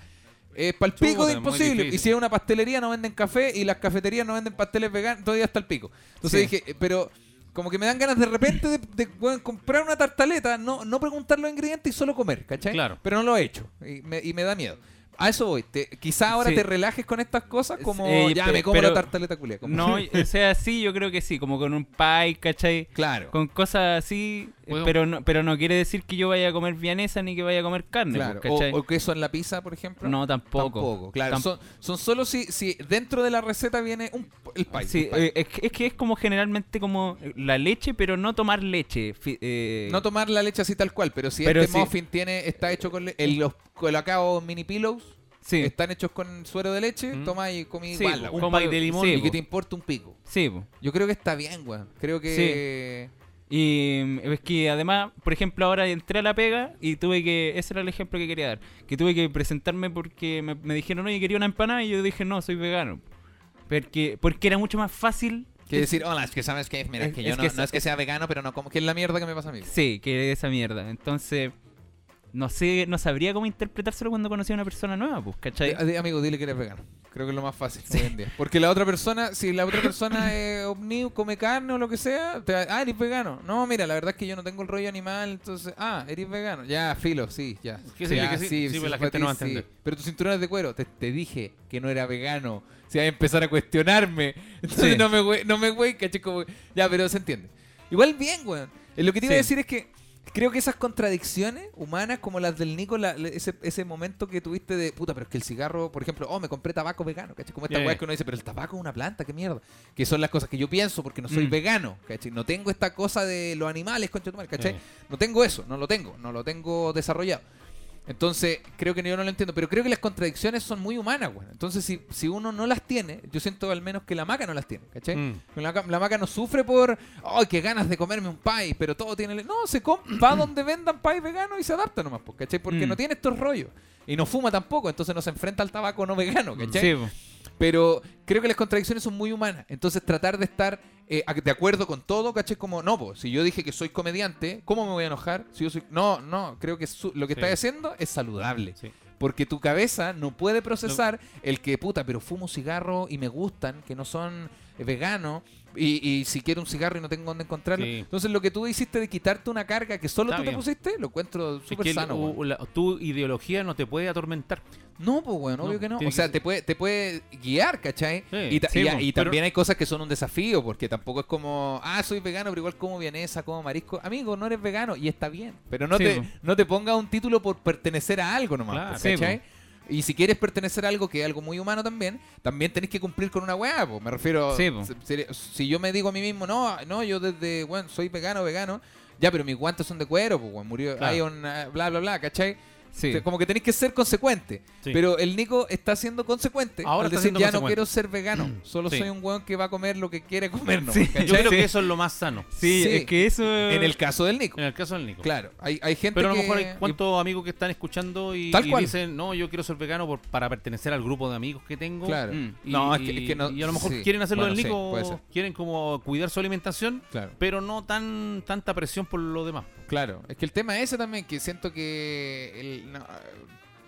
[SPEAKER 5] es pal pico de
[SPEAKER 4] Chuta, muy
[SPEAKER 5] imposible.
[SPEAKER 4] difícil.
[SPEAKER 5] Y si es una pastelería no venden café y las cafeterías no venden pasteles veganos, todavía está el pico. Entonces
[SPEAKER 6] Sí.
[SPEAKER 5] dije, eh, pero como que me dan ganas de repente de, de, weón, comprar una tartaleta, no, no preguntar los ingredientes y solo comer, ¿cachai?
[SPEAKER 4] Claro.
[SPEAKER 5] Pero no lo he hecho y me, y me da miedo. A eso voy. Te- quizá ahora
[SPEAKER 6] Sí.
[SPEAKER 5] te relajes con estas cosas como
[SPEAKER 6] Eh,
[SPEAKER 5] ya
[SPEAKER 6] pe-
[SPEAKER 5] me como
[SPEAKER 6] pero-
[SPEAKER 5] la tartaleta culia. como-
[SPEAKER 6] No, o sea, sí, yo creo que sí, como con un pie, ¿cachai?
[SPEAKER 5] claro.
[SPEAKER 6] con cosas así, eh,
[SPEAKER 4] Bueno.
[SPEAKER 6] pero no, pero no quiere decir que yo vaya a comer vianesa ni que vaya a comer carne,
[SPEAKER 5] Claro.
[SPEAKER 6] pues,
[SPEAKER 5] O,
[SPEAKER 6] ¿cachai?
[SPEAKER 5] o queso en la pizza, por ejemplo.
[SPEAKER 6] no, tampoco.
[SPEAKER 5] claro.
[SPEAKER 6] Tam-
[SPEAKER 5] son, son solo si, si dentro de la receta viene un, el pie.
[SPEAKER 6] Sí,
[SPEAKER 5] el pie.
[SPEAKER 6] eh, es, que- es que es como generalmente como la leche, pero no tomar leche. fi- eh,
[SPEAKER 5] no tomar la leche así tal cual, pero si
[SPEAKER 6] pero
[SPEAKER 5] este
[SPEAKER 6] sí.
[SPEAKER 5] muffin tiene, está hecho con le- el, los colocados mini pillows,
[SPEAKER 6] sí,
[SPEAKER 5] están hechos con suero de leche,
[SPEAKER 4] Mm.
[SPEAKER 5] toma y comí
[SPEAKER 6] Sí,
[SPEAKER 5] igual. la
[SPEAKER 4] Un
[SPEAKER 5] weá.
[SPEAKER 6] como-
[SPEAKER 4] pay de limón.
[SPEAKER 6] sí,
[SPEAKER 5] y
[SPEAKER 6] po.
[SPEAKER 5] que te importa un pico.
[SPEAKER 6] sí, po.
[SPEAKER 5] Yo creo que está bien, weón. Creo que.
[SPEAKER 6] Y mm, es que además, por ejemplo, ahora entré a la pega y tuve que, ese era el ejemplo que quería dar, que tuve que presentarme porque me, me dijeron, oye, quería una empanada y yo dije, no, soy vegano. Porque, porque era mucho más fácil
[SPEAKER 5] Que decir, hola, es que sabes que, mira,
[SPEAKER 6] Es-
[SPEAKER 5] que yo
[SPEAKER 6] es
[SPEAKER 5] no,
[SPEAKER 6] que
[SPEAKER 5] no
[SPEAKER 6] sa-
[SPEAKER 5] es que sea vegano, pero no como. Que es la mierda que me pasa a mí.
[SPEAKER 6] Sí, que esa mierda. Entonces, no sé, no sabría cómo interpretárselo cuando conocí a una persona nueva, pues, ¿cachai?
[SPEAKER 5] Di- Eh, Amigo, dile que eres vegano. Creo que es lo más fácil hoy en día. Porque la otra persona, si la otra persona es omnívoro, come carne o lo que sea, te va ah, eres vegano. No, mira, la verdad es que yo no tengo el rollo animal, entonces, ah, eres vegano. Ya, filo, sí, ya.
[SPEAKER 4] Que sí,
[SPEAKER 5] Ya,
[SPEAKER 4] que sí, sí, pero la
[SPEAKER 5] fue
[SPEAKER 4] gente
[SPEAKER 5] ti,
[SPEAKER 4] no va a entender.
[SPEAKER 5] Pero tu cinturón es de cuero, te, te dije que no era vegano. Si vas a empezar a cuestionarme, entonces
[SPEAKER 6] Sí.
[SPEAKER 5] no me güey, no me güey, caché como, ya, pero se entiende. Igual bien, weón. Eh, Lo que te iba a
[SPEAKER 6] Sí.
[SPEAKER 5] decir es que creo que esas contradicciones humanas, como las del Nico, la- la- ese, ese momento que tuviste de puta, pero es que el cigarro, por ejemplo, oh, me compré tabaco vegano, ¿cachai? Como esta
[SPEAKER 4] Ya,
[SPEAKER 5] weá
[SPEAKER 4] ya.
[SPEAKER 5] que uno dice, pero el tabaco es una planta, qué mierda. Que son las cosas que yo pienso porque no soy
[SPEAKER 4] Mm.
[SPEAKER 5] vegano, ¿cachai? No tengo esta cosa de los animales, concha tu madre, ¿cachai?
[SPEAKER 4] Ya.
[SPEAKER 5] No tengo eso, no lo tengo, no lo tengo desarrollado. Entonces, creo que yo no lo entiendo, pero creo que las contradicciones son muy humanas, weón. Entonces, si, si uno no las tiene, yo siento al menos que la maca no las tiene, ¿cachai?
[SPEAKER 4] Mm.
[SPEAKER 5] La, ca- la maca no sufre por, ¡ay, qué ganas de comerme un pie! Pero todo tiene. le-". No, se com- va donde vendan pie vegano y se adapta nomás, po, ¿cachai? Porque
[SPEAKER 6] Mm.
[SPEAKER 5] no tiene estos rollos. Y no fuma tampoco, entonces no se enfrenta al tabaco no vegano, ¿cachai?
[SPEAKER 6] Sí, pues. po.
[SPEAKER 5] Pero creo que las contradicciones son muy humanas. Entonces, tratar de estar eh, ac- de acuerdo con todo, ¿cachai? Como, no, po, si yo dije que soy comediante, ¿cómo me voy a enojar? Si yo soy. No, no, creo que su- lo que
[SPEAKER 4] Sí.
[SPEAKER 5] estás haciendo es saludable.
[SPEAKER 4] Sí.
[SPEAKER 5] Porque tu cabeza no puede procesar el que, puta, pero fumo cigarro y me gustan, que no son eh, veganos, y, y si quiero un cigarro y no tengo dónde encontrarlo.
[SPEAKER 4] Sí.
[SPEAKER 5] Entonces, lo que tú hiciste de quitarte una carga que solo
[SPEAKER 4] Está
[SPEAKER 5] tú te
[SPEAKER 4] bien.
[SPEAKER 5] pusiste, lo encuentro
[SPEAKER 4] Es
[SPEAKER 5] súper
[SPEAKER 4] que el-
[SPEAKER 5] sano.
[SPEAKER 4] u-
[SPEAKER 5] weón.
[SPEAKER 4] la- tu ideología no te puede atormentar.
[SPEAKER 5] No, pues, bueno,
[SPEAKER 4] No,
[SPEAKER 5] obvio que no.
[SPEAKER 4] tiene
[SPEAKER 5] O
[SPEAKER 4] que
[SPEAKER 5] sea,
[SPEAKER 4] ser-
[SPEAKER 5] te puede, te puede guiar, ¿cachai?
[SPEAKER 4] Sí,
[SPEAKER 5] y, ta-
[SPEAKER 4] sí,
[SPEAKER 5] y-
[SPEAKER 4] po,
[SPEAKER 5] y
[SPEAKER 4] pero-
[SPEAKER 5] también hay cosas que son un desafío, porque tampoco es como, ah, soy vegano, pero igual como vienesa, como marisco. Amigo, no eres vegano y está bien. Pero no,
[SPEAKER 6] Sí,
[SPEAKER 5] te,
[SPEAKER 6] po.
[SPEAKER 5] no te pongas un título por pertenecer a algo nomás,
[SPEAKER 4] pues. Claro.
[SPEAKER 5] pues,
[SPEAKER 6] Sí, po.
[SPEAKER 5] ¿cachai? Y si quieres pertenecer a algo que es algo muy humano también, también tenés que cumplir con una weá, po. me refiero.
[SPEAKER 4] pues.
[SPEAKER 6] Sí, po.
[SPEAKER 5] si, si yo me digo a mí mismo, no, no, yo desde, bueno, soy vegano, vegano, Ya, pero mis guantes son de cuero, pues, weón. Murió
[SPEAKER 4] Claro.
[SPEAKER 5] hay una bla, bla, bla, ¿cachai?
[SPEAKER 6] Sí.
[SPEAKER 5] O sea, Como que tenéis que ser consecuente.
[SPEAKER 4] Sí.
[SPEAKER 5] Pero el Nico está siendo consecuente.
[SPEAKER 4] Ahora
[SPEAKER 5] al
[SPEAKER 4] está
[SPEAKER 5] decir,
[SPEAKER 4] siendo
[SPEAKER 5] ya no
[SPEAKER 4] consecuente.
[SPEAKER 5] quiero ser vegano. Solo
[SPEAKER 4] Sí.
[SPEAKER 5] soy un weón que va a comer lo que quiere comer. ¿no?
[SPEAKER 6] Sí.
[SPEAKER 5] ¿cachai?
[SPEAKER 4] Yo creo
[SPEAKER 6] Sí.
[SPEAKER 4] que eso es lo más sano.
[SPEAKER 6] Sí,
[SPEAKER 5] Sí.
[SPEAKER 6] es que eh, eso.
[SPEAKER 5] En el caso del Nico.
[SPEAKER 4] En el caso del Nico.
[SPEAKER 5] Claro, hay, hay gente
[SPEAKER 4] eh, Pero a lo
[SPEAKER 5] que...
[SPEAKER 4] mejor hay cuántos amigos que están escuchando y,
[SPEAKER 5] Tal
[SPEAKER 4] y
[SPEAKER 5] cual.
[SPEAKER 4] dicen, no, yo quiero ser vegano por- para pertenecer al grupo de amigos que tengo.
[SPEAKER 5] Claro.
[SPEAKER 6] Mm.
[SPEAKER 4] Y,
[SPEAKER 5] No, es
[SPEAKER 4] y-
[SPEAKER 5] que- es que no-
[SPEAKER 4] y a lo mejor
[SPEAKER 5] sí.
[SPEAKER 4] quieren hacerlo
[SPEAKER 5] Bueno, sí,
[SPEAKER 4] del Nico,
[SPEAKER 5] puede ser.
[SPEAKER 4] quieren como cuidar su alimentación,
[SPEAKER 5] Claro.
[SPEAKER 4] pero no tan tanta presión por lo demás.
[SPEAKER 5] Claro, es que el tema ese también, que siento que el- no,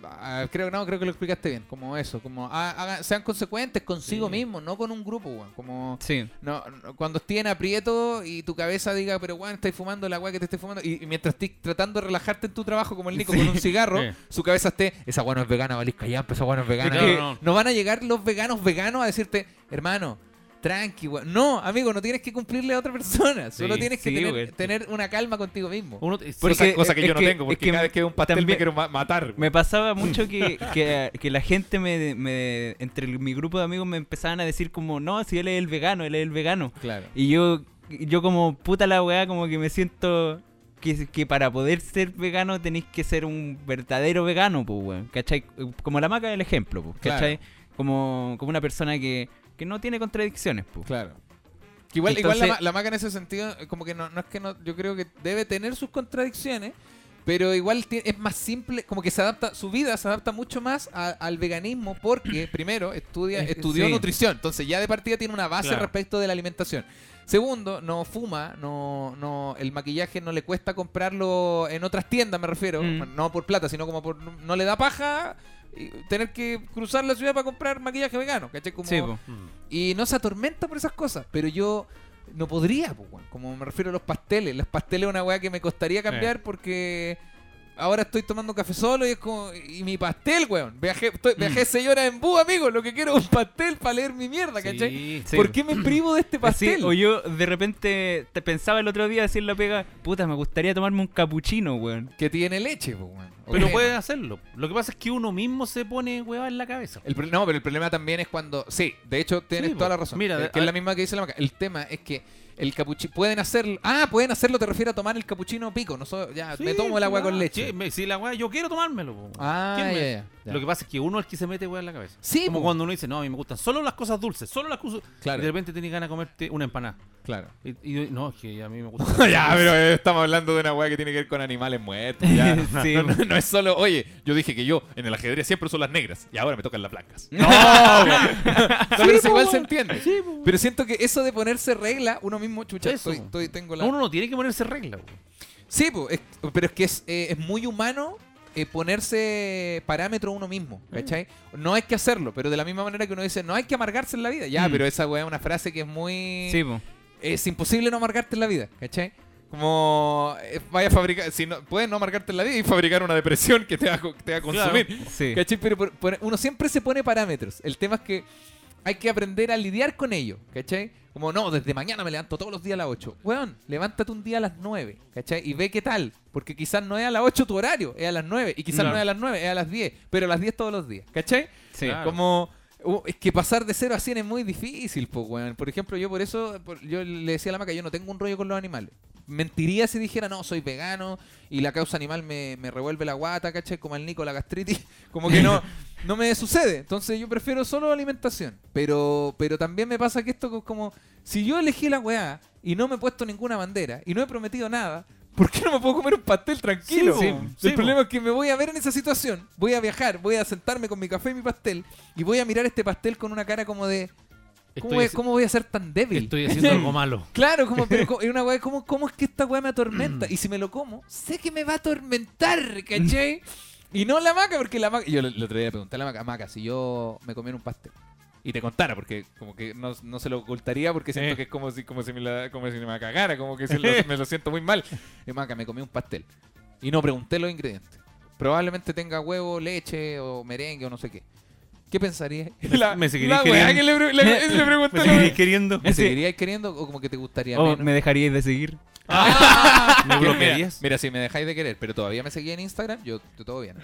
[SPEAKER 5] ah, creo no, creo que lo explicaste bien, como eso, como ah, hagan- sean consecuentes consigo mismos, no con un grupo, weón, como
[SPEAKER 6] Sí.
[SPEAKER 5] no, no, cuando estés en aprieto y tu cabeza diga, pero weón, estáis fumando la weá que te estés fumando, y, y mientras estés tratando de relajarte en tu trabajo, como el Nico con un cigarro,
[SPEAKER 4] Eh.
[SPEAKER 5] su cabeza esté, esa weá no es vegana, valís callampa, esa weá no es vegana.
[SPEAKER 4] claro,
[SPEAKER 5] Eh,
[SPEAKER 4] no.
[SPEAKER 5] no. van a llegar los veganos veganos a decirte, hermano, tranqui, weón. No, amigo, no tienes que cumplirle a otra persona, solo
[SPEAKER 6] Sí,
[SPEAKER 5] tienes que
[SPEAKER 6] sí,
[SPEAKER 5] tener,
[SPEAKER 6] weón.
[SPEAKER 5] tener una calma contigo mismo.
[SPEAKER 4] Uno, eh, sí,
[SPEAKER 7] Por
[SPEAKER 6] Porque
[SPEAKER 7] esa cosa que
[SPEAKER 6] es
[SPEAKER 7] yo no
[SPEAKER 6] que-
[SPEAKER 7] tengo,
[SPEAKER 6] es
[SPEAKER 7] porque
[SPEAKER 6] que
[SPEAKER 7] cada vez que veo un pastel me
[SPEAKER 6] también-
[SPEAKER 7] quiero ma- matar.
[SPEAKER 6] Me pasaba mucho que, que, que la gente me, me- entre mi grupo de amigos me empezaban a decir como, no, si él es el vegano, él es el vegano.
[SPEAKER 5] Claro.
[SPEAKER 6] Y yo, yo como puta la weá, como que me siento que, que para poder ser vegano tenéis que ser un verdadero vegano, pues weón. ¿Cachai? Como la maca del ejemplo, pues,
[SPEAKER 5] Claro.
[SPEAKER 6] ¿cachai? Como, como una persona que, que no tiene contradicciones, pues.
[SPEAKER 5] Claro. Que Igual, igual la,
[SPEAKER 6] Entonces-
[SPEAKER 5] ma- la maca en ese sentido, eh, como que no, no es que no, yo creo que debe tener sus contradicciones, pero igual ti- es más simple, como que se adapta, su vida se adapta mucho más a- al veganismo porque primero estudia,
[SPEAKER 6] Es-
[SPEAKER 5] estudió
[SPEAKER 6] sí.
[SPEAKER 5] nutrición, entonces ya de partida tiene una base
[SPEAKER 4] Claro.
[SPEAKER 5] respecto de la alimentación. Segundo, no fuma, no, no, el maquillaje no le cuesta comprarlo en otras tiendas, me refiero,
[SPEAKER 6] Mm.
[SPEAKER 5] no por plata, sino como por, no le da paja y tener que cruzar la ciudad para comprar maquillaje vegano, ¿cachai? Como,
[SPEAKER 6] Sí, po. Eh,
[SPEAKER 5] y no se atormenta por esas cosas, pero yo no podría, po, weón. como me refiero a los pasteles. Los pasteles es una weá que me costaría cambiar porque ahora estoy tomando café solo y es como. Y mi pastel, weón. Viajé, estoy- viajé seis horas en bus, amigo. Lo que quiero es un pastel para leer mi mierda, ¿cachai?
[SPEAKER 6] Sí.
[SPEAKER 5] ¿Por qué me privo de este
[SPEAKER 6] Así,
[SPEAKER 5] pastel?
[SPEAKER 6] o yo de repente te pensaba el otro día decir la pega, puta, me gustaría tomarme un capuchino, weón.
[SPEAKER 5] Que tiene leche, po, weón. O
[SPEAKER 4] Pero
[SPEAKER 5] crema.
[SPEAKER 4] puede hacerlo. Lo que pasa es que uno mismo se pone hueva en la cabeza.
[SPEAKER 5] El pro- no, pero el problema también es cuando. Sí, de hecho, tienes
[SPEAKER 4] Sí, po.
[SPEAKER 5] toda la razón.
[SPEAKER 4] Mira,
[SPEAKER 5] eh,
[SPEAKER 4] de-
[SPEAKER 5] que es
[SPEAKER 4] a-
[SPEAKER 5] la misma que dice la maca. El tema es que el capuchino. Pueden hacer. Ah, pueden hacerlo, te refiero a tomar el capuchino pico. No so- ya, me tomo el agua con leche.
[SPEAKER 4] Sí, me- sí, la agua, yo quiero tomármelo. po.
[SPEAKER 5] Ah,
[SPEAKER 4] ¿Quién me-
[SPEAKER 5] ya, ya, ya.
[SPEAKER 4] Lo que pasa es que uno es el que se mete hueva en la cabeza.
[SPEAKER 5] Sí,
[SPEAKER 4] Como
[SPEAKER 5] po.
[SPEAKER 4] cuando uno dice, no, a mí me gustan solo las cosas dulces, solo las cosas.
[SPEAKER 5] Claro.
[SPEAKER 4] Y de repente tienes ganas de comerte una empanada.
[SPEAKER 5] Claro.
[SPEAKER 4] Y, y- no, es que a mí me gusta.
[SPEAKER 7] ya, pero eh, estamos hablando de una weá que tiene que ver con animales muertos. ya.
[SPEAKER 6] Sí.
[SPEAKER 7] no, no- no es solo, oye, yo dije que yo en el ajedrez siempre uso las negras y ahora me tocan las blancas.
[SPEAKER 5] pero eso igual se entiende. pero siento que eso de ponerse regla, uno mismo, chucha,
[SPEAKER 4] Eso,
[SPEAKER 5] estoy-
[SPEAKER 4] po.
[SPEAKER 5] estoy- tengo la.
[SPEAKER 4] No, uno no tiene que ponerse regla. po.
[SPEAKER 5] Sí, po, es- pero es que es, eh, es muy humano eh, ponerse parámetro uno mismo, ¿cachai? No hay que hacerlo, pero de la misma manera que uno dice, no hay que amargarse en la vida. Ya, pero esa weá es una frase que es muy.
[SPEAKER 6] Sí, po.
[SPEAKER 5] es imposible no amargarte en la vida, ¿cachai? Como eh, vaya a fabricar, si no, puedes no amargarte en la vida y fabricar una depresión que te va, a co- te va a consumir.
[SPEAKER 6] Sí.
[SPEAKER 5] ¿Cachai? Pero por- por- uno siempre se pone parámetros. El tema es que hay que aprender a lidiar con ello, ¿cachai? Como, no, desde mañana me levanto todos los días a las 8. Weón, levántate un día a las 9, ¿cachai? Y ve qué tal, porque quizás no es a las 8 tu horario, es a las 9, y quizás
[SPEAKER 6] Claro.
[SPEAKER 5] no es a las 9, es a las 10, pero a las 10 todos los días, ¿cachai?
[SPEAKER 6] Sí.
[SPEAKER 4] Claro.
[SPEAKER 5] Como... uh, es que pasar de 0 a 100 es muy difícil, po, weón. Por ejemplo, yo por eso, por- yo le decía a la maca, yo no tengo un rollo con los animales. Mentiría si dijera, no, soy vegano y la causa animal me, me revuelve la guata, ¿cachai? Como al Nico la gastritis. Como que no, no me sucede. Entonces yo prefiero solo alimentación. Pero, pero también me pasa que esto es como, si yo elegí la weá y no me he puesto ninguna bandera y no he prometido nada, ¿por qué no me puedo comer un pastel tranquilo?
[SPEAKER 4] Sí, po.
[SPEAKER 5] El
[SPEAKER 4] Sí, po.
[SPEAKER 5] problema es que me voy a ver en esa situación, voy a viajar, voy a sentarme con mi café y mi pastel y voy a mirar este pastel con una cara como de, ¿cómo,
[SPEAKER 4] Estoy
[SPEAKER 5] voy,
[SPEAKER 4] haci-
[SPEAKER 5] cómo voy a ser tan débil?
[SPEAKER 4] Estoy haciendo algo malo.
[SPEAKER 5] Claro, como, pero co- es una weá, ¿cómo, ¿cómo es que esta weá me atormenta? Y si me lo como, sé que me va a atormentar, ¿cachai? Y no la maca, porque la maca. Yo le otro día le pregunté a la maca, maca, si yo me comiera un pastel. Y te contara, porque como que no, no se lo ocultaría, porque siento
[SPEAKER 4] Eh.
[SPEAKER 5] que es como si, como si, me, la- como si me la cagara, como que se lo- me lo siento muy mal. Y maca, me comí un pastel. Y no pregunté los ingredientes. Probablemente tenga huevo, leche o merengue o no sé qué. ¿Qué pensarías? La,
[SPEAKER 4] me
[SPEAKER 5] la
[SPEAKER 4] seguiría
[SPEAKER 5] weá que
[SPEAKER 4] queriendo.
[SPEAKER 5] le, pre- la- le pregunté a la
[SPEAKER 6] ¿Seguirías queriendo?
[SPEAKER 5] ¿Me seguirías queriendo o como que te gustaría
[SPEAKER 6] ¿O
[SPEAKER 5] menos?
[SPEAKER 6] Oh, me dejaríais de seguir?
[SPEAKER 4] ¿Me
[SPEAKER 5] Mira,
[SPEAKER 4] bloquearías?
[SPEAKER 5] Mira, si me dejáis de querer, pero todavía me seguí en Instagram, yo, yo todo bien.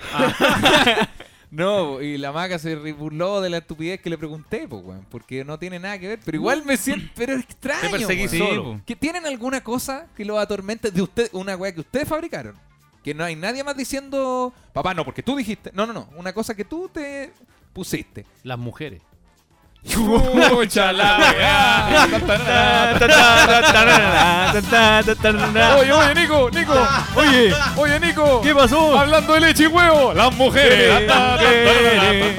[SPEAKER 5] No, y la maca se re- burló de la estupidez que le pregunté, pues, weón, porque no tiene nada que ver. Pero igual me siento, pero extraño.
[SPEAKER 4] Te perseguí
[SPEAKER 5] weón.
[SPEAKER 6] Sí,
[SPEAKER 4] solo.
[SPEAKER 6] po.
[SPEAKER 5] ¿Que tienen alguna cosa que los atormente de usted, una weá que ustedes fabricaron? Que no hay nadie más diciendo, papá, no, porque tú dijiste. No, no, no, una cosa que tú te pusiste.
[SPEAKER 4] Las mujeres.
[SPEAKER 7] Chucha la weá. Oye, oye, Nico, Nico. Oye, oye, Nico.
[SPEAKER 8] ¿Qué pasó?
[SPEAKER 7] Hablando de leche y huevo, las mujeres.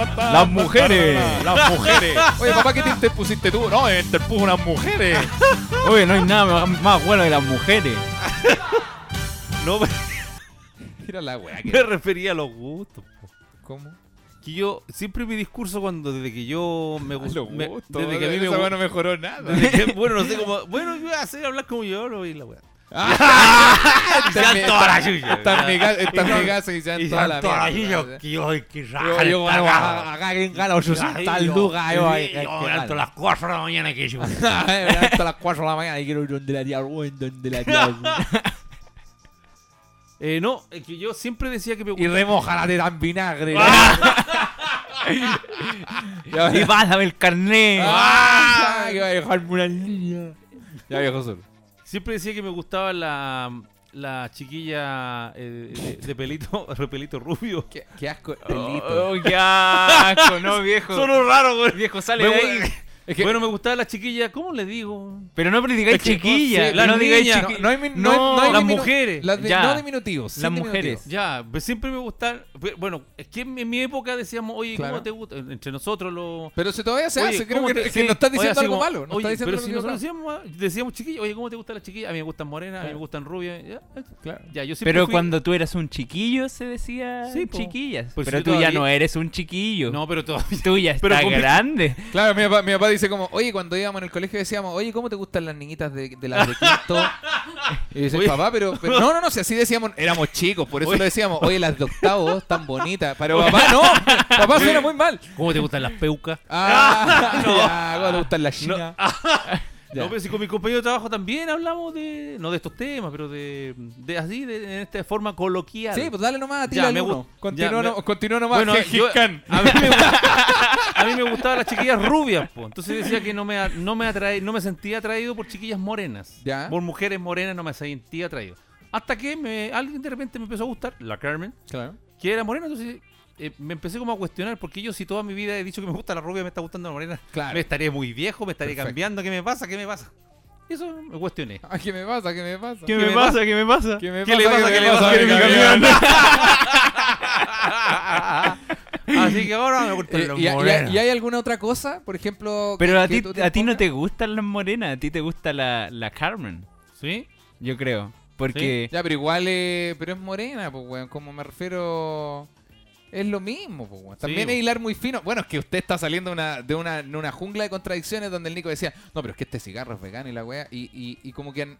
[SPEAKER 8] Las mujeres.
[SPEAKER 7] Las mujeres. Oye, papá, ¿qué te pusiste tú? No, eh, te puso unas mujeres.
[SPEAKER 8] Oye, no hay nada más- más bueno que las mujeres.
[SPEAKER 4] No, me,
[SPEAKER 5] Mira la weá que.
[SPEAKER 4] me refería a los gustos. po.
[SPEAKER 5] ¿Cómo?
[SPEAKER 4] Que yo, siempre mi discurso cuando desde que yo me gusta.
[SPEAKER 7] Los gustos. eh,
[SPEAKER 4] Desde que a mí me
[SPEAKER 7] Esa weá
[SPEAKER 4] gusta.
[SPEAKER 7] no mejoró nada.
[SPEAKER 4] bueno, no sé cómo. Bueno, yo voy a hacer hablar como yo lo y la weá.
[SPEAKER 5] Está en mi-
[SPEAKER 4] toda la chucha.
[SPEAKER 5] Está en mi casa, está en mi casa y se dan toda la mierda.
[SPEAKER 8] que yo soy que
[SPEAKER 5] Yo- yo- acá- acá en Galo, yo soy tal duga, yo- ay, qué galo.
[SPEAKER 8] las 4 de la mañana que yo.
[SPEAKER 5] Ay, me levanto a las 4 de la mañana y quiero ir donde la tía Rubén, donde la tía Rubén.
[SPEAKER 4] Eh, no, es que yo siempre decía que me
[SPEAKER 5] Y
[SPEAKER 4] gustaba.
[SPEAKER 5] remoja la teta en vinagre. Y ahora-
[SPEAKER 6] Y pásame el carnet.
[SPEAKER 5] ¡Ah! Que va a dejarme una niña. Ya viejo solo.
[SPEAKER 4] Siempre decía que me gustaba la, la chiquilla eh, de, de pelito, de pelito rubio.
[SPEAKER 5] Qué, asco el
[SPEAKER 6] Oh, qué asco, no, viejo.
[SPEAKER 4] Solo raro, güey.
[SPEAKER 6] Viejo, sale
[SPEAKER 4] Me
[SPEAKER 6] de
[SPEAKER 4] gu-
[SPEAKER 6] ahí.
[SPEAKER 5] Es que-
[SPEAKER 4] Bueno, me gustaba la chiquilla, ¿cómo le digo?
[SPEAKER 6] Pero no digáis chiquilla.
[SPEAKER 4] sí, las
[SPEAKER 6] no digáis
[SPEAKER 4] niñas,
[SPEAKER 6] chiqui-
[SPEAKER 5] No, no hay, min-
[SPEAKER 6] No,
[SPEAKER 5] no, hay- no hay
[SPEAKER 4] las
[SPEAKER 5] diminu-
[SPEAKER 4] mujeres,
[SPEAKER 5] las de-
[SPEAKER 6] ya.
[SPEAKER 5] No diminutivos. sin
[SPEAKER 6] Las
[SPEAKER 5] diminutivos.
[SPEAKER 6] mujeres.
[SPEAKER 4] Ya, pues siempre me gustan. pe- Bueno, es que en mi- en mi época decíamos, oye,
[SPEAKER 5] Claro.
[SPEAKER 4] ¿cómo te gusta? Entre nosotros los.
[SPEAKER 5] Pero si todavía se
[SPEAKER 4] Oye,
[SPEAKER 5] hace. Creo
[SPEAKER 4] ¿cómo
[SPEAKER 5] que,
[SPEAKER 4] te-
[SPEAKER 5] que
[SPEAKER 4] sí,
[SPEAKER 5] no estás
[SPEAKER 4] oye,
[SPEAKER 5] diciendo
[SPEAKER 4] así
[SPEAKER 5] algo
[SPEAKER 4] como,
[SPEAKER 5] malo. No estás
[SPEAKER 4] oye,
[SPEAKER 5] diciendo
[SPEAKER 4] pero
[SPEAKER 5] algo
[SPEAKER 4] si nosotros
[SPEAKER 5] malo.
[SPEAKER 4] decíamos, decíamos chiquilla, oye, ¿cómo te gustan las chiquillas? A mí me gustan morenas,
[SPEAKER 5] Ah.
[SPEAKER 4] a mí me gustan rubias. Ya,
[SPEAKER 5] Claro.
[SPEAKER 4] ya, yo siempre
[SPEAKER 6] Pero
[SPEAKER 4] fui-
[SPEAKER 6] cuando tú eras un chiquillo se decía
[SPEAKER 4] Sí, po.
[SPEAKER 6] chiquillas.
[SPEAKER 4] Pues
[SPEAKER 6] pero
[SPEAKER 4] yo
[SPEAKER 6] tú ya
[SPEAKER 4] todavía-
[SPEAKER 6] no eres un chiquillo.
[SPEAKER 4] No, pero todavía.
[SPEAKER 6] Tú ya
[SPEAKER 4] Pero
[SPEAKER 6] estás
[SPEAKER 4] con mi-
[SPEAKER 6] grande.
[SPEAKER 5] Claro, mi papá, mi papá dice como, oye, cuando íbamos en el colegio decíamos, oye, ¿cómo te gustan las niñitas de, de las de quinto? Y dice,
[SPEAKER 4] Oye.
[SPEAKER 5] papá, pero, pero- No, no, no, si así decíamos, éramos chicos, por eso
[SPEAKER 4] Oye.
[SPEAKER 5] lo decíamos, oye, las de octavo, tan bonitas. Pero papá, no, papá suena muy mal.
[SPEAKER 4] ¿Cómo te gustan las peucas?
[SPEAKER 5] Ah, ya, ¿cómo te gustan las chinas?
[SPEAKER 4] Ah.
[SPEAKER 5] Ya.
[SPEAKER 4] No, pero si con mi compañero de trabajo también hablamos de. No de estos temas, pero de. de así, de, en esta forma coloquial.
[SPEAKER 5] Sí, pues dale nomás,
[SPEAKER 4] Ya,
[SPEAKER 5] tira el
[SPEAKER 4] me
[SPEAKER 5] uno.
[SPEAKER 4] gust-
[SPEAKER 5] Continúa,
[SPEAKER 4] ya,
[SPEAKER 5] no-
[SPEAKER 4] me-
[SPEAKER 5] continúa nomás.
[SPEAKER 4] Bueno,
[SPEAKER 5] Gengis
[SPEAKER 4] yo-
[SPEAKER 5] Khan.
[SPEAKER 4] a, mí me, gusta- a mí me gustaban las chiquillas rubias, po. entonces decía que no me, a- no, me atrae, no me sentía atraído por chiquillas morenas.
[SPEAKER 5] Ya.
[SPEAKER 4] Por mujeres morenas no me sentía atraído. Hasta que me, alguien de repente me empezó a gustar, la Carmen,
[SPEAKER 5] Claro.
[SPEAKER 4] que era morena, entonces eh, me empecé como a cuestionar, porque yo si toda mi vida he dicho que me gusta la rubia, me está gustando la morena,
[SPEAKER 5] Claro.
[SPEAKER 4] me estaré muy viejo, me estaré
[SPEAKER 5] Perfecto.
[SPEAKER 4] cambiando, ¿qué me pasa? ¿Qué me pasa? Eso me cuestioné.
[SPEAKER 5] Ay, Ah, ¿qué me pasa? ¿Qué me pasa?
[SPEAKER 6] me pasa? ¿Qué me pasa?
[SPEAKER 5] ¿Qué me
[SPEAKER 4] ¿Qué le pasa? ¿Qué le pasa?
[SPEAKER 5] ¿Qué me
[SPEAKER 4] ¿Qué le
[SPEAKER 5] pasa?
[SPEAKER 4] Así que ahora me gustan
[SPEAKER 5] Eh,
[SPEAKER 4] los
[SPEAKER 5] y, y-
[SPEAKER 4] morenos.
[SPEAKER 5] y hay alguna otra cosa? Por ejemplo...
[SPEAKER 6] Pero
[SPEAKER 5] que-
[SPEAKER 6] a
[SPEAKER 5] que
[SPEAKER 6] ti,
[SPEAKER 5] tú te
[SPEAKER 6] a ti no
[SPEAKER 5] pongas?
[SPEAKER 6] te gustan las morenas, a ti te gusta la, la Carmen,
[SPEAKER 4] ¿Sí?
[SPEAKER 6] yo creo. Porque
[SPEAKER 5] Ya, pero igual, eh, pero es morena, pues, weón. Como me refiero. Es lo mismo, pues, weón. También
[SPEAKER 4] Sí,
[SPEAKER 5] es hilar muy fino. Bueno, es que usted está saliendo una- de, una, de una jungla de contradicciones donde el Nico decía, no, pero es que este cigarro es vegano y la weá. Y, y, y como que. han-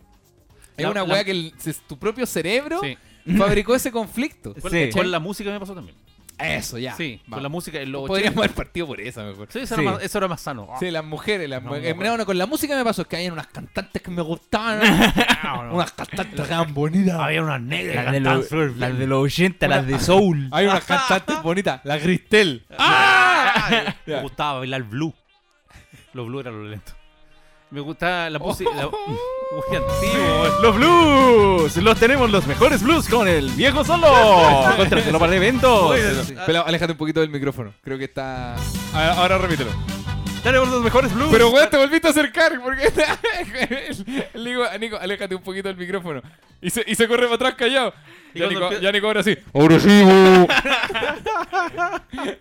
[SPEAKER 5] Es
[SPEAKER 4] La-
[SPEAKER 5] una
[SPEAKER 4] la-
[SPEAKER 5] weá que el- se- tu propio cerebro
[SPEAKER 4] Sí.
[SPEAKER 5] fabricó ese conflicto.
[SPEAKER 4] Con,
[SPEAKER 6] Sí.
[SPEAKER 4] con la música me pasó también.
[SPEAKER 5] Eso, ya.
[SPEAKER 4] sí,
[SPEAKER 5] vamos.
[SPEAKER 4] con la música. en los
[SPEAKER 5] Podríamos haber partido por esa, mejor.
[SPEAKER 4] 80. Sí, eso,
[SPEAKER 6] Sí.
[SPEAKER 4] Era más, eso era más sano.
[SPEAKER 5] Sí, las mujeres, las
[SPEAKER 4] No,
[SPEAKER 5] mujeres.
[SPEAKER 4] mujer.
[SPEAKER 5] No, no, con la música me pasó, es que hay unas cantantes que me gustaban. Unas cantantes que eran bonitas.
[SPEAKER 8] Había unas negras
[SPEAKER 6] las de, lo- las de los 80, las de Soul.
[SPEAKER 5] Hay unas cantantes bonitas. La Cristel. ¡Ah!
[SPEAKER 4] Me gustaba bailar blue. Los blue eran los lentos. Me gustaba
[SPEAKER 5] Oh.
[SPEAKER 4] la música. la- Muy antiguo. güey.
[SPEAKER 8] Los blues, los tenemos los mejores blues con el viejo solo. Contrátelo para eventos.
[SPEAKER 5] Pero aléjate un poquito del micrófono. Creo que está.
[SPEAKER 7] A- Ahora repítelo.
[SPEAKER 8] Tenemos los mejores blues.
[SPEAKER 5] Pero weón, te volviste a acercar. Porque le digo a Nico, aléjate un poquito del micrófono. Y se, y se corre para atrás callado.
[SPEAKER 4] Y
[SPEAKER 5] Ya
[SPEAKER 4] cuando
[SPEAKER 5] Nico,
[SPEAKER 4] empie-
[SPEAKER 5] ya Nico ahora sí.
[SPEAKER 7] Ahora sí,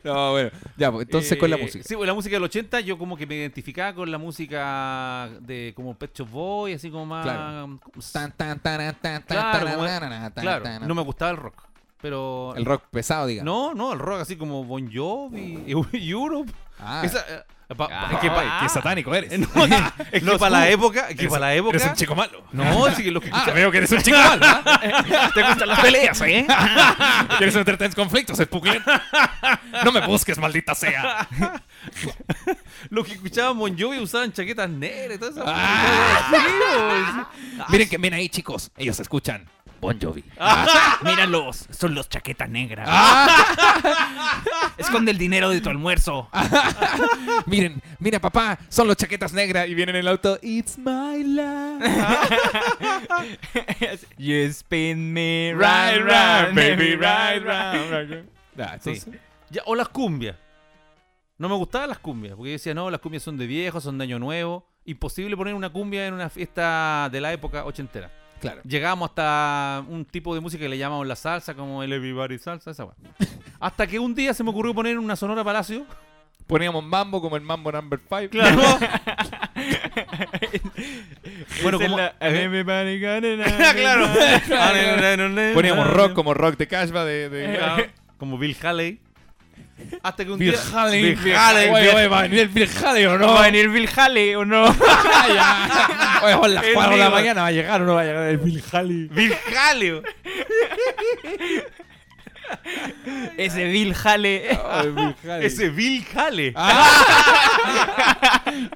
[SPEAKER 5] No, bueno. Ya, pues, entonces con la
[SPEAKER 4] Eh,
[SPEAKER 5] música.
[SPEAKER 4] Sí, pues, la música del 80 yo como que me identificaba con la música de como Pet Shop Boy, así como más...
[SPEAKER 5] Claro.
[SPEAKER 4] como-
[SPEAKER 5] Tan, tan, taran, tan, tan,
[SPEAKER 4] Claro,
[SPEAKER 5] taran,
[SPEAKER 4] como-
[SPEAKER 5] taran, tan,
[SPEAKER 4] claro,
[SPEAKER 5] tan.
[SPEAKER 4] no me gustaba el rock. Pero...
[SPEAKER 5] El rock pesado, digamos.
[SPEAKER 4] No, no, el rock así como Bon Jovi, Europe.
[SPEAKER 5] Ah.
[SPEAKER 4] Esa, eh, pa- pa-
[SPEAKER 7] Ay,
[SPEAKER 4] que pa-
[SPEAKER 6] Ah.
[SPEAKER 7] qué satánico eres.
[SPEAKER 4] No, que- es que para la época, que para la época.
[SPEAKER 7] Eres un chico malo.
[SPEAKER 4] No, sí que los que
[SPEAKER 7] Ah,
[SPEAKER 4] escucha-
[SPEAKER 7] veo que eres un chico malo. Te gustan las peleas, ¿eh? Quieres meterte en conflictos, Spugler. No me busques, maldita sea.
[SPEAKER 4] los que escuchaban Bon Jovi usaban
[SPEAKER 5] Ah.
[SPEAKER 4] chaquetas negras y todo eso.
[SPEAKER 7] Miren que ven ahí, chicos. Ellos escuchan
[SPEAKER 6] Bon Jovi. Míralos, son los chaqueta negra.
[SPEAKER 5] Ah.
[SPEAKER 6] Esconde el dinero de tu almuerzo.
[SPEAKER 5] Miren, mira papá, son los chaquetas negras y vienen en el auto. It's my life.
[SPEAKER 6] You spin me
[SPEAKER 7] Right round, baby, right
[SPEAKER 6] right
[SPEAKER 7] round.
[SPEAKER 5] Ah,
[SPEAKER 4] Sí.
[SPEAKER 5] entonces-
[SPEAKER 4] Ya, o las cumbias. No me gustaban las cumbias, porque yo decía, no, las cumbias son de viejos, son de año nuevo. Imposible poner una cumbia en una fiesta de la época ochentera.
[SPEAKER 5] Claro.
[SPEAKER 4] Llegamos hasta un tipo de música que le llamamos la salsa, como el everybody salsa, esa weá. Hasta que un día se me ocurrió poner una sonora palacio.
[SPEAKER 5] Poníamos mambo como el mambo number 5.
[SPEAKER 4] Claro. bueno, como...
[SPEAKER 6] Everybody got it.
[SPEAKER 4] claro.
[SPEAKER 5] Poníamos rock como rock de Cashba de,
[SPEAKER 4] Claro.
[SPEAKER 5] de...
[SPEAKER 4] Como Bill Haley. Hasta que un
[SPEAKER 5] Bill
[SPEAKER 4] día...
[SPEAKER 5] Haley.
[SPEAKER 4] Bill Haley,
[SPEAKER 5] Oye,
[SPEAKER 4] Bill-
[SPEAKER 5] oye, va a venir el Bill Haley o no.
[SPEAKER 6] ¿Va a venir Bill Haley o no?
[SPEAKER 5] Ya. Oye, son las
[SPEAKER 4] El
[SPEAKER 5] 4 de la
[SPEAKER 4] vivo.
[SPEAKER 5] mañana. ¿Va a llegar o no va a llegar el Bill Haley?
[SPEAKER 4] Bill Haley.
[SPEAKER 6] Ese Bill Haley.
[SPEAKER 5] Ay, Bill Haley.
[SPEAKER 4] Ese Bill Haley.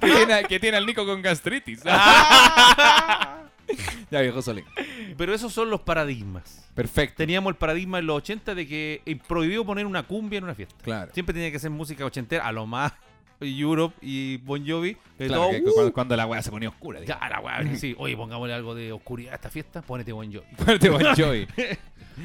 [SPEAKER 5] que, tiene, que tiene al Nico con gastritis.
[SPEAKER 4] Ah.
[SPEAKER 5] ya, viejo Solín.
[SPEAKER 4] Pero esos son los paradigmas.
[SPEAKER 5] Perfecto.
[SPEAKER 4] Teníamos el paradigma en los 80 de que eh, prohibido poner una cumbia en una fiesta.
[SPEAKER 5] Claro.
[SPEAKER 4] Siempre tenía que ser música ochentera, a lo más Europe y Bon Jovi. De
[SPEAKER 5] Claro,
[SPEAKER 4] todo,
[SPEAKER 5] que
[SPEAKER 4] uh,
[SPEAKER 5] cuando, cuando la weá se ponía oscura. "Ah, digo.
[SPEAKER 4] cara, weón, sí, oye, pongámosle algo de oscuridad a esta fiesta, ponete Bon Jovi.
[SPEAKER 5] Fuerte Bon Jovi.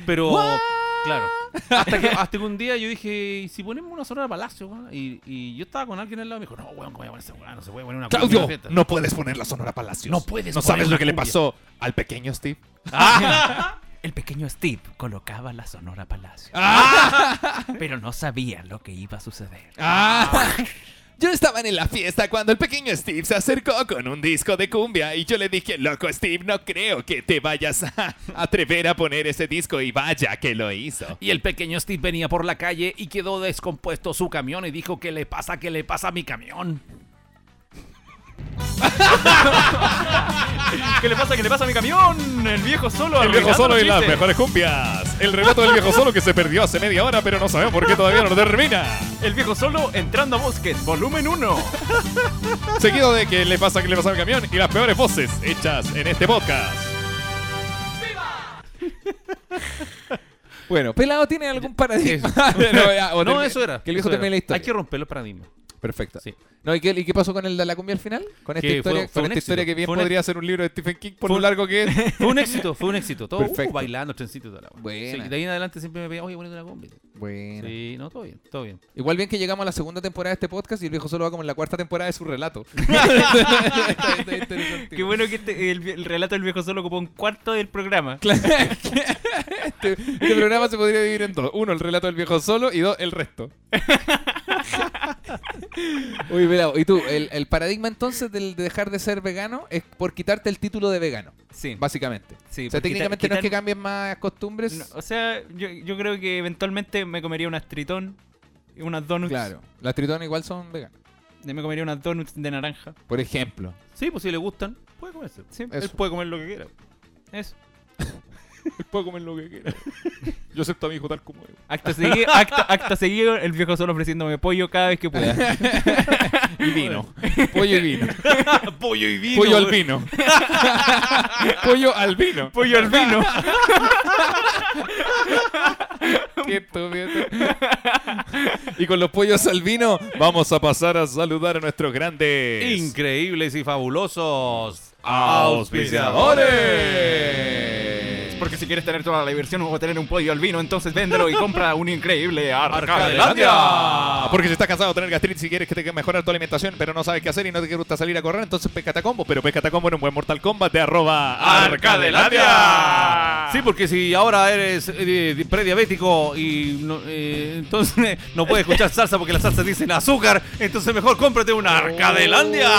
[SPEAKER 4] Pero, claro, hasta que, hasta que un día yo dije, ¿y si ponemos una zona de palacio? weón?" Y, y yo estaba con alguien al lado y me dijo, no, weón, ¿cómo voy a poner esa weá? No se puede poner una cumbia en una
[SPEAKER 5] Claudio,
[SPEAKER 4] fiesta.
[SPEAKER 5] no puedes poner la Sonora Palacios.
[SPEAKER 4] No puedes
[SPEAKER 5] No
[SPEAKER 4] poner
[SPEAKER 5] sabes
[SPEAKER 4] una
[SPEAKER 5] lo que le
[SPEAKER 4] cumbia.
[SPEAKER 5] pasó al pequeño Steve.
[SPEAKER 6] El pequeño Steve colocaba la Sonora Palacio. Pero no sabía lo que iba a suceder.
[SPEAKER 4] Ah.
[SPEAKER 5] Yo estaba en la fiesta cuando el pequeño Steve se acercó con un disco de cumbia y yo le dije, loco Steve, no creo que te vayas a atrever a poner ese disco y vaya que lo hizo.
[SPEAKER 4] Y el pequeño Steve venía por la calle y quedó descompuesto su camión y dijo, ¿qué le pasa? ¿Qué le pasa a mi camión?
[SPEAKER 8] ¿Qué le pasa? ¿Qué le pasa a mi camión? El viejo solo.
[SPEAKER 7] El viejo
[SPEAKER 8] arruinando
[SPEAKER 7] solo
[SPEAKER 8] los
[SPEAKER 7] y las
[SPEAKER 8] chistes.
[SPEAKER 7] mejores cumbias. El relato del viejo solo que se perdió hace media hora, pero no sabemos por qué todavía no termina.
[SPEAKER 8] El viejo solo entrando a Mosquet, volumen 1.
[SPEAKER 7] Seguido de que le pasa que le pasa al camión y las peores voces hechas en este podcast.
[SPEAKER 5] Bueno, Pelado tiene algún paradigma.
[SPEAKER 4] No, eso era.
[SPEAKER 5] Que el viejo
[SPEAKER 4] eso era.
[SPEAKER 5] termine la historia.
[SPEAKER 4] Hay que romper los paradigmas.
[SPEAKER 5] Perfecto.
[SPEAKER 4] Sí.
[SPEAKER 5] No, ¿y, qué, y qué pasó con el de la cumbia al final? Con esta
[SPEAKER 4] Que fue-
[SPEAKER 5] historia,
[SPEAKER 4] fue
[SPEAKER 5] con esta
[SPEAKER 4] un éxito.
[SPEAKER 5] historia que bien
[SPEAKER 4] Fue un
[SPEAKER 5] podría ser un libro de Stephen King por lo
[SPEAKER 4] fue un-
[SPEAKER 5] largo que es.
[SPEAKER 4] Fue un éxito, fue un éxito. Todo uh,
[SPEAKER 5] Perfecto.
[SPEAKER 4] bailando, trencito y toda la wea.
[SPEAKER 5] Buena.
[SPEAKER 4] Sí, de ahí en adelante siempre me pedía, oye, ponete una combi.
[SPEAKER 5] Bueno.
[SPEAKER 4] Sí, no, todo bien, todo bien.
[SPEAKER 5] Igual bien que llegamos a la segunda temporada de este podcast y el viejo solo va como en la cuarta temporada de su relato.
[SPEAKER 6] Qué bueno que este- el, el relato del viejo solo ocupó un cuarto del programa.
[SPEAKER 5] este, este programa se podría dividir en dos. Uno, el relato del viejo solo y dos, el resto. Uy, Pelao, y tú, el, el paradigma entonces del de dejar de ser vegano es por quitarte el título de vegano,
[SPEAKER 6] Sí.
[SPEAKER 5] básicamente.
[SPEAKER 6] sí
[SPEAKER 5] o sea,
[SPEAKER 6] pues,
[SPEAKER 5] técnicamente
[SPEAKER 6] quitar-
[SPEAKER 5] no es que cambies más costumbres.
[SPEAKER 6] quitar- no, o sea, yo, yo creo que eventualmente me comería unas tritón, y unas donuts.
[SPEAKER 5] Claro, las tritonas igual son veganas.
[SPEAKER 6] Yo me comería unas donuts de naranja.
[SPEAKER 5] Por ejemplo.
[SPEAKER 4] Sí, pues si le gustan, puede comerse.
[SPEAKER 6] Sí,
[SPEAKER 5] Eso.
[SPEAKER 4] Él puede comer lo que quiera.
[SPEAKER 6] eso.
[SPEAKER 7] Puedo comer lo que quiera. Yo acepto a mi hijo tal como es.
[SPEAKER 6] Acto seguido, acto, acto seguido, el viejo solo ofreciéndome pollo cada vez que pueda.
[SPEAKER 5] Y vino. Pollo y vino.
[SPEAKER 4] Pollo y vino.
[SPEAKER 5] Pollo al vino. Pollo al vino.
[SPEAKER 6] pollo al vino.
[SPEAKER 5] Qué estúpido.
[SPEAKER 7] Y con los pollos al vino, vamos a pasar a saludar a nuestros grandes
[SPEAKER 4] Increíbles y fabulosos.
[SPEAKER 7] auspiciadores.
[SPEAKER 8] Porque si quieres tener toda la diversión o tener un pollo al vino, entonces véndelo y compra un increíble
[SPEAKER 7] Arcadelandia. Porque si estás cansado de tener gastritis y quieres que te mejorar tu alimentación, pero no sabes qué hacer y no te gusta salir a correr, entonces pescate a combo. Pero pescate a combo en un buen Mortal Kombat de arroba Arcadelandia.
[SPEAKER 4] Sí, porque si ahora eres eh, di- prediabético y no- eh, entonces no puedes escuchar salsa porque las salsas dicen azúcar, entonces mejor cómprate una Arcadelandia.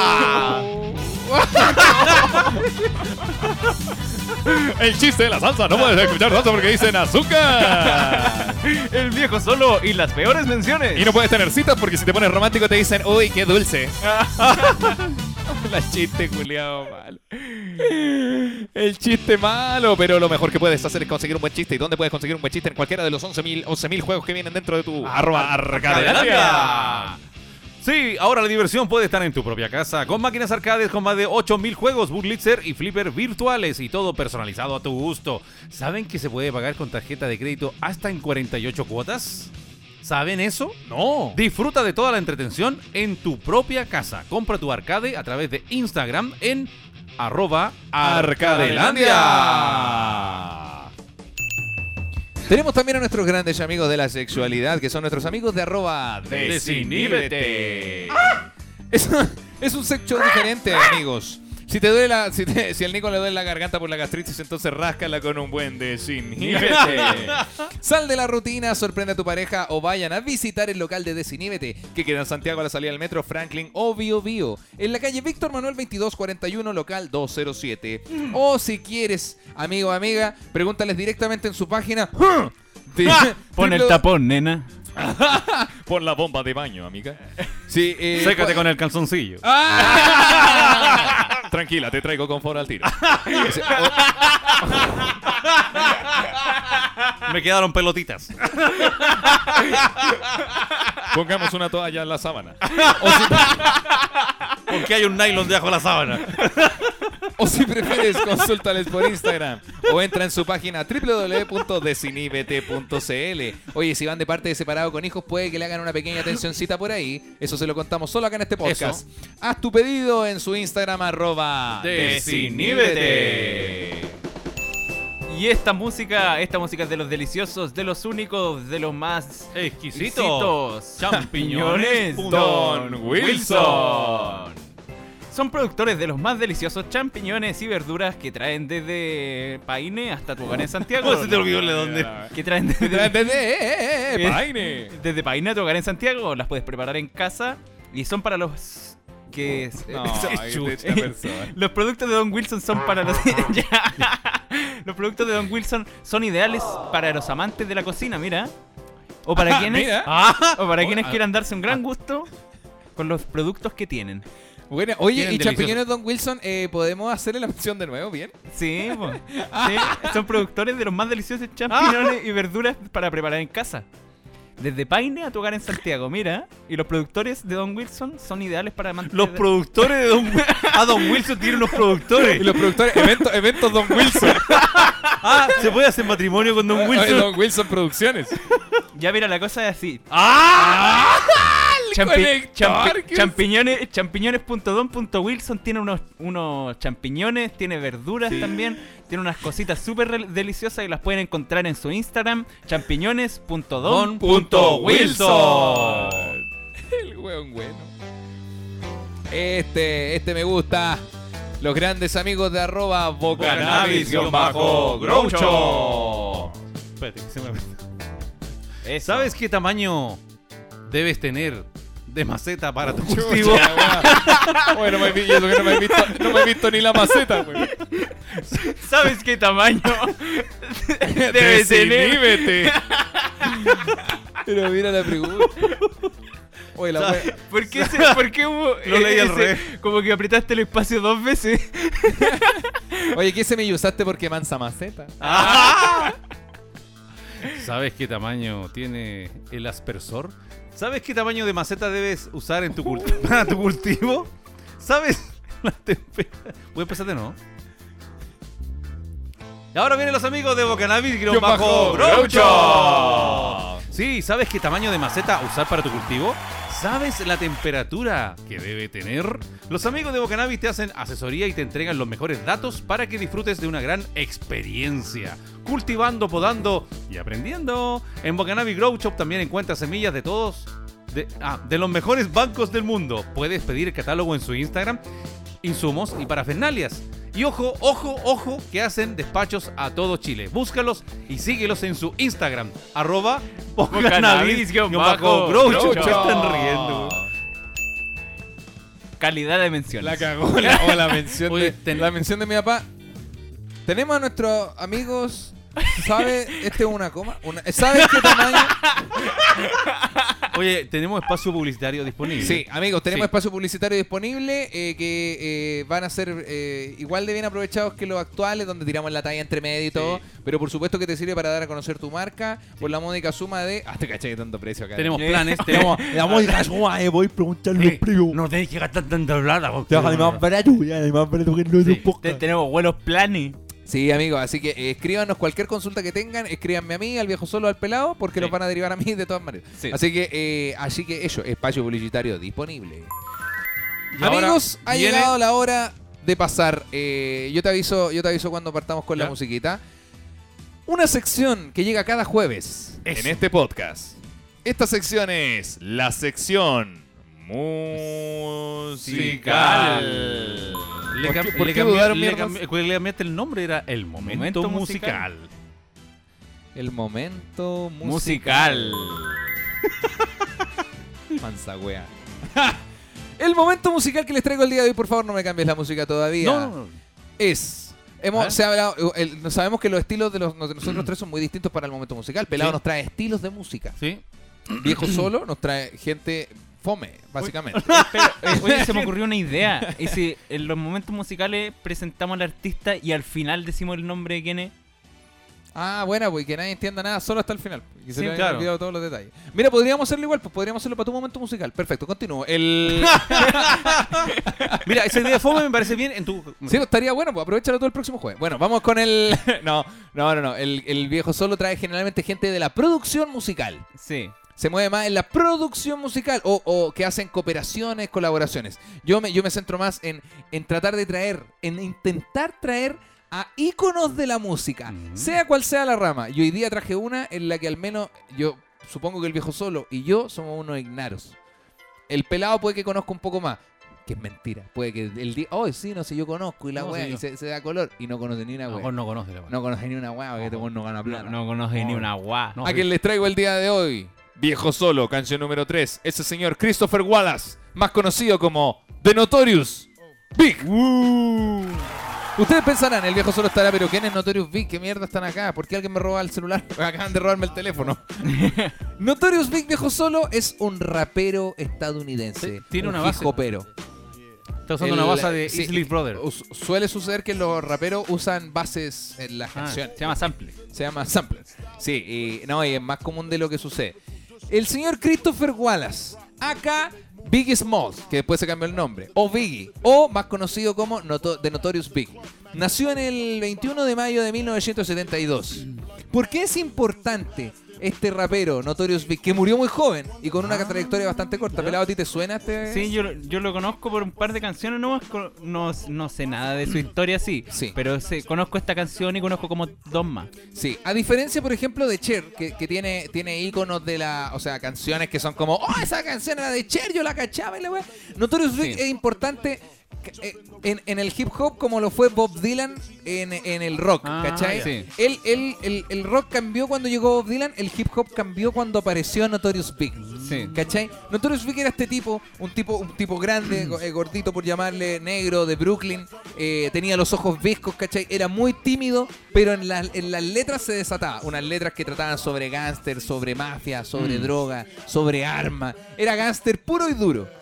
[SPEAKER 7] El chiste de la salsa. No puedes escuchar salsa porque dicen azúcar.
[SPEAKER 8] El viejo solo y las peores menciones.
[SPEAKER 7] Y no puedes tener citas porque si te pones romántico te dicen, uy, qué dulce.
[SPEAKER 5] La chiste, culiao, mal.
[SPEAKER 7] El chiste malo, pero lo mejor que puedes hacer es conseguir un buen chiste. ¿Y dónde puedes conseguir un buen
[SPEAKER 8] Ah,
[SPEAKER 7] chiste? En cualquiera de los 11.000 11.000 juegos que vienen dentro de tu arroba Arcadelandia.
[SPEAKER 4] Sí, ahora la diversión puede estar en tu propia casa, con máquinas arcades con más de 8000 juegos, Burlitzer y flipper virtuales y todo personalizado a tu gusto. ¿Saben que se puede pagar con tarjeta de crédito hasta en 48 cuotas? ¿Saben eso?
[SPEAKER 9] No.
[SPEAKER 4] Disfruta de toda la entretención en tu propia casa. Compra tu arcade a través de Instagram en arroba arcadelandia.
[SPEAKER 5] Tenemos también a nuestros grandes amigos de la sexualidad, que son nuestros amigos de arroba
[SPEAKER 4] Desiníbete.
[SPEAKER 5] Es, es un sex show diferente, amigos. Si te duele la, si, te- si al Nico le duele la garganta por la gastritis, entonces ráscala con un buen Desiníbete. Sal de la rutina, sorprende a tu pareja o vayan a visitar el local de Desiníbete, que queda en Santiago a la salida del metro Franklin o Bio Bio, en la calle Víctor Manuel 2241, local 207. O si quieres, amigo o amiga, pregúntales directamente en su página.
[SPEAKER 4] Pon el
[SPEAKER 5] Triplo-
[SPEAKER 4] tapón, nena.
[SPEAKER 7] Pon la bomba de baño, amiga.
[SPEAKER 5] Sí, eh, Ah.
[SPEAKER 4] Sécate
[SPEAKER 5] cua-
[SPEAKER 4] con el calzoncillo.
[SPEAKER 7] Tranquila, te traigo confort al tiro.
[SPEAKER 5] Ese- o-
[SPEAKER 4] Me quedaron pelotitas.
[SPEAKER 7] Pongamos una toalla en la sábana.
[SPEAKER 4] Porque hay un nylon debajo de la sábana.
[SPEAKER 5] O si prefieres, consúltales por Instagram o entra en su página www.desiníbete.cl. Oye, si van de parte de separado con hijos, puede que le hagan una pequeña atencioncita por ahí. Eso se lo contamos solo acá en este podcast. Haz tu pedido en su Instagram arroba
[SPEAKER 4] Desiníbete.
[SPEAKER 6] Y esta música, esta música es de los deliciosos, de los únicos, de los más
[SPEAKER 4] Exquisitos.
[SPEAKER 6] exquisitos.
[SPEAKER 4] Champiñones.
[SPEAKER 7] Don Wilson.
[SPEAKER 6] Son productores de los más deliciosos champiñones y verduras que traen desde Paine hasta tu hogar en Santiago.
[SPEAKER 4] ¿Cómo se te olvidó de dónde?
[SPEAKER 6] Que traen desde,
[SPEAKER 5] Desiníbete.
[SPEAKER 10] Eh,
[SPEAKER 7] ¡Paine!
[SPEAKER 6] desde Paine a tu hogar en Santiago. Las puedes preparar en casa y son para los que...
[SPEAKER 10] eh,
[SPEAKER 7] esta persona.
[SPEAKER 6] Los productos de Don Wilson son para los. Ya. Los productos de Don Wilson son ideales para los amantes de la cocina, mira. O
[SPEAKER 4] Ah,
[SPEAKER 6] para
[SPEAKER 5] Ah,
[SPEAKER 6] quienes. O para quienes quieran darse un gran gusto con los productos que tienen.
[SPEAKER 5] Bueno, oye,
[SPEAKER 4] Bien
[SPEAKER 5] y
[SPEAKER 4] delicioso.
[SPEAKER 5] champiñones Don Wilson, eh, ¿podemos hacerle la mención de nuevo? ¿Bien?
[SPEAKER 6] Sí, po. Sí, son productores de los más deliciosos
[SPEAKER 4] Ah.
[SPEAKER 6] champiñones y verduras para preparar en casa. Desde Paine a tu hogar en Santiago, mira. Y los productores de Don Wilson son ideales para amantes
[SPEAKER 4] Los
[SPEAKER 6] de-
[SPEAKER 4] productores de Don Wilson. Ah, Don Wilson tiene unos productores.
[SPEAKER 5] Y los productores, eventos, eventos Don Wilson.
[SPEAKER 4] Ah, se puede hacer matrimonio con Don
[SPEAKER 5] Eh,
[SPEAKER 4] Wilson.
[SPEAKER 5] Don Wilson Producciones.
[SPEAKER 6] Ya mira, la cosa es así.
[SPEAKER 4] ¡Ah!
[SPEAKER 6] Champi-
[SPEAKER 5] conector,
[SPEAKER 6] champi-
[SPEAKER 5] ¿qué es?
[SPEAKER 6] champiñones champiñones.don.wilson tiene unos unos champiñones, tiene verduras también, tiene unas cositas súper rel- deliciosas y las pueden encontrar en su Instagram champiñones.don.
[SPEAKER 5] El weón bueno. Este, este me gusta. Los grandes amigos de arroba Bocanabis.
[SPEAKER 4] Groucho. Espérate, que se me ¿Sabes qué tamaño debes tener de maceta para tu cultivo?
[SPEAKER 5] Bueno, me, vi- y eso que no, me he visto, no me he visto ni la maceta, weón.
[SPEAKER 6] ¿Sabes qué tamaño debe tener?
[SPEAKER 7] Desinhíbete.
[SPEAKER 5] Pero mira la pregunta. Oye, la wea-
[SPEAKER 6] ¿Por qué, se- por qué hubo
[SPEAKER 4] Lo leí al
[SPEAKER 6] ese-
[SPEAKER 4] revés.
[SPEAKER 6] como que apretaste el espacio dos veces?
[SPEAKER 5] Oye, ¿qué se me usaste porque mansa maceta?
[SPEAKER 4] ¿Sabes qué tamaño tiene el aspersor? ¿Sabes qué tamaño de maceta debes usar en tu, culti- para tu cultivo? ¿Sabes la temperatura? Voy a empezar de nuevo. Y ahora vienen los amigos de Bocanabis Guión Bajo Groucho. Sí, ¿sabes qué tamaño de maceta usar para tu cultivo? ¿Sabes la temperatura que debe tener? Los amigos de Bocanabis te hacen asesoría y te entregan los mejores datos para que disfrutes de una gran experiencia. Cultivando, podando y aprendiendo. En Bocanabis Grow Shop también encuentras semillas de todos. De, ah, de los mejores bancos del mundo. Puedes pedir el catálogo en su Instagram insumos y parafernalias. Y ojo, ojo, ojo, que hacen despachos a todo Chile. Búscalos y síguelos en su Instagram, arroba
[SPEAKER 6] Bocanabis, guión bajo,
[SPEAKER 4] Groucho.
[SPEAKER 6] Groucho.
[SPEAKER 4] Se están riendo.
[SPEAKER 6] Calidad de menciones.
[SPEAKER 5] La cagó la, o la mención
[SPEAKER 4] Oye,
[SPEAKER 5] de
[SPEAKER 4] ten-
[SPEAKER 5] la mención de mi papá. Tenemos a nuestros amigos ¿Sabe? Este es una coma. Una, ¿Sabes qué tamaño?
[SPEAKER 8] Oye, tenemos espacio publicitario disponible.
[SPEAKER 5] Sí, amigos, tenemos
[SPEAKER 8] Sí.
[SPEAKER 5] espacio publicitario disponible eh, que eh, van a ser eh, igual de bien aprovechados que los actuales, donde tiramos la talla entre medio y todo. Pero por supuesto que te sirve para dar a conocer tu marca por la módica suma de. Ah, te caché de tanto precio acá.
[SPEAKER 8] Tenemos planes, tenemos.
[SPEAKER 10] Tenemos la música suma, eh, voy a preguntarle a los primos.
[SPEAKER 8] No tenéis que gastar tanta plata.
[SPEAKER 10] Te vas a más barato, ya, además barato que no es un
[SPEAKER 6] Te-
[SPEAKER 10] podcast.
[SPEAKER 6] tenemos buenos planes.
[SPEAKER 5] Sí, amigos, así que eh, escríbanos cualquier consulta que tengan, escríbanme a mí, al viejo solo, al pelado, porque los van a derivar a mí de todas maneras.
[SPEAKER 8] Sí.
[SPEAKER 5] Así que, eh, así que eso, espacio publicitario disponible.
[SPEAKER 8] Y ahora
[SPEAKER 5] Amigos, ha
[SPEAKER 8] viene-
[SPEAKER 5] llegado la hora de pasar. eh, yo te aviso, yo te aviso cuando partamos con
[SPEAKER 8] Ya.
[SPEAKER 5] la musiquita. Una sección que llega cada jueves.
[SPEAKER 7] En este podcast. Esta sección es la sección musical.
[SPEAKER 8] Le,
[SPEAKER 7] ¿Por
[SPEAKER 8] cam-
[SPEAKER 7] qué- por
[SPEAKER 8] le
[SPEAKER 7] qué
[SPEAKER 8] cambié-
[SPEAKER 7] dudaron,
[SPEAKER 8] le
[SPEAKER 7] mierdas?
[SPEAKER 8] cambié-
[SPEAKER 4] pues,
[SPEAKER 8] le cambiaste el nombre, era el momento,
[SPEAKER 6] Momento
[SPEAKER 8] musical.
[SPEAKER 6] musical.
[SPEAKER 5] este- El momento
[SPEAKER 6] Musical.
[SPEAKER 5] Mansa wea. el momento musical que les traigo el día de hoy, por favor, no me cambies la música todavía.
[SPEAKER 8] No, no, no. A
[SPEAKER 5] es.
[SPEAKER 8] ver.
[SPEAKER 5] Hemos, se ha hablado, eh, el- no sabemos que los estilos de los, de nosotros tres son muy distintos para el momento musical. Pelado
[SPEAKER 8] Sí.
[SPEAKER 5] nos trae estilos de música.
[SPEAKER 8] Sí.
[SPEAKER 5] Viejo solo nos trae gente fome, básicamente.
[SPEAKER 6] Pero, oye, se me ocurrió una idea. Y si en los momentos musicales presentamos al artista y al final decimos el nombre de quién es.
[SPEAKER 5] ah, buena, pues que nadie entienda nada solo hasta el final. Y se
[SPEAKER 6] Sí,
[SPEAKER 5] le hayan
[SPEAKER 6] claro.
[SPEAKER 5] olvidado todos los detalles. Mira, podríamos hacerlo igual, pues podríamos hacerlo para tu momento musical. Perfecto, continúo. El...
[SPEAKER 8] Mira, esa idea de fome me parece bien en tu.
[SPEAKER 5] sí, estaría bueno, pues aprovechalo todo el próximo jueves. Bueno, vamos con el... no, no, no, no. El, el viejo solo trae generalmente gente de la producción musical.
[SPEAKER 6] Sí.
[SPEAKER 5] se mueve más en la producción musical o, o que hacen cooperaciones, colaboraciones. Yo me, yo me centro más en, en tratar de traer, en intentar traer a íconos de la música, sea cual sea la rama. Y hoy día traje una en la que al menos yo supongo que el viejo solo y yo somos unos ignaros. El pelado puede que conozca un poco más. Que es mentira. Puede que el día. Oh, sí, no sé, yo conozco y la
[SPEAKER 8] No,
[SPEAKER 5] wea.
[SPEAKER 8] sí,
[SPEAKER 5] y
[SPEAKER 8] yo.
[SPEAKER 5] se, se da color. Y no conoce ni una wea.
[SPEAKER 8] Mejor
[SPEAKER 5] No,
[SPEAKER 8] no conoce la buena.
[SPEAKER 5] conoce ni una wea porque este weón no gana plata.
[SPEAKER 6] conoce ni una guá.
[SPEAKER 5] a quien les traigo el día de hoy.
[SPEAKER 7] Viejo Solo, canción número 3. Ese señor Christopher Wallace, más conocido como The Notorious Big.
[SPEAKER 5] Uh. Ustedes pensarán, el viejo solo estará, pero ¿quién es Notorious Big? ¿Qué mierda están acá? ¿Por qué alguien me roba el celular? Acaban de robarme el teléfono. Notorious Big, viejo solo, es un rapero estadounidense.
[SPEAKER 8] Sí, tiene
[SPEAKER 5] un
[SPEAKER 8] una base.
[SPEAKER 5] pero
[SPEAKER 8] Está usando una base de Isley Brothers.
[SPEAKER 5] Suele suceder que los raperos usan bases en las
[SPEAKER 6] Ah,
[SPEAKER 5] canciones.
[SPEAKER 6] se llama sample.
[SPEAKER 5] Se llama samples. Sí, y, no, y es más común de lo que sucede. El señor Christopher Wallace, acá Biggie Smalls, que después se cambió el nombre, o Biggie, o más conocido como Noto- The Notorious Big, nació en el 21 de mayo de 1972. ¿Por qué es importante este rapero, Notorious Big, que murió muy joven y con una trayectoria bastante corta? Pelado, ¿a ti te suena este?
[SPEAKER 6] Ah. Sí, yo, yo lo conozco por un par de canciones nomás. con- No, no sé nada de su historia, sí.
[SPEAKER 5] Sí.
[SPEAKER 6] Pero sé- conozco esta canción y conozco como dos más.
[SPEAKER 5] Sí, a diferencia, por ejemplo, de Cher, que, que tiene, tiene íconos de la. O sea, canciones que son como, oh, esa canción era de Cher, yo la cachaba y la weá. Notorious Big es importante que- eh, en, en el hip hop como lo fue Bob Dylan en, en el rock,
[SPEAKER 6] Ah,
[SPEAKER 5] ¿cachai?
[SPEAKER 6] sí.
[SPEAKER 5] Él- él- el, el rock cambió cuando llegó Bob Dylan, el hip hop cambió cuando apareció Notorious Big.
[SPEAKER 6] Sí.
[SPEAKER 5] ¿Cachai? Notorious Big era este tipo, un tipo, un tipo grande, go- eh, gordito por llamarle, negro, de Brooklyn, eh, tenía los ojos viscos, ¿cachai? Era muy tímido, pero en, las- en las letras se desataba. Unas letras que trataban sobre gángster, sobre mafia, sobre droga, sobre arma. Era gángster puro y duro.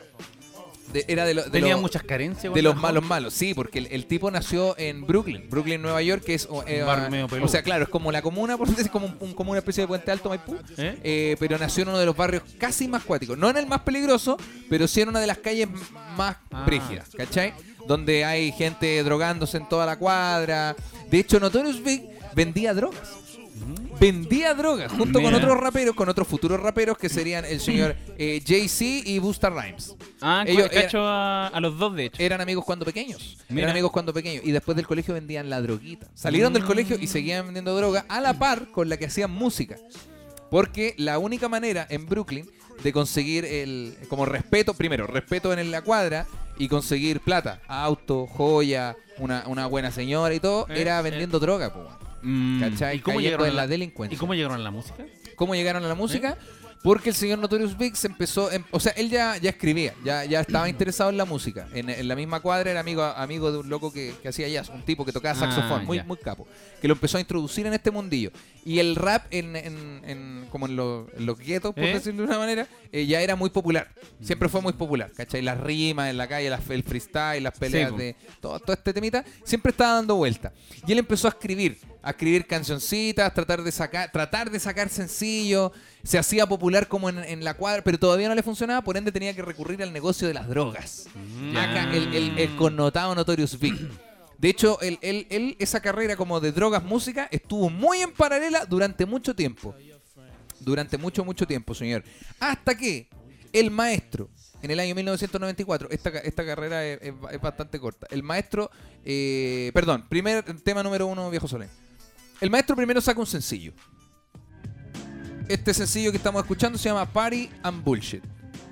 [SPEAKER 5] De- era de lo- de
[SPEAKER 8] Tenía
[SPEAKER 5] lo-
[SPEAKER 8] muchas carencias.
[SPEAKER 5] de los
[SPEAKER 8] weón.
[SPEAKER 5] malos malos, sí, porque el, el tipo nació en Brooklyn, Brooklyn, Nueva York, que es... o- eh,
[SPEAKER 8] Un bar
[SPEAKER 5] ah,
[SPEAKER 8] medio
[SPEAKER 5] o
[SPEAKER 8] peludo.
[SPEAKER 5] sea, claro, es como la comuna, por decir, como, un- un- como una especie de puente alto Maipú,
[SPEAKER 8] ¿Eh?
[SPEAKER 5] eh, pero nació en uno de los barrios casi más cuáticos. No en el más peligroso, pero sí en una de las calles m- más
[SPEAKER 8] Ah.
[SPEAKER 5] brígidas, ¿cachai? Donde hay gente drogándose en toda la cuadra. De hecho, Notorious Big vendía drogas.
[SPEAKER 8] Mm.
[SPEAKER 5] Vendía drogas junto con
[SPEAKER 6] Mira.
[SPEAKER 5] otros raperos, con otros futuros raperos que serían el señor eh, Jay-Z y Busta Rhymes.
[SPEAKER 6] Ah, cu-
[SPEAKER 5] Ellos-
[SPEAKER 6] cacho a, a los dos, de hecho.
[SPEAKER 5] Eran amigos cuando pequeños.
[SPEAKER 6] Mira.
[SPEAKER 5] Eran amigos cuando pequeños. Y después del colegio vendían la droguita. Salieron del colegio y seguían vendiendo droga a la par con la que hacían música. Porque la única manera en Brooklyn de conseguir el como respeto, primero, respeto en la cuadra y conseguir plata, auto, joya, una, una buena señora y todo,
[SPEAKER 8] Eh,
[SPEAKER 5] era
[SPEAKER 8] eh.
[SPEAKER 5] vendiendo droga, po, weón.
[SPEAKER 4] Mm.
[SPEAKER 5] ¿Cachai?
[SPEAKER 4] ¿Y cómo
[SPEAKER 5] Cayendo
[SPEAKER 4] llegaron
[SPEAKER 5] en
[SPEAKER 4] a
[SPEAKER 5] la
[SPEAKER 4] la-
[SPEAKER 5] delincuencia.
[SPEAKER 4] ¿Y cómo llegaron a la música?
[SPEAKER 5] cómo llegaron a la música, porque el señor Notorious Big se empezó, em- o sea, él ya, ya escribía, ya, ya estaba interesado en la música. En, en la misma cuadra era amigo, amigo de un loco que, que hacía jazz, un tipo que tocaba saxofón,
[SPEAKER 4] Ah,
[SPEAKER 5] muy,
[SPEAKER 4] ya.
[SPEAKER 5] muy capo, que lo empezó a introducir en este mundillo. Y el rap, en, en- en- como en, los- en los guetos, por
[SPEAKER 4] ¿Eh? Mm.
[SPEAKER 5] decirlo de una manera, eh, ya era muy popular. Siempre fue muy popular, ¿cachai? Las rimas en la calle, las- el freestyle, las peleas
[SPEAKER 4] po.
[SPEAKER 5] de todo, todo este temita, siempre estaba dando vuelta. Y él empezó a escribir, a escribir cancioncitas, tratar de sacar, tratar de sacar sencillos, se hacía popular como en, en la cuadra, pero todavía no le funcionaba, por ende tenía que recurrir al negocio de las drogas. Acá el, el- el connotado Notorious Big. De hecho, él, él- él, esa carrera como de drogas, música, estuvo muy en paralela durante mucho tiempo. Durante mucho, mucho tiempo, señor. Hasta que el maestro, en el año 1994, esta, ca- esta carrera es, es ba- es bastante corta. El maestro, eh, perdón, primer tema número uno, Viejo Solén. El maestro primero saca un sencillo. Este sencillo que estamos escuchando se llama Party and Bullshit.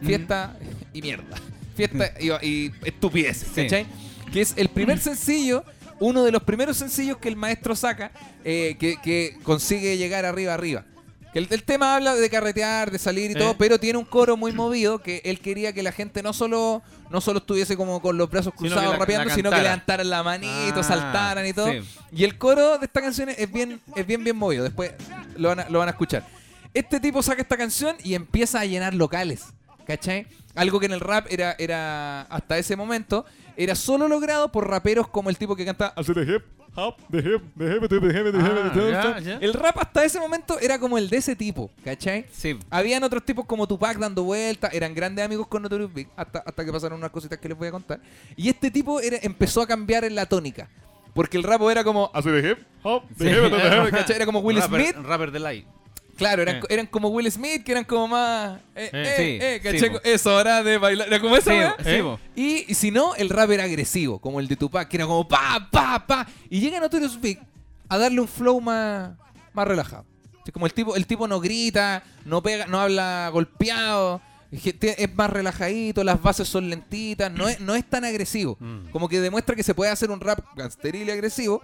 [SPEAKER 5] Fiesta y mierda. Fiesta y, y estupideces, ¿cachai? Que es el primer sencillo, uno de los primeros sencillos que el maestro saca, eh, que, que consigue llegar arriba, arriba. Que el, el tema habla de carretear, de salir y todo, pero tiene un coro muy movido que él quería que la gente no solo, no solo estuviese como con los brazos
[SPEAKER 4] Sino que
[SPEAKER 5] cruzados
[SPEAKER 4] la-
[SPEAKER 5] rapeando,
[SPEAKER 4] la
[SPEAKER 5] sino que
[SPEAKER 4] cantara.
[SPEAKER 5] levantaran la manito,
[SPEAKER 4] Ah,
[SPEAKER 5] saltaran y todo.
[SPEAKER 4] sí.
[SPEAKER 5] Y el coro de esta canción es bien, es bien, bien movido. Después lo van, a, lo van a escuchar. Este tipo saca esta canción y empieza a llenar locales. ¿Cachai? Algo que en el rap era, era hasta ese momento, era solo logrado por raperos como el tipo que canta
[SPEAKER 10] Hacer de hip, hop, de hip, de hip, de hip, de hip, de hip, de hip,
[SPEAKER 4] Ah,
[SPEAKER 10] de hip.
[SPEAKER 4] ya, ya.
[SPEAKER 5] el rap hasta ese momento era como el de ese tipo, ¿cachai?
[SPEAKER 4] Sí.
[SPEAKER 5] Habían otros tipos como Tupac dando vueltas, eran grandes amigos con Notorious Big, hasta, hasta que pasaron unas cositas que les voy a contar. Y este tipo era- empezó a cambiar en la tónica, porque el rapo era como...
[SPEAKER 7] Así de hip, hop, de hip, de hip.
[SPEAKER 6] Ah.
[SPEAKER 5] ¿cachai? Era como Will
[SPEAKER 4] rapper,
[SPEAKER 5] Smith.
[SPEAKER 4] Rapper de light.
[SPEAKER 5] Claro, eran,
[SPEAKER 4] Eh.
[SPEAKER 5] eran como Will Smith, que eran como más... Eh,
[SPEAKER 4] Eh,
[SPEAKER 5] eh,
[SPEAKER 4] sí,
[SPEAKER 5] eh,
[SPEAKER 4] sí,
[SPEAKER 5] ¿cachai?
[SPEAKER 4] po.
[SPEAKER 5] Eso, ahora de bailar. Era como esa,
[SPEAKER 4] Sí,
[SPEAKER 5] weá.
[SPEAKER 4] sí,
[SPEAKER 5] Eh.
[SPEAKER 4] po.
[SPEAKER 5] y, y si no, el rap era agresivo, como el de Tupac, que era como pa, pa, pa. Y llega Notorious Big a darle un flow más, más relajado. Así como el tipo, el tipo no grita, no pega, no habla golpeado, es que te- es más relajadito, las bases son lentitas, no es, no es tan agresivo.
[SPEAKER 4] Mm.
[SPEAKER 5] Como que demuestra que se puede hacer un rap gangsteril y agresivo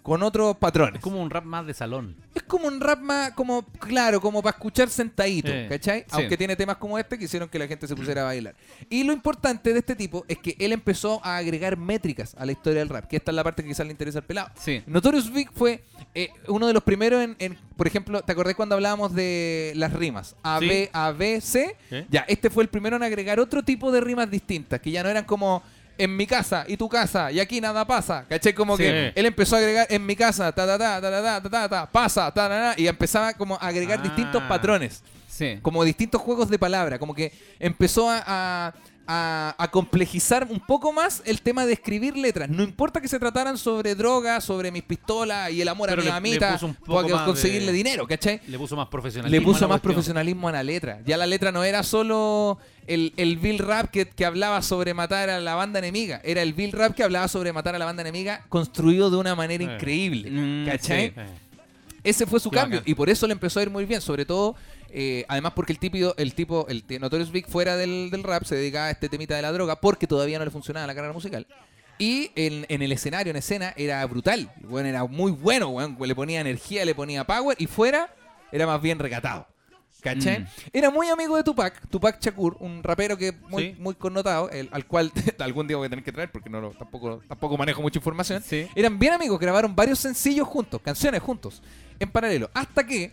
[SPEAKER 5] con otros patrones.
[SPEAKER 4] Es como un rap más de salón.
[SPEAKER 5] Es como un rap más, como, claro, como para escuchar sentadito,
[SPEAKER 4] Eh,
[SPEAKER 5] ¿cachai?
[SPEAKER 4] sí.
[SPEAKER 5] Aunque tiene temas como este que hicieron que la gente se pusiera a bailar. Y lo importante de este tipo es que él empezó a agregar métricas a la historia del rap, que esta es la parte que quizás le interesa al pelado.
[SPEAKER 4] Sí.
[SPEAKER 5] Notorious Big fue eh, uno de los primeros en, en- por ejemplo, ¿te acordás cuando hablábamos de las rimas? A,
[SPEAKER 4] Sí.
[SPEAKER 5] B, A, B, C.
[SPEAKER 4] ¿Eh?
[SPEAKER 5] Ya, este fue el primero en agregar otro tipo de rimas distintas, que ya no eran como en mi casa y tu casa y aquí nada pasa, ¿cachai? Como
[SPEAKER 4] Sí.
[SPEAKER 5] que él empezó a agregar en mi casa, ta ta ta ta ta ta ta, ta, pasa, ta ta, ta, y empezaba como a agregar
[SPEAKER 4] Ah.
[SPEAKER 5] distintos patrones
[SPEAKER 4] Sí.
[SPEAKER 5] como distintos juegos de palabra, como que empezó a, a- a- a complejizar un poco más el tema de escribir letras. No importa que se trataran sobre drogas, sobre mis pistolas y el amor
[SPEAKER 4] Pero
[SPEAKER 5] a mi
[SPEAKER 4] le- le
[SPEAKER 5] mamita,
[SPEAKER 4] puso un poco
[SPEAKER 5] o a que-
[SPEAKER 4] más
[SPEAKER 5] conseguirle
[SPEAKER 4] de-
[SPEAKER 5] dinero, ¿cachai?
[SPEAKER 4] Le puso más profesionalismo.
[SPEAKER 5] Le puso
[SPEAKER 4] a la
[SPEAKER 5] más
[SPEAKER 4] cuestión.
[SPEAKER 5] profesionalismo a la letra. Ya la letra no era solo el, el Bill Rap que, que hablaba sobre matar a la banda enemiga. Era el Bill Rap que hablaba sobre matar a la banda enemiga construido de una manera
[SPEAKER 4] Eh.
[SPEAKER 5] increíble.
[SPEAKER 6] Mm,
[SPEAKER 5] ¿Cachai?
[SPEAKER 6] sí.
[SPEAKER 5] Ese fue su
[SPEAKER 4] Qué
[SPEAKER 5] cambio.
[SPEAKER 4] bacán.
[SPEAKER 5] Y por eso le empezó a ir muy bien. Sobre todo, eh, además porque el típido, el tipo, el t- Notorious Big fuera del, del rap se dedicaba a este temita de la droga porque todavía no le funcionaba la carrera musical. Y en, en el escenario, en escena, era brutal. El weón era muy bueno, weón. Le ponía energía, le ponía power. Y fuera, era más bien recatado. ¿Cachai?
[SPEAKER 4] Mm.
[SPEAKER 5] Era muy amigo de Tupac, Tupac Shakur, un rapero que muy,
[SPEAKER 4] Sí.
[SPEAKER 5] muy connotado, el- al cual algún día voy a tener que traer porque no lo- tampoco, tampoco manejo mucha información.
[SPEAKER 4] Sí.
[SPEAKER 5] Eran bien amigos, grabaron varios sencillos juntos, canciones juntos, en paralelo. Hasta que,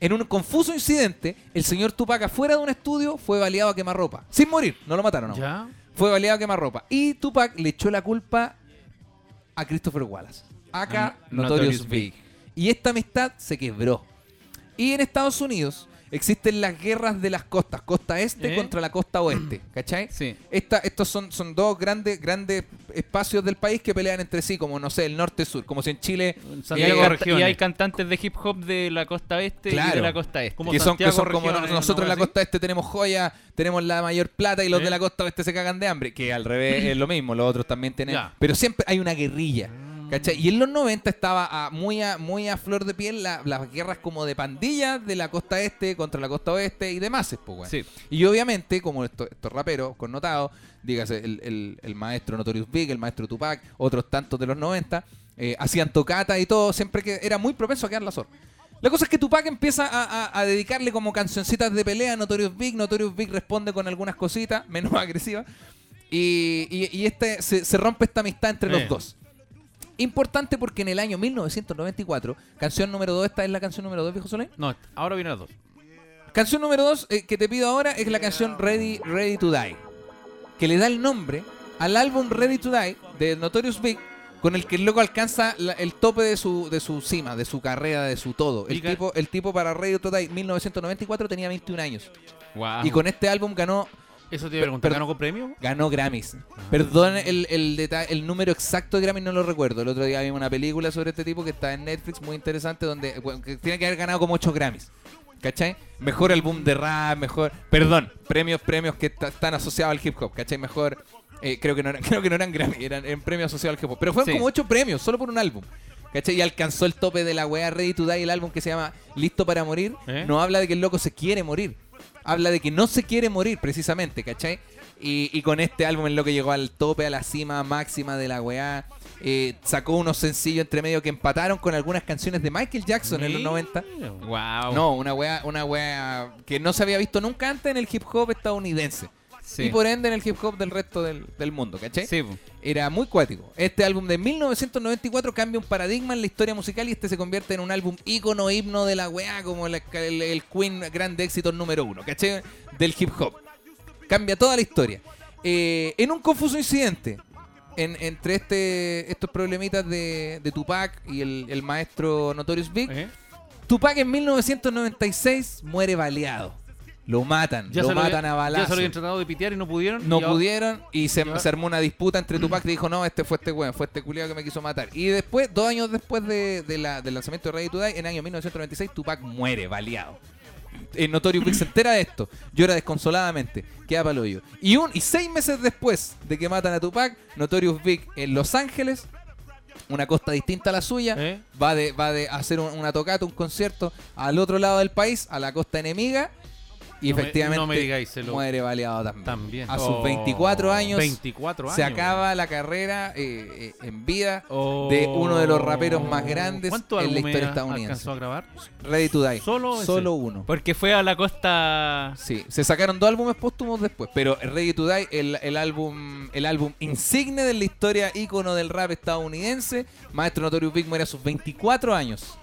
[SPEAKER 5] en un confuso incidente, el señor Tupac afuera de un estudio fue baleado a quemarropa. Sin morir, no lo mataron. No.
[SPEAKER 4] ¿Ya?
[SPEAKER 5] Fue baleado a quemarropa. Y Tupac le echó la culpa a Christopher Wallace. Acá,
[SPEAKER 4] A Ah, Notorious
[SPEAKER 5] Notorious Big.
[SPEAKER 4] Big.
[SPEAKER 5] Y esta amistad se quebró. Y en Estados Unidos existen las guerras de las costas, costa este
[SPEAKER 4] ¿Eh?
[SPEAKER 5] contra la costa oeste, ¿cachai?
[SPEAKER 4] Sí.
[SPEAKER 5] Esta- estos son, son dos grandes, grandes espacios del país que pelean entre sí, como no sé, el norte-sur, como si en Chile
[SPEAKER 6] Y
[SPEAKER 4] Santiago
[SPEAKER 6] hay,
[SPEAKER 5] Diego
[SPEAKER 6] canta-
[SPEAKER 4] Regiones.
[SPEAKER 6] y hay cantantes de hip hop de la costa este y
[SPEAKER 5] Claro.
[SPEAKER 6] de la costa este.
[SPEAKER 4] Como
[SPEAKER 5] que son, que
[SPEAKER 4] Santiago
[SPEAKER 5] son como
[SPEAKER 4] regiones,
[SPEAKER 5] no- nosotros en la
[SPEAKER 4] una wea
[SPEAKER 5] costa este tenemos joya, tenemos la mayor plata y los
[SPEAKER 4] ¿Eh?
[SPEAKER 5] de la costa oeste se cagan de hambre, que al revés es lo mismo, los otros también tienen.
[SPEAKER 4] Ya.
[SPEAKER 5] Pero siempre hay una guerrilla.
[SPEAKER 6] Mm.
[SPEAKER 5] ¿Cachai? Y en los 90 estaba a- muy, a, muy a flor de piel la- las guerras como de pandillas de la costa este contra la costa oeste y demás. pues, po, weón.
[SPEAKER 4] Sí.
[SPEAKER 5] Y obviamente, como esto- estos, raperos connotados, dígase el, el- el maestro Notorious Big, el maestro Tupac, otros tantos de los 90, eh, hacían tocata y todo, siempre que era muy propenso a quedar la zorra. La cosa es que Tupac empieza a, a- a dedicarle como cancioncitas de pelea a Notorious Big. Notorious Big responde con algunas cositas, menos agresivas. Y, y- y este, se, se rompe esta amistad entre
[SPEAKER 8] Eh.
[SPEAKER 5] los dos. Importante porque en el año 1994, canción número 2, esta es la canción número 2, viejo Solé.
[SPEAKER 4] No, ahora vienen las dos.
[SPEAKER 5] Canción número 2 que te pido ahora es la canción Ready, Ready to Die, que le da el nombre al álbum Ready to Die de Notorious Big, con el que el loco alcanza la- el tope de su, de su cima, de su carrera, de su todo. El
[SPEAKER 4] Y ga-
[SPEAKER 5] tipo, el tipo para Ready to Die 1994 tenía 21 años.
[SPEAKER 4] Wow.
[SPEAKER 5] Y con este álbum ganó,
[SPEAKER 4] Eso te iba a preguntar,
[SPEAKER 5] Pero-
[SPEAKER 4] ¿ganó con premio?
[SPEAKER 5] ganó Grammys.
[SPEAKER 4] Ah.
[SPEAKER 5] Perdón el, el, deta- el número exacto de Grammys, no lo recuerdo. El otro día vimos una película sobre este tipo que está en Netflix, muy interesante, donde bueno, que tiene que haber ganado como 8 Grammys. ¿Cachai? Mejor álbum de rap, mejor. Perdón, premios, premios que ta- están asociados al hip hop, ¿cachai? Mejor. eh, creo, que no eran, creo que no eran Grammy, eran en premios asociados al hip hop. Pero fueron
[SPEAKER 4] Sí.
[SPEAKER 5] como ocho premios, solo por un álbum. ¿Cachai? Y alcanzó el tope de la wea Ready to Die, el álbum que se llama Listo para morir.
[SPEAKER 4] ¿Eh?
[SPEAKER 5] No habla de que el loco se quiere morir. Habla de que no se quiere morir, precisamente, ¿cachai? Y, y con este álbum el loco llegó al tope, a la cima máxima de la weá. Eh, sacó unos sencillos entre medio que empataron con algunas canciones de Michael Jackson en los 90.
[SPEAKER 6] Wow.
[SPEAKER 5] No, una wea, una wea que no se había visto nunca antes en el hip hop estadounidense.
[SPEAKER 6] Sí.
[SPEAKER 5] Y por ende en el hip hop del resto del, del mundo, ¿cachai?
[SPEAKER 6] Sí, po.
[SPEAKER 5] Era muy cuático. Este álbum de 1994 cambia un paradigma en la historia musical y este se convierte en un álbum ícono, himno de la weá, como la- el, el Queen grande éxito número uno, ¿cachai? Del hip hop. Cambia toda la historia. Eh, en un confuso incidente en- entre este, estos problemitas de, de Tupac y el, el maestro Notorious Big,
[SPEAKER 4] ¿Eh?
[SPEAKER 5] Tupac en 1996 muere baleado. Lo matan, lo
[SPEAKER 4] se lo
[SPEAKER 5] matan a
[SPEAKER 4] habían- Ya se lo habían
[SPEAKER 5] balazos.
[SPEAKER 4] tratado de pitear y no pudieron.
[SPEAKER 5] No
[SPEAKER 4] y ahora-
[SPEAKER 5] pudieron y se,
[SPEAKER 4] Ya.
[SPEAKER 5] se armó una disputa entre Tupac que dijo, no, este fue este weón, fue este culiado que me quiso matar. Y después, dos años después de, de la- del lanzamiento de Ready to Die, en el año 1996, Tupac muere baleado. El Notorious Big se entera de esto, llora desconsoladamente, queda pa'l hoyo. Y, un, y seis meses después de que matan a Tupac, Notorious Big en Los Ángeles, una costa distinta a la suya,
[SPEAKER 4] ¿Eh?
[SPEAKER 5] va de, va de hacer un- una tocata, un concierto al otro lado del país, a la costa enemiga, y
[SPEAKER 4] No me-
[SPEAKER 5] efectivamente
[SPEAKER 4] no me digáis, se lo-
[SPEAKER 5] muere baleado también.
[SPEAKER 4] También.
[SPEAKER 5] A sus
[SPEAKER 4] Oh,
[SPEAKER 5] 24 años
[SPEAKER 4] 24 años.
[SPEAKER 5] se acaba la carrera eh, eh, en vida
[SPEAKER 4] Oh.
[SPEAKER 5] de uno de los raperos más grandes
[SPEAKER 4] ¿Cuántos
[SPEAKER 5] en la
[SPEAKER 4] álbumes
[SPEAKER 5] historia
[SPEAKER 4] a-
[SPEAKER 5] estadounidense.
[SPEAKER 4] alcanzó a grabar?
[SPEAKER 5] Ready to Die.
[SPEAKER 4] Solo ese.
[SPEAKER 5] uno.
[SPEAKER 6] Porque fue a la costa.
[SPEAKER 5] Sí, se sacaron dos álbumes póstumos después, pero Ready to Die, el, el álbum el álbum insigne de la historia, ícono del rap estadounidense, Maestro Notorious Big muere a sus 24 años,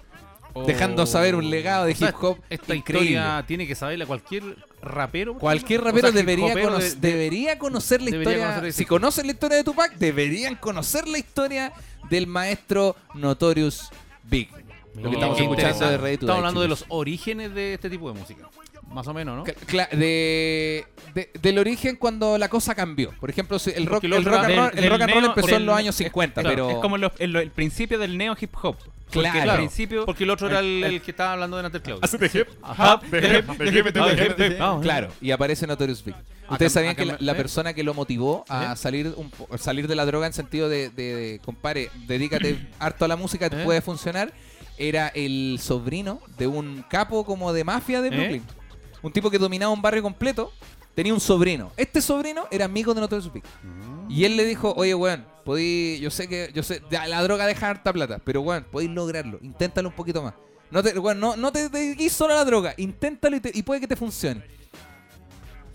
[SPEAKER 5] dejando saber un legado de
[SPEAKER 4] O sea,
[SPEAKER 5] hip hop
[SPEAKER 4] Esta
[SPEAKER 5] increíble.
[SPEAKER 4] historia tiene que saberla cualquier rapero.
[SPEAKER 5] Cualquier
[SPEAKER 4] O
[SPEAKER 5] rapero
[SPEAKER 4] sea, hip
[SPEAKER 5] debería,
[SPEAKER 4] hopero
[SPEAKER 5] conoc-
[SPEAKER 4] de- de-
[SPEAKER 5] debería conocer la
[SPEAKER 4] debería
[SPEAKER 5] historia.
[SPEAKER 4] conocer ese-
[SPEAKER 5] si conocen la historia de Tupac, deberían conocer la historia del maestro Notorious Big. Lo
[SPEAKER 4] Mira,
[SPEAKER 5] que estamos escuchando
[SPEAKER 4] qué Oh, interesante.
[SPEAKER 5] de Ready to
[SPEAKER 4] Estamos
[SPEAKER 5] Die,
[SPEAKER 4] hablando de
[SPEAKER 5] chicos.
[SPEAKER 4] los orígenes de este tipo de música. Más o menos, ¿no?
[SPEAKER 5] Cla- cla- de, de- del origen cuando la cosa cambió. Por ejemplo, si el rock,
[SPEAKER 4] Porque lo
[SPEAKER 5] el rock and
[SPEAKER 6] del-
[SPEAKER 5] roll, el
[SPEAKER 6] del
[SPEAKER 5] rock and roll
[SPEAKER 6] neo-
[SPEAKER 5] empezó
[SPEAKER 6] del-
[SPEAKER 5] en los años 50,
[SPEAKER 6] Claro,
[SPEAKER 5] pero
[SPEAKER 6] Es como los- el, el principio del neo hip hop. Porque
[SPEAKER 5] Claro.
[SPEAKER 6] al principio.
[SPEAKER 4] Porque el otro era el, el que estaba hablando de Nater Cloud.
[SPEAKER 10] Ajá, déjeme, déjeme, déjeme, déjeme.
[SPEAKER 5] claro, y aparece Notorious Big.
[SPEAKER 4] cam-
[SPEAKER 5] Ustedes sabían
[SPEAKER 4] a
[SPEAKER 5] que la,
[SPEAKER 4] cambiar-
[SPEAKER 5] la
[SPEAKER 4] ¿eh?
[SPEAKER 5] persona que lo motivó a salir un po- salir de la droga en sentido de, de- de, compadre, dedícate harto a la música, te
[SPEAKER 4] ¿Eh?
[SPEAKER 5] puede funcionar, era el sobrino de un capo como de mafia
[SPEAKER 4] ¿Eh?
[SPEAKER 5] de Brooklyn. Un tipo que dominaba un barrio completo, tenía un sobrino. Este sobrino era amigo de Notorious Big.
[SPEAKER 4] Mm.
[SPEAKER 5] Y él le dijo, oye, weón, podí, yo sé que, yo sé, ya, la droga deja harta plata, pero weón, podéis lograrlo, inténtalo un poquito más. No te, weón, no, no te dediquís solo a la droga, inténtalo y, te- y puede que te funcione.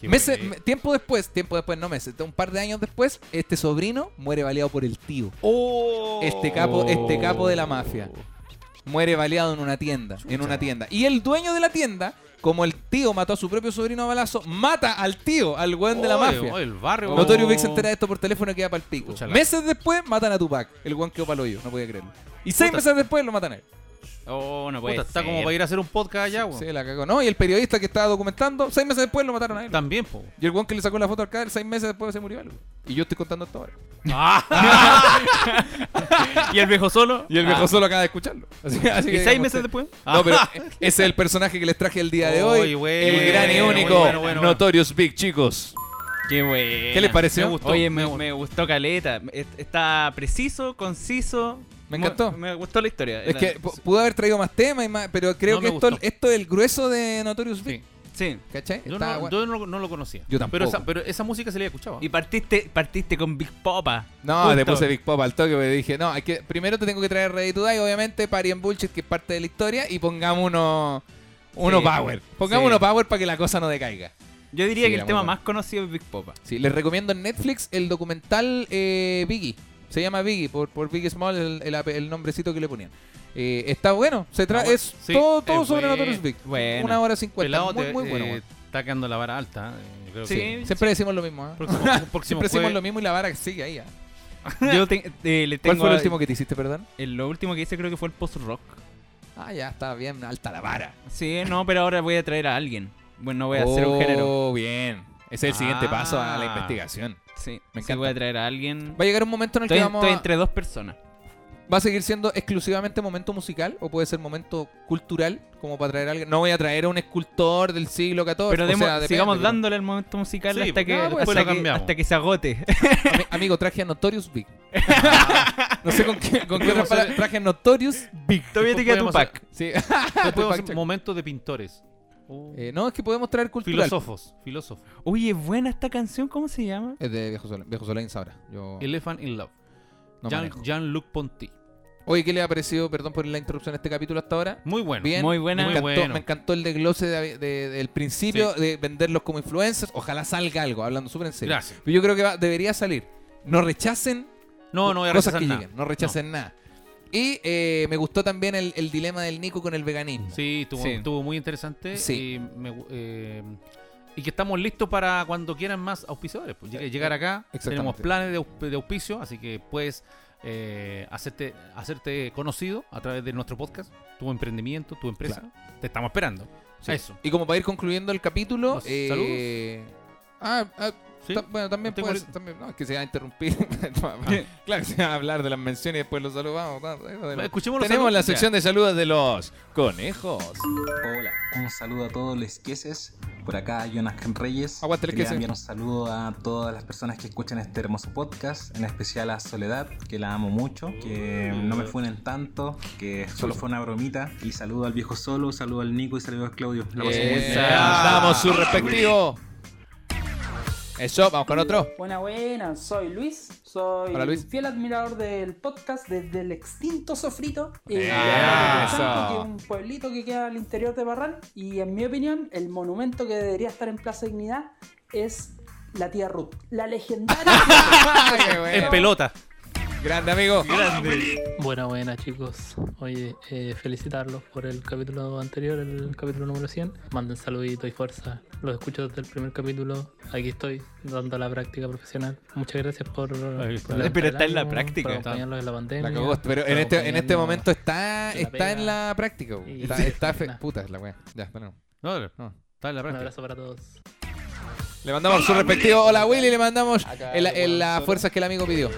[SPEAKER 5] Meses- me- tiempo después, tiempo después, no meses, un par de años después, este sobrino muere baleado por el tío. Este capo,
[SPEAKER 4] Oh,
[SPEAKER 5] este capo de la mafia. Muere baleado en una tienda, en una tienda. Y el dueño de la tienda, como el tío mató a su propio sobrino a balazo, mata al tío, al weón de la
[SPEAKER 4] Oye,
[SPEAKER 5] mafia.
[SPEAKER 4] oye, oh, el barrio.
[SPEAKER 5] Notorious Big se entera de esto por teléfono y queda para el pico.
[SPEAKER 4] Escúchala.
[SPEAKER 5] Meses después matan a Tupac. El guan quedó para hoyo, no podía creerlo. Y seis meses después lo matan a él.
[SPEAKER 6] Oh, no puede
[SPEAKER 4] Puta, está
[SPEAKER 6] ser.
[SPEAKER 4] como para ir a hacer un podcast allá, weón.
[SPEAKER 5] Sí, la cagó. No, y el periodista que estaba documentando, seis meses después lo mataron a él.
[SPEAKER 4] También, po.
[SPEAKER 5] Y el guan que le sacó la foto al cadel, seis meses después se murió algo. Y yo estoy contando esto ahora.
[SPEAKER 6] Ah. Y el viejo solo. Ah.
[SPEAKER 5] Y el viejo solo acaba de escucharlo. Así, así
[SPEAKER 6] Y
[SPEAKER 5] que
[SPEAKER 6] seis
[SPEAKER 5] como
[SPEAKER 6] meses
[SPEAKER 5] usted-
[SPEAKER 6] después. Ah.
[SPEAKER 5] No, pero ese es el personaje que les traje el día de hoy.
[SPEAKER 4] Oy, bueno,
[SPEAKER 5] el gran y
[SPEAKER 4] bueno,
[SPEAKER 5] único
[SPEAKER 4] bueno, bueno, bueno.
[SPEAKER 5] Notorious Big, chicos.
[SPEAKER 6] Qué bueno.
[SPEAKER 5] ¿Qué les pareció?
[SPEAKER 6] Me gustó. Oye, me, me gustó Caleta. Est- Está preciso, conciso.
[SPEAKER 5] Me encantó.
[SPEAKER 6] Me, me gustó la historia.
[SPEAKER 5] Es
[SPEAKER 6] Era-
[SPEAKER 5] que p- pudo haber traído más temas, y más, pero creo
[SPEAKER 4] No
[SPEAKER 5] que
[SPEAKER 4] me
[SPEAKER 5] esto,
[SPEAKER 4] gustó.
[SPEAKER 5] esto es el grueso de Notorious Big.
[SPEAKER 6] Sí.
[SPEAKER 5] ¿Cachai?
[SPEAKER 4] Yo,
[SPEAKER 5] Está
[SPEAKER 4] no,
[SPEAKER 5] guay.
[SPEAKER 4] yo no- no lo conocía.
[SPEAKER 5] Yo tampoco.
[SPEAKER 4] Pero esa, pero esa música se le escuchaba.
[SPEAKER 6] Y partiste, partiste con Big Popa.
[SPEAKER 5] No,
[SPEAKER 6] Justo.
[SPEAKER 5] le puse Big Pop al toque, porque dije, no, hay que, primero te tengo que traer Ready to Die, obviamente, Party and Bullshit, que es parte de la historia, y pongamos uno, uno
[SPEAKER 6] Sí.
[SPEAKER 5] power. Pongamos
[SPEAKER 6] Sí.
[SPEAKER 5] uno power para que la cosa no decaiga.
[SPEAKER 6] Yo diría
[SPEAKER 5] Sí,
[SPEAKER 6] que
[SPEAKER 5] era
[SPEAKER 6] el
[SPEAKER 5] muy
[SPEAKER 6] tema
[SPEAKER 5] bueno.
[SPEAKER 6] más conocido es Big Popa.
[SPEAKER 5] Sí, les recomiendo en Netflix el documental eh, Biggie. Se llama Biggie, por, por Biggie Small, el, el ape- el nombrecito que le ponían. Eh, está bueno, se tra-
[SPEAKER 4] Ah, bueno.
[SPEAKER 5] es
[SPEAKER 4] Sí,
[SPEAKER 5] todo, todo
[SPEAKER 4] es
[SPEAKER 5] sobre
[SPEAKER 4] bueno,
[SPEAKER 5] Notorious Big.
[SPEAKER 6] bueno.
[SPEAKER 5] Una hora cincuenta,
[SPEAKER 4] Pelado
[SPEAKER 5] muy,
[SPEAKER 4] te-
[SPEAKER 5] muy bueno.
[SPEAKER 4] eh,
[SPEAKER 5] bueno.
[SPEAKER 4] Está quedando la vara alta. eh, creo
[SPEAKER 6] Sí.
[SPEAKER 4] que-
[SPEAKER 5] Siempre decimos lo mismo, ¿eh?
[SPEAKER 4] Próximo, próximo
[SPEAKER 5] Siempre decimos
[SPEAKER 4] jueves.
[SPEAKER 5] lo mismo y la vara sigue ahí. ¿eh?
[SPEAKER 6] Yo te- eh, le
[SPEAKER 5] ¿Cuál
[SPEAKER 6] tengo
[SPEAKER 5] fue el
[SPEAKER 6] a-
[SPEAKER 5] último que te hiciste, perdón?
[SPEAKER 6] el- lo último que hice creo que fue el post-rock.
[SPEAKER 5] Ah, ya, está bien, alta la vara.
[SPEAKER 6] Sí, no, pero ahora voy a traer a alguien. Bueno, no voy a hacer un género.
[SPEAKER 5] Oh, bien. Ese es el siguiente
[SPEAKER 4] Ah.
[SPEAKER 5] paso a la investigación.
[SPEAKER 6] Sí,
[SPEAKER 5] Me
[SPEAKER 6] sí,
[SPEAKER 5] encanta.
[SPEAKER 6] voy a traer a alguien.
[SPEAKER 5] Va a llegar un momento en el
[SPEAKER 6] Estoy,
[SPEAKER 5] que vamos
[SPEAKER 6] estoy
[SPEAKER 5] a-
[SPEAKER 6] entre dos personas.
[SPEAKER 5] ¿Va a seguir siendo exclusivamente momento musical o puede ser momento cultural? Como para traer a alguien. No voy a traer a un escultor del siglo XIV.
[SPEAKER 6] Pero
[SPEAKER 5] o
[SPEAKER 6] demo-
[SPEAKER 5] sea, depende,
[SPEAKER 6] sigamos
[SPEAKER 5] pero-
[SPEAKER 6] dándole al momento musical
[SPEAKER 4] Sí,
[SPEAKER 6] hasta, que,
[SPEAKER 4] no, pues,
[SPEAKER 6] hasta,
[SPEAKER 4] lo
[SPEAKER 6] que,
[SPEAKER 4] cambiamos.
[SPEAKER 6] hasta que se agote.
[SPEAKER 5] Ami- amigo, traje a Notorious Big. no sé con qué, con qué otra palabra. Traje a Notorious Big.
[SPEAKER 6] Todavía te queda tu
[SPEAKER 4] podemos hacer-
[SPEAKER 6] pack.
[SPEAKER 5] Sí.
[SPEAKER 4] Después
[SPEAKER 5] Fact check.
[SPEAKER 4] momentos de pintores. Oh.
[SPEAKER 5] Eh, no, es que podemos traer cultural.
[SPEAKER 4] filósofos. Filósofos.
[SPEAKER 6] Oye, buena esta canción, ¿cómo se llama?
[SPEAKER 5] Es de Viejo Solén. Viejo Solén ahora. Yo
[SPEAKER 4] Elephant in Love.
[SPEAKER 5] no
[SPEAKER 4] Jean-
[SPEAKER 5] manejo.
[SPEAKER 4] Jean-Luc Ponty.
[SPEAKER 5] Oye, ¿qué le ha parecido? Perdón por la interrupción a este capítulo hasta ahora.
[SPEAKER 4] Muy bueno.
[SPEAKER 5] Bien.
[SPEAKER 6] Muy buena.
[SPEAKER 5] Me
[SPEAKER 4] Muy
[SPEAKER 5] encantó,
[SPEAKER 4] bueno.
[SPEAKER 5] me encantó el desglose de- de- del principio de venderlos como influencers. Ojalá salga algo, hablando súper en serio.
[SPEAKER 4] Gracias.
[SPEAKER 5] Pero yo creo que va- debería salir. No rechacen
[SPEAKER 4] No, no voy a
[SPEAKER 5] cosas
[SPEAKER 4] rechazar
[SPEAKER 5] que
[SPEAKER 4] nada.
[SPEAKER 5] lleguen, no rechacen nada. Y eh, me gustó también el, el dilema del Nico con el veganismo.
[SPEAKER 4] Sí, estuvo,
[SPEAKER 6] Sí.
[SPEAKER 4] estuvo muy interesante.
[SPEAKER 5] Sí.
[SPEAKER 4] Y, me gu- eh, y que estamos listos para cuando quieran más auspiciadores. Pues, Lleg- llegar acá,
[SPEAKER 5] exactamente.
[SPEAKER 4] tenemos planes de, ausp- de auspicio, así que puedes eh, hacerte, hacerte conocido a través de nuestro podcast, tu emprendimiento, tu empresa. Te estamos esperando.
[SPEAKER 5] Sí.
[SPEAKER 4] Eso.
[SPEAKER 5] Y como para ir concluyendo el capítulo.
[SPEAKER 4] Los
[SPEAKER 5] eh, ah, ah,
[SPEAKER 4] ¿Sí?
[SPEAKER 5] ta- bueno, también
[SPEAKER 4] No tengo
[SPEAKER 5] puede
[SPEAKER 4] li-
[SPEAKER 5] ser- también- no, es que se va a interrumpir. claro, se va a hablar de las menciones y después los saludamos. ta- ta- ta- ta-
[SPEAKER 4] Escuchemos los
[SPEAKER 5] Tenemos
[SPEAKER 4] saludos.
[SPEAKER 5] la
[SPEAKER 4] Ya.
[SPEAKER 5] sección de saludos de los conejos.
[SPEAKER 11] Hola, un saludo a todos los queses. Por acá, Jonas Reyes.
[SPEAKER 5] Aguante los
[SPEAKER 11] Quería
[SPEAKER 5] queses.
[SPEAKER 11] enviar un saludo a todas las personas que escuchan este hermoso podcast, en especial a Soledad, que la amo mucho, que no me funen tanto, que solo fue una bromita. Y saludo al viejo Solo, saludo al Nico y saludo al Claudio. La pasé
[SPEAKER 5] Eh.
[SPEAKER 11] muy bien.
[SPEAKER 5] Damos su respectivo. Eso, vamos con otro.
[SPEAKER 12] Buena, buena, soy Luis, soy
[SPEAKER 5] Hola, Luis.
[SPEAKER 12] fiel admirador del podcast desde el extinto Sofrito, eh,
[SPEAKER 5] Eso.
[SPEAKER 12] que es un pueblito que queda al interior de Barral y en mi opinión el monumento que debería estar en Plaza Dignidad es la tía Ruth, la legendaria.
[SPEAKER 5] Qué bueno.
[SPEAKER 4] En pelota.
[SPEAKER 5] Grande amigo.
[SPEAKER 13] Buena, buena chicos. Oye, eh, felicitarlos por el capítulo anterior, el capítulo número 100. Manden saludito y fuerza. Los escucho desde el primer capítulo. Aquí estoy, dando la práctica profesional. Muchas gracias por... por levantar
[SPEAKER 6] Pero
[SPEAKER 13] el
[SPEAKER 6] está en la
[SPEAKER 13] ánimo,
[SPEAKER 6] práctica.
[SPEAKER 13] Por acompañarnos en la pandemia.
[SPEAKER 5] La cagó, pero en
[SPEAKER 13] por
[SPEAKER 5] este, en este
[SPEAKER 13] acompañarnos.
[SPEAKER 5] momento está,
[SPEAKER 13] en la
[SPEAKER 5] está en
[SPEAKER 13] pega.
[SPEAKER 5] la práctica. güey.
[SPEAKER 13] Y-
[SPEAKER 5] Está, está fe-
[SPEAKER 13] Nah.
[SPEAKER 5] Puta, es la wea. Ya, bueno.
[SPEAKER 4] No, no,
[SPEAKER 5] No.
[SPEAKER 4] está en la
[SPEAKER 13] Un
[SPEAKER 4] práctica.
[SPEAKER 13] abrazo para todos.
[SPEAKER 5] Le mandamos su respectivo. Hola Willy, le mandamos el- el- las fuerzas que el amigo pidió.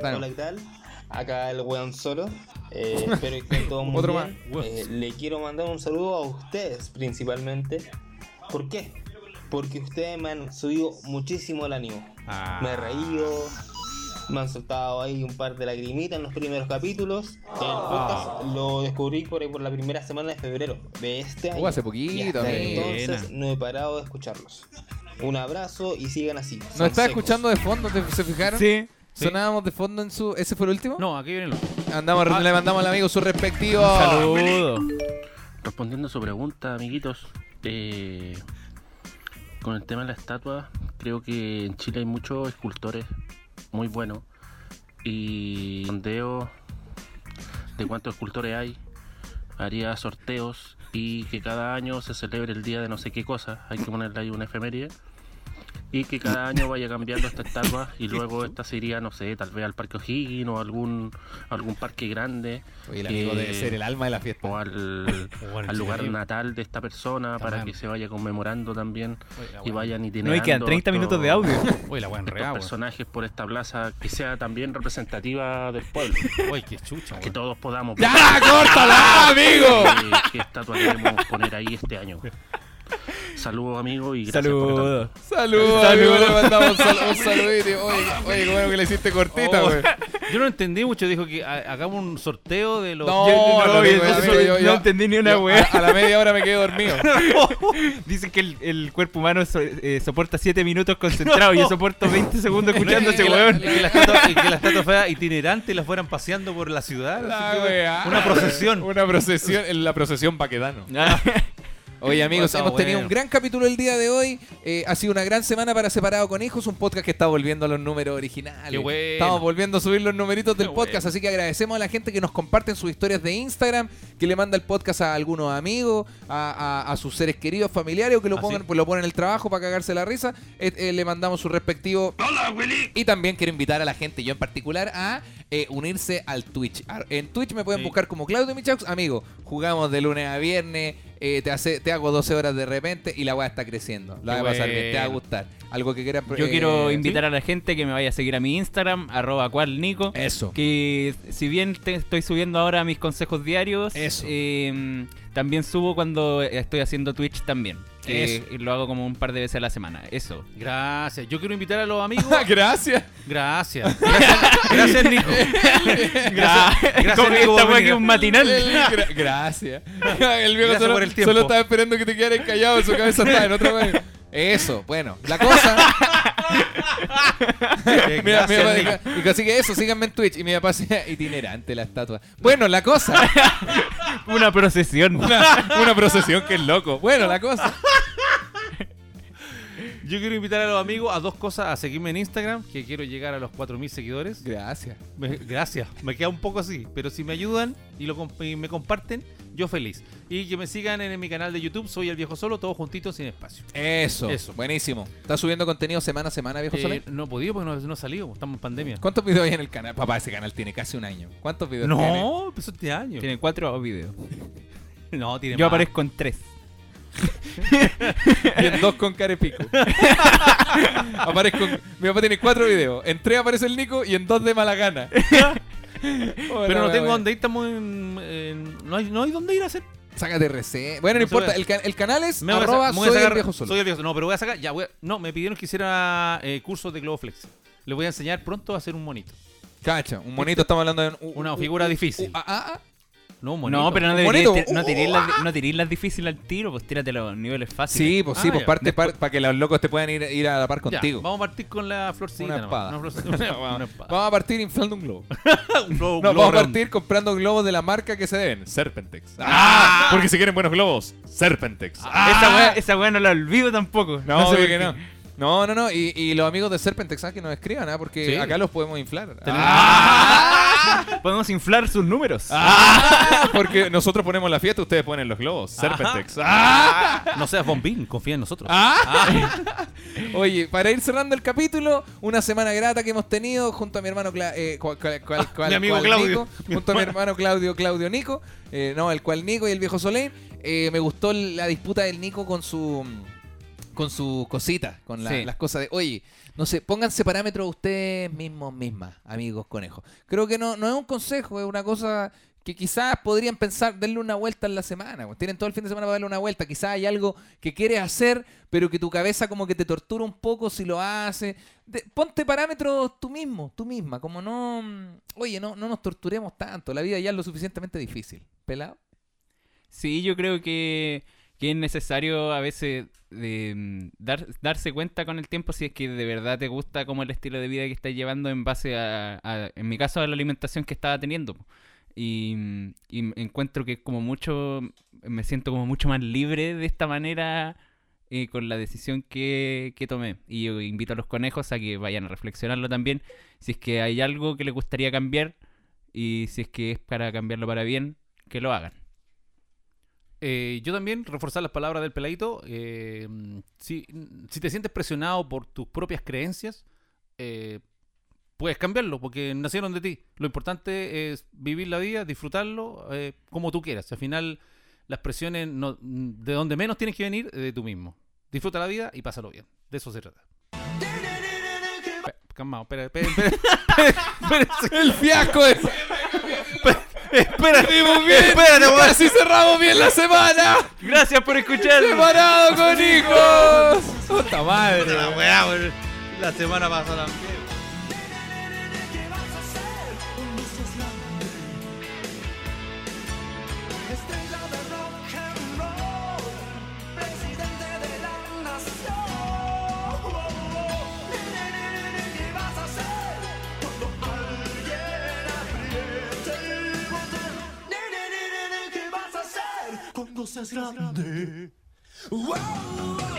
[SPEAKER 5] Bueno,
[SPEAKER 14] Hola, ¿qué tal? Acá el weón solo. Eh, espero que estén todos muy
[SPEAKER 5] Otro
[SPEAKER 14] bien. Eh, le quiero mandar un saludo a ustedes principalmente. ¿Por qué? Porque ustedes me han subido muchísimo el ánimo. Me
[SPEAKER 5] Ah,
[SPEAKER 14] he reído. Me han soltado ahí un par de lagrimitas en los primeros capítulos. El
[SPEAKER 5] Ah.
[SPEAKER 14] podcast lo descubrí por ahí por la primera semana de febrero de este año.
[SPEAKER 5] uh, hace
[SPEAKER 14] Y
[SPEAKER 5] poquito,
[SPEAKER 14] hasta
[SPEAKER 5] amigo.
[SPEAKER 14] entonces no he parado de escucharlos. Un abrazo y sigan así.
[SPEAKER 5] Nos
[SPEAKER 14] son
[SPEAKER 5] está
[SPEAKER 14] secos.
[SPEAKER 5] escuchando de fondo, ¿te- ¿se fijaron?
[SPEAKER 6] Sí.
[SPEAKER 5] Sonábamos de fondo en su. ¿Ese fue el último?
[SPEAKER 4] No, Ah. aquí viene el otro.
[SPEAKER 5] Andamos, le mandamos al amigo su respectivo.
[SPEAKER 6] Saludo.
[SPEAKER 13] Respondiendo a su pregunta, amiguitos, eh, con el tema de la estatua, creo que en Chile hay muchos escultores muy buenos y sondeo de cuántos escultores hay, haría sorteos y que cada año se celebre el día de no sé qué cosa, hay que ponerle ahí una efeméride. Y que cada año vaya cambiando esta estatua y luego esta se iría, no sé, tal vez al Parque O'Higgins o algún, algún parque grande.
[SPEAKER 5] Oye, el amigo
[SPEAKER 13] Eh,
[SPEAKER 5] debe ser el alma de la fiesta.
[SPEAKER 13] o al,
[SPEAKER 4] Bueno,
[SPEAKER 13] al lugar
[SPEAKER 4] chiquillo.
[SPEAKER 13] natal de esta persona para
[SPEAKER 4] Tamam.
[SPEAKER 13] que se vaya conmemorando también
[SPEAKER 4] Oye, la
[SPEAKER 13] y
[SPEAKER 4] weón-
[SPEAKER 13] vayan
[SPEAKER 6] No,
[SPEAKER 13] itinerando
[SPEAKER 6] y quedan 30 minutos de audio.
[SPEAKER 4] Oye, la weón
[SPEAKER 13] estos
[SPEAKER 4] real, weón.
[SPEAKER 13] personajes por esta plaza que sea también representativa del pueblo
[SPEAKER 4] Oye, qué chucha,
[SPEAKER 13] que
[SPEAKER 4] weón.
[SPEAKER 13] todos podamos eh, ver
[SPEAKER 5] ¡Ya! ¡Córtala, amigo!
[SPEAKER 13] qué- qué estatua queremos poner ahí este año Saludos, amigos, y gracias por
[SPEAKER 3] Saludos.
[SPEAKER 13] tanto.
[SPEAKER 5] Saludos, amigo, le mandamos un sal- un saludito. Oye, oye, qué bueno que le hiciste cortita,
[SPEAKER 4] Oh,
[SPEAKER 5] güey.
[SPEAKER 4] Yo no entendí mucho, dijo que ha- hagamos un sorteo de los...
[SPEAKER 5] No,
[SPEAKER 4] Yo-
[SPEAKER 5] no,
[SPEAKER 4] lo
[SPEAKER 5] no,
[SPEAKER 4] vi,
[SPEAKER 5] no,
[SPEAKER 4] entonces-
[SPEAKER 5] yo- yo-
[SPEAKER 4] Oh, no
[SPEAKER 5] yo-
[SPEAKER 4] entendí ni
[SPEAKER 5] yo-
[SPEAKER 4] una
[SPEAKER 5] a-
[SPEAKER 4] wea.
[SPEAKER 5] A, la media hora me quedé dormido.
[SPEAKER 6] Dicen que el, el cuerpo humano so- eh, soporta 7 minutos concentrado y yo soporto 20 segundos escuchando
[SPEAKER 4] escuchándose,
[SPEAKER 6] ese weón.
[SPEAKER 4] Que las estatuas- y que las estatuas feas itinerantes las fueran paseando por la ciudad. así que una procesión.
[SPEAKER 7] Una procesión, en la procesión paquedano.
[SPEAKER 6] Ah,
[SPEAKER 5] Oye, amigos,
[SPEAKER 7] Está
[SPEAKER 5] hemos tenido
[SPEAKER 7] bueno.
[SPEAKER 5] un gran capítulo el día de hoy. Eh, ha sido una gran semana para Separado con Hijos, un podcast que está volviendo a los números originales.
[SPEAKER 4] Qué bueno.
[SPEAKER 5] Estamos volviendo a subir los numeritos del podcast, así que agradecemos a la gente que nos comparten sus historias de Instagram, que le manda el podcast a algunos amigos, a, a- a sus seres queridos, familiares, o que lo
[SPEAKER 4] Ah,
[SPEAKER 5] pongan,
[SPEAKER 4] sí.
[SPEAKER 5] pues lo ponen en el trabajo para cagarse la risa. Eh, eh, le mandamos su respectivo. Y también quiero invitar a la gente, yo en particular, a eh, unirse al Twitch. Ar- En Twitch me pueden
[SPEAKER 4] Sí.
[SPEAKER 5] buscar como Claudio Michaux. Amigo, jugamos de lunes a viernes, eh, te, hace- te hago 12 horas de repente y la weá está creciendo. La
[SPEAKER 6] Qué
[SPEAKER 5] voy a pasar bien, te va a
[SPEAKER 6] bueno.
[SPEAKER 5] gustar. Algo que quieran
[SPEAKER 6] Yo
[SPEAKER 5] eh,
[SPEAKER 6] quiero
[SPEAKER 5] ¿sí?
[SPEAKER 6] invitar a la gente que me vaya a seguir a mi Instagram, arroba cualnico.
[SPEAKER 5] Eso.
[SPEAKER 6] Que si bien te estoy subiendo ahora mis consejos diarios, eh, también subo cuando estoy haciendo Twitch también. Que
[SPEAKER 4] Eso.
[SPEAKER 6] lo hago como un par de veces a la semana. Eso.
[SPEAKER 4] Gracias. Yo quiero invitar a los amigos.
[SPEAKER 5] gracias.
[SPEAKER 4] Gracias. Gracias, gracias, Nico. Gracias, gracias
[SPEAKER 6] Como
[SPEAKER 4] Nico.
[SPEAKER 6] esta
[SPEAKER 4] por
[SPEAKER 6] wea que es
[SPEAKER 4] venir.
[SPEAKER 6] un matinal.
[SPEAKER 5] Gra- gracias. El viejo
[SPEAKER 4] Gracias
[SPEAKER 5] solo,
[SPEAKER 4] por el tiempo.
[SPEAKER 5] solo estaba esperando que te quedaras callado. Su cabeza estaba en otra vez. Eso, bueno. La cosa.
[SPEAKER 4] Eh,
[SPEAKER 5] Mira, mi
[SPEAKER 4] gracias,
[SPEAKER 5] papá
[SPEAKER 4] Nico.
[SPEAKER 5] dijo- dijo, así que eso, síganme en Twitch. Y mi papá decía, itinerante la estatua. Bueno, la cosa.
[SPEAKER 6] Una procesión.
[SPEAKER 5] Una, una procesión que es loco. Bueno, la cosa.
[SPEAKER 4] Yo quiero invitar a los amigos a dos cosas: a seguirme en Instagram, que quiero llegar a los 4.000 seguidores.
[SPEAKER 5] Gracias.
[SPEAKER 4] Me- gracias, me queda un poco así, pero si me ayudan y, lo comp- y me comparten, yo feliz. Y que me sigan en, mi canal de YouTube, soy el viejo solo, todos juntitos sin espacio.
[SPEAKER 5] Eso.
[SPEAKER 4] Eso.
[SPEAKER 5] Buenísimo. ¿Estás subiendo contenido semana a semana, viejo
[SPEAKER 4] Eh,
[SPEAKER 5] Solé?
[SPEAKER 4] no he podido porque no, no he salido, estamos en pandemia.
[SPEAKER 5] ¿Cuántos videos hay en el canal? Papá, ese canal tiene casi un año. ¿Cuántos videos tiene?
[SPEAKER 4] No, empezó este año.
[SPEAKER 6] Tiene cuatro videos.
[SPEAKER 4] No, tiene
[SPEAKER 6] Yo
[SPEAKER 4] más.
[SPEAKER 6] aparezco en tres.
[SPEAKER 5] Y en dos con carepico. Aparezco. Mi papá tiene cuatro videos. En tres aparece el Nico y en dos de mala gana.
[SPEAKER 4] Pero no tengo
[SPEAKER 5] dónde
[SPEAKER 4] dónde ir, estamos en. en- no, hay, no hay dónde ir a hacer.
[SPEAKER 5] Sácate RC. Bueno, no,
[SPEAKER 4] No se
[SPEAKER 5] importa.
[SPEAKER 4] puede.
[SPEAKER 5] El, can- el canal es
[SPEAKER 4] Me voy a
[SPEAKER 5] arroba
[SPEAKER 4] sacar- me voy a
[SPEAKER 5] soy el
[SPEAKER 4] sacar-
[SPEAKER 5] viejo solo.
[SPEAKER 4] Soy el viejo solo. No, pero voy a sacar. Ya, voy a- no, me pidieron que hiciera eh, cursos de Globoflex. Les voy a enseñar pronto a hacer un monito.
[SPEAKER 5] Cacha, un monito estamos hablando de... un-
[SPEAKER 4] Una
[SPEAKER 5] un-
[SPEAKER 4] figura
[SPEAKER 5] un-
[SPEAKER 4] difícil.
[SPEAKER 5] ah, ah, ah.
[SPEAKER 4] No, un monito.
[SPEAKER 6] No, pero no deberías
[SPEAKER 5] Bonito.
[SPEAKER 6] tir- no tiréis
[SPEAKER 5] Uh,
[SPEAKER 6] las, no tiréis las difíciles al tiro, pues tírate los niveles fáciles.
[SPEAKER 5] Sí, pues sí,
[SPEAKER 4] Ah,
[SPEAKER 5] pues
[SPEAKER 4] ya.
[SPEAKER 5] parte para que los locos te puedan ir, ir a la par
[SPEAKER 4] Ya,
[SPEAKER 5] contigo.
[SPEAKER 4] vamos a partir con la florcita.
[SPEAKER 5] Una
[SPEAKER 4] nomás.
[SPEAKER 5] espada.
[SPEAKER 4] Una florcita. Una espada.
[SPEAKER 5] Vamos a partir inflando un globo.
[SPEAKER 4] Un
[SPEAKER 5] No,
[SPEAKER 4] globo- un globo
[SPEAKER 5] vamos a
[SPEAKER 4] redondo.
[SPEAKER 5] partir comprando globos de la marca que se deben.
[SPEAKER 7] Serpentex.
[SPEAKER 5] Ah.
[SPEAKER 7] Porque si quieren buenos globos, Serpentex.
[SPEAKER 6] Ah. Esa weá, esa weá no la olvido tampoco.
[SPEAKER 5] No,
[SPEAKER 6] sé
[SPEAKER 5] obvio
[SPEAKER 6] por
[SPEAKER 5] que
[SPEAKER 6] qué.
[SPEAKER 5] no. No, no, no. Y, y los amigos de Serpentex, ah, que nos escriban, ¿ah? Porque
[SPEAKER 4] Sí.
[SPEAKER 5] acá los podemos inflar. Ah.
[SPEAKER 4] Tenemos- Ah.
[SPEAKER 6] Podemos inflar sus números.
[SPEAKER 7] Ah, porque nosotros ponemos la fiesta, ustedes ponen los globos. Serpentex. Ah.
[SPEAKER 4] No seas bombín, confía en nosotros.
[SPEAKER 6] Ah.
[SPEAKER 5] Oye, para ir cerrando el capítulo, una semana grata que hemos tenido junto a mi hermano Cla- eh, cual- cual- cual- cual-
[SPEAKER 4] Mi amigo
[SPEAKER 5] cual
[SPEAKER 4] Claudio.
[SPEAKER 5] Nico,
[SPEAKER 4] Mi
[SPEAKER 5] junto a mi hermano Claudio, Claudio Nico, eh, no, el cual Nico y el viejo Soleil. eh, me gustó la disputa del Nico con su con su cosita, con la-
[SPEAKER 6] Sí.
[SPEAKER 5] las cosas de, oye, no sé, pónganse parámetros ustedes mismos, mismas, amigos conejos. Creo que no, no es un consejo, es una cosa que quizás podrían pensar, darle una vuelta en la semana. güey. Tienen todo el fin de semana para darle una vuelta. Quizás hay algo que quieres hacer, pero que tu cabeza como que te tortura un poco si lo haces. De- ponte parámetros tú mismo, tú misma. Como no, mm, oye, no, no nos torturemos tanto. La vida ya es lo suficientemente difícil. ¿Pelado?
[SPEAKER 6] Sí, yo creo que, que es necesario a veces de, mm, dar, darse cuenta con el tiempo si es que de verdad te gusta como el estilo de vida que estás llevando en base a, a- en mi caso, a la alimentación que estaba teniendo. po. Y, mm, y m- encuentro que como mucho, me siento como mucho más libre de esta manera eh, con la decisión que, que tomé. Y yo invito a los conejos a que vayan a reflexionarlo también. Si es que hay algo que les gustaría cambiar y si es que es para cambiarlo para bien, que lo hagan.
[SPEAKER 4] Eh, yo también, reforzar las palabras del peladito. eh, si, si te sientes presionado por tus propias creencias, eh, puedes cambiarlo porque nacieron de ti. Lo importante es vivir la vida, disfrutarlo eh, como tú quieras. Al final, las presiones no- de donde menos tienes que venir, eh, de tú mismo. Disfruta la vida y pásalo bien. De eso se trata. Pe- Calmado, espera, espera, espera.
[SPEAKER 5] ¡El fiasco! es-
[SPEAKER 8] Espérate,
[SPEAKER 5] bien.
[SPEAKER 8] espérate, weón.
[SPEAKER 5] Casi cerramos bien la semana.
[SPEAKER 8] Gracias por escuchar.
[SPEAKER 5] Separado con hijos. Puta madre.
[SPEAKER 8] La weá, weón. La semana pasada.
[SPEAKER 2] Estrella de rock and roll, presidente de la nación. ¿Qué vas a hacer cuando alguien apriete el botón? ¿Qué vas a hacer cuando seas grande? Wow.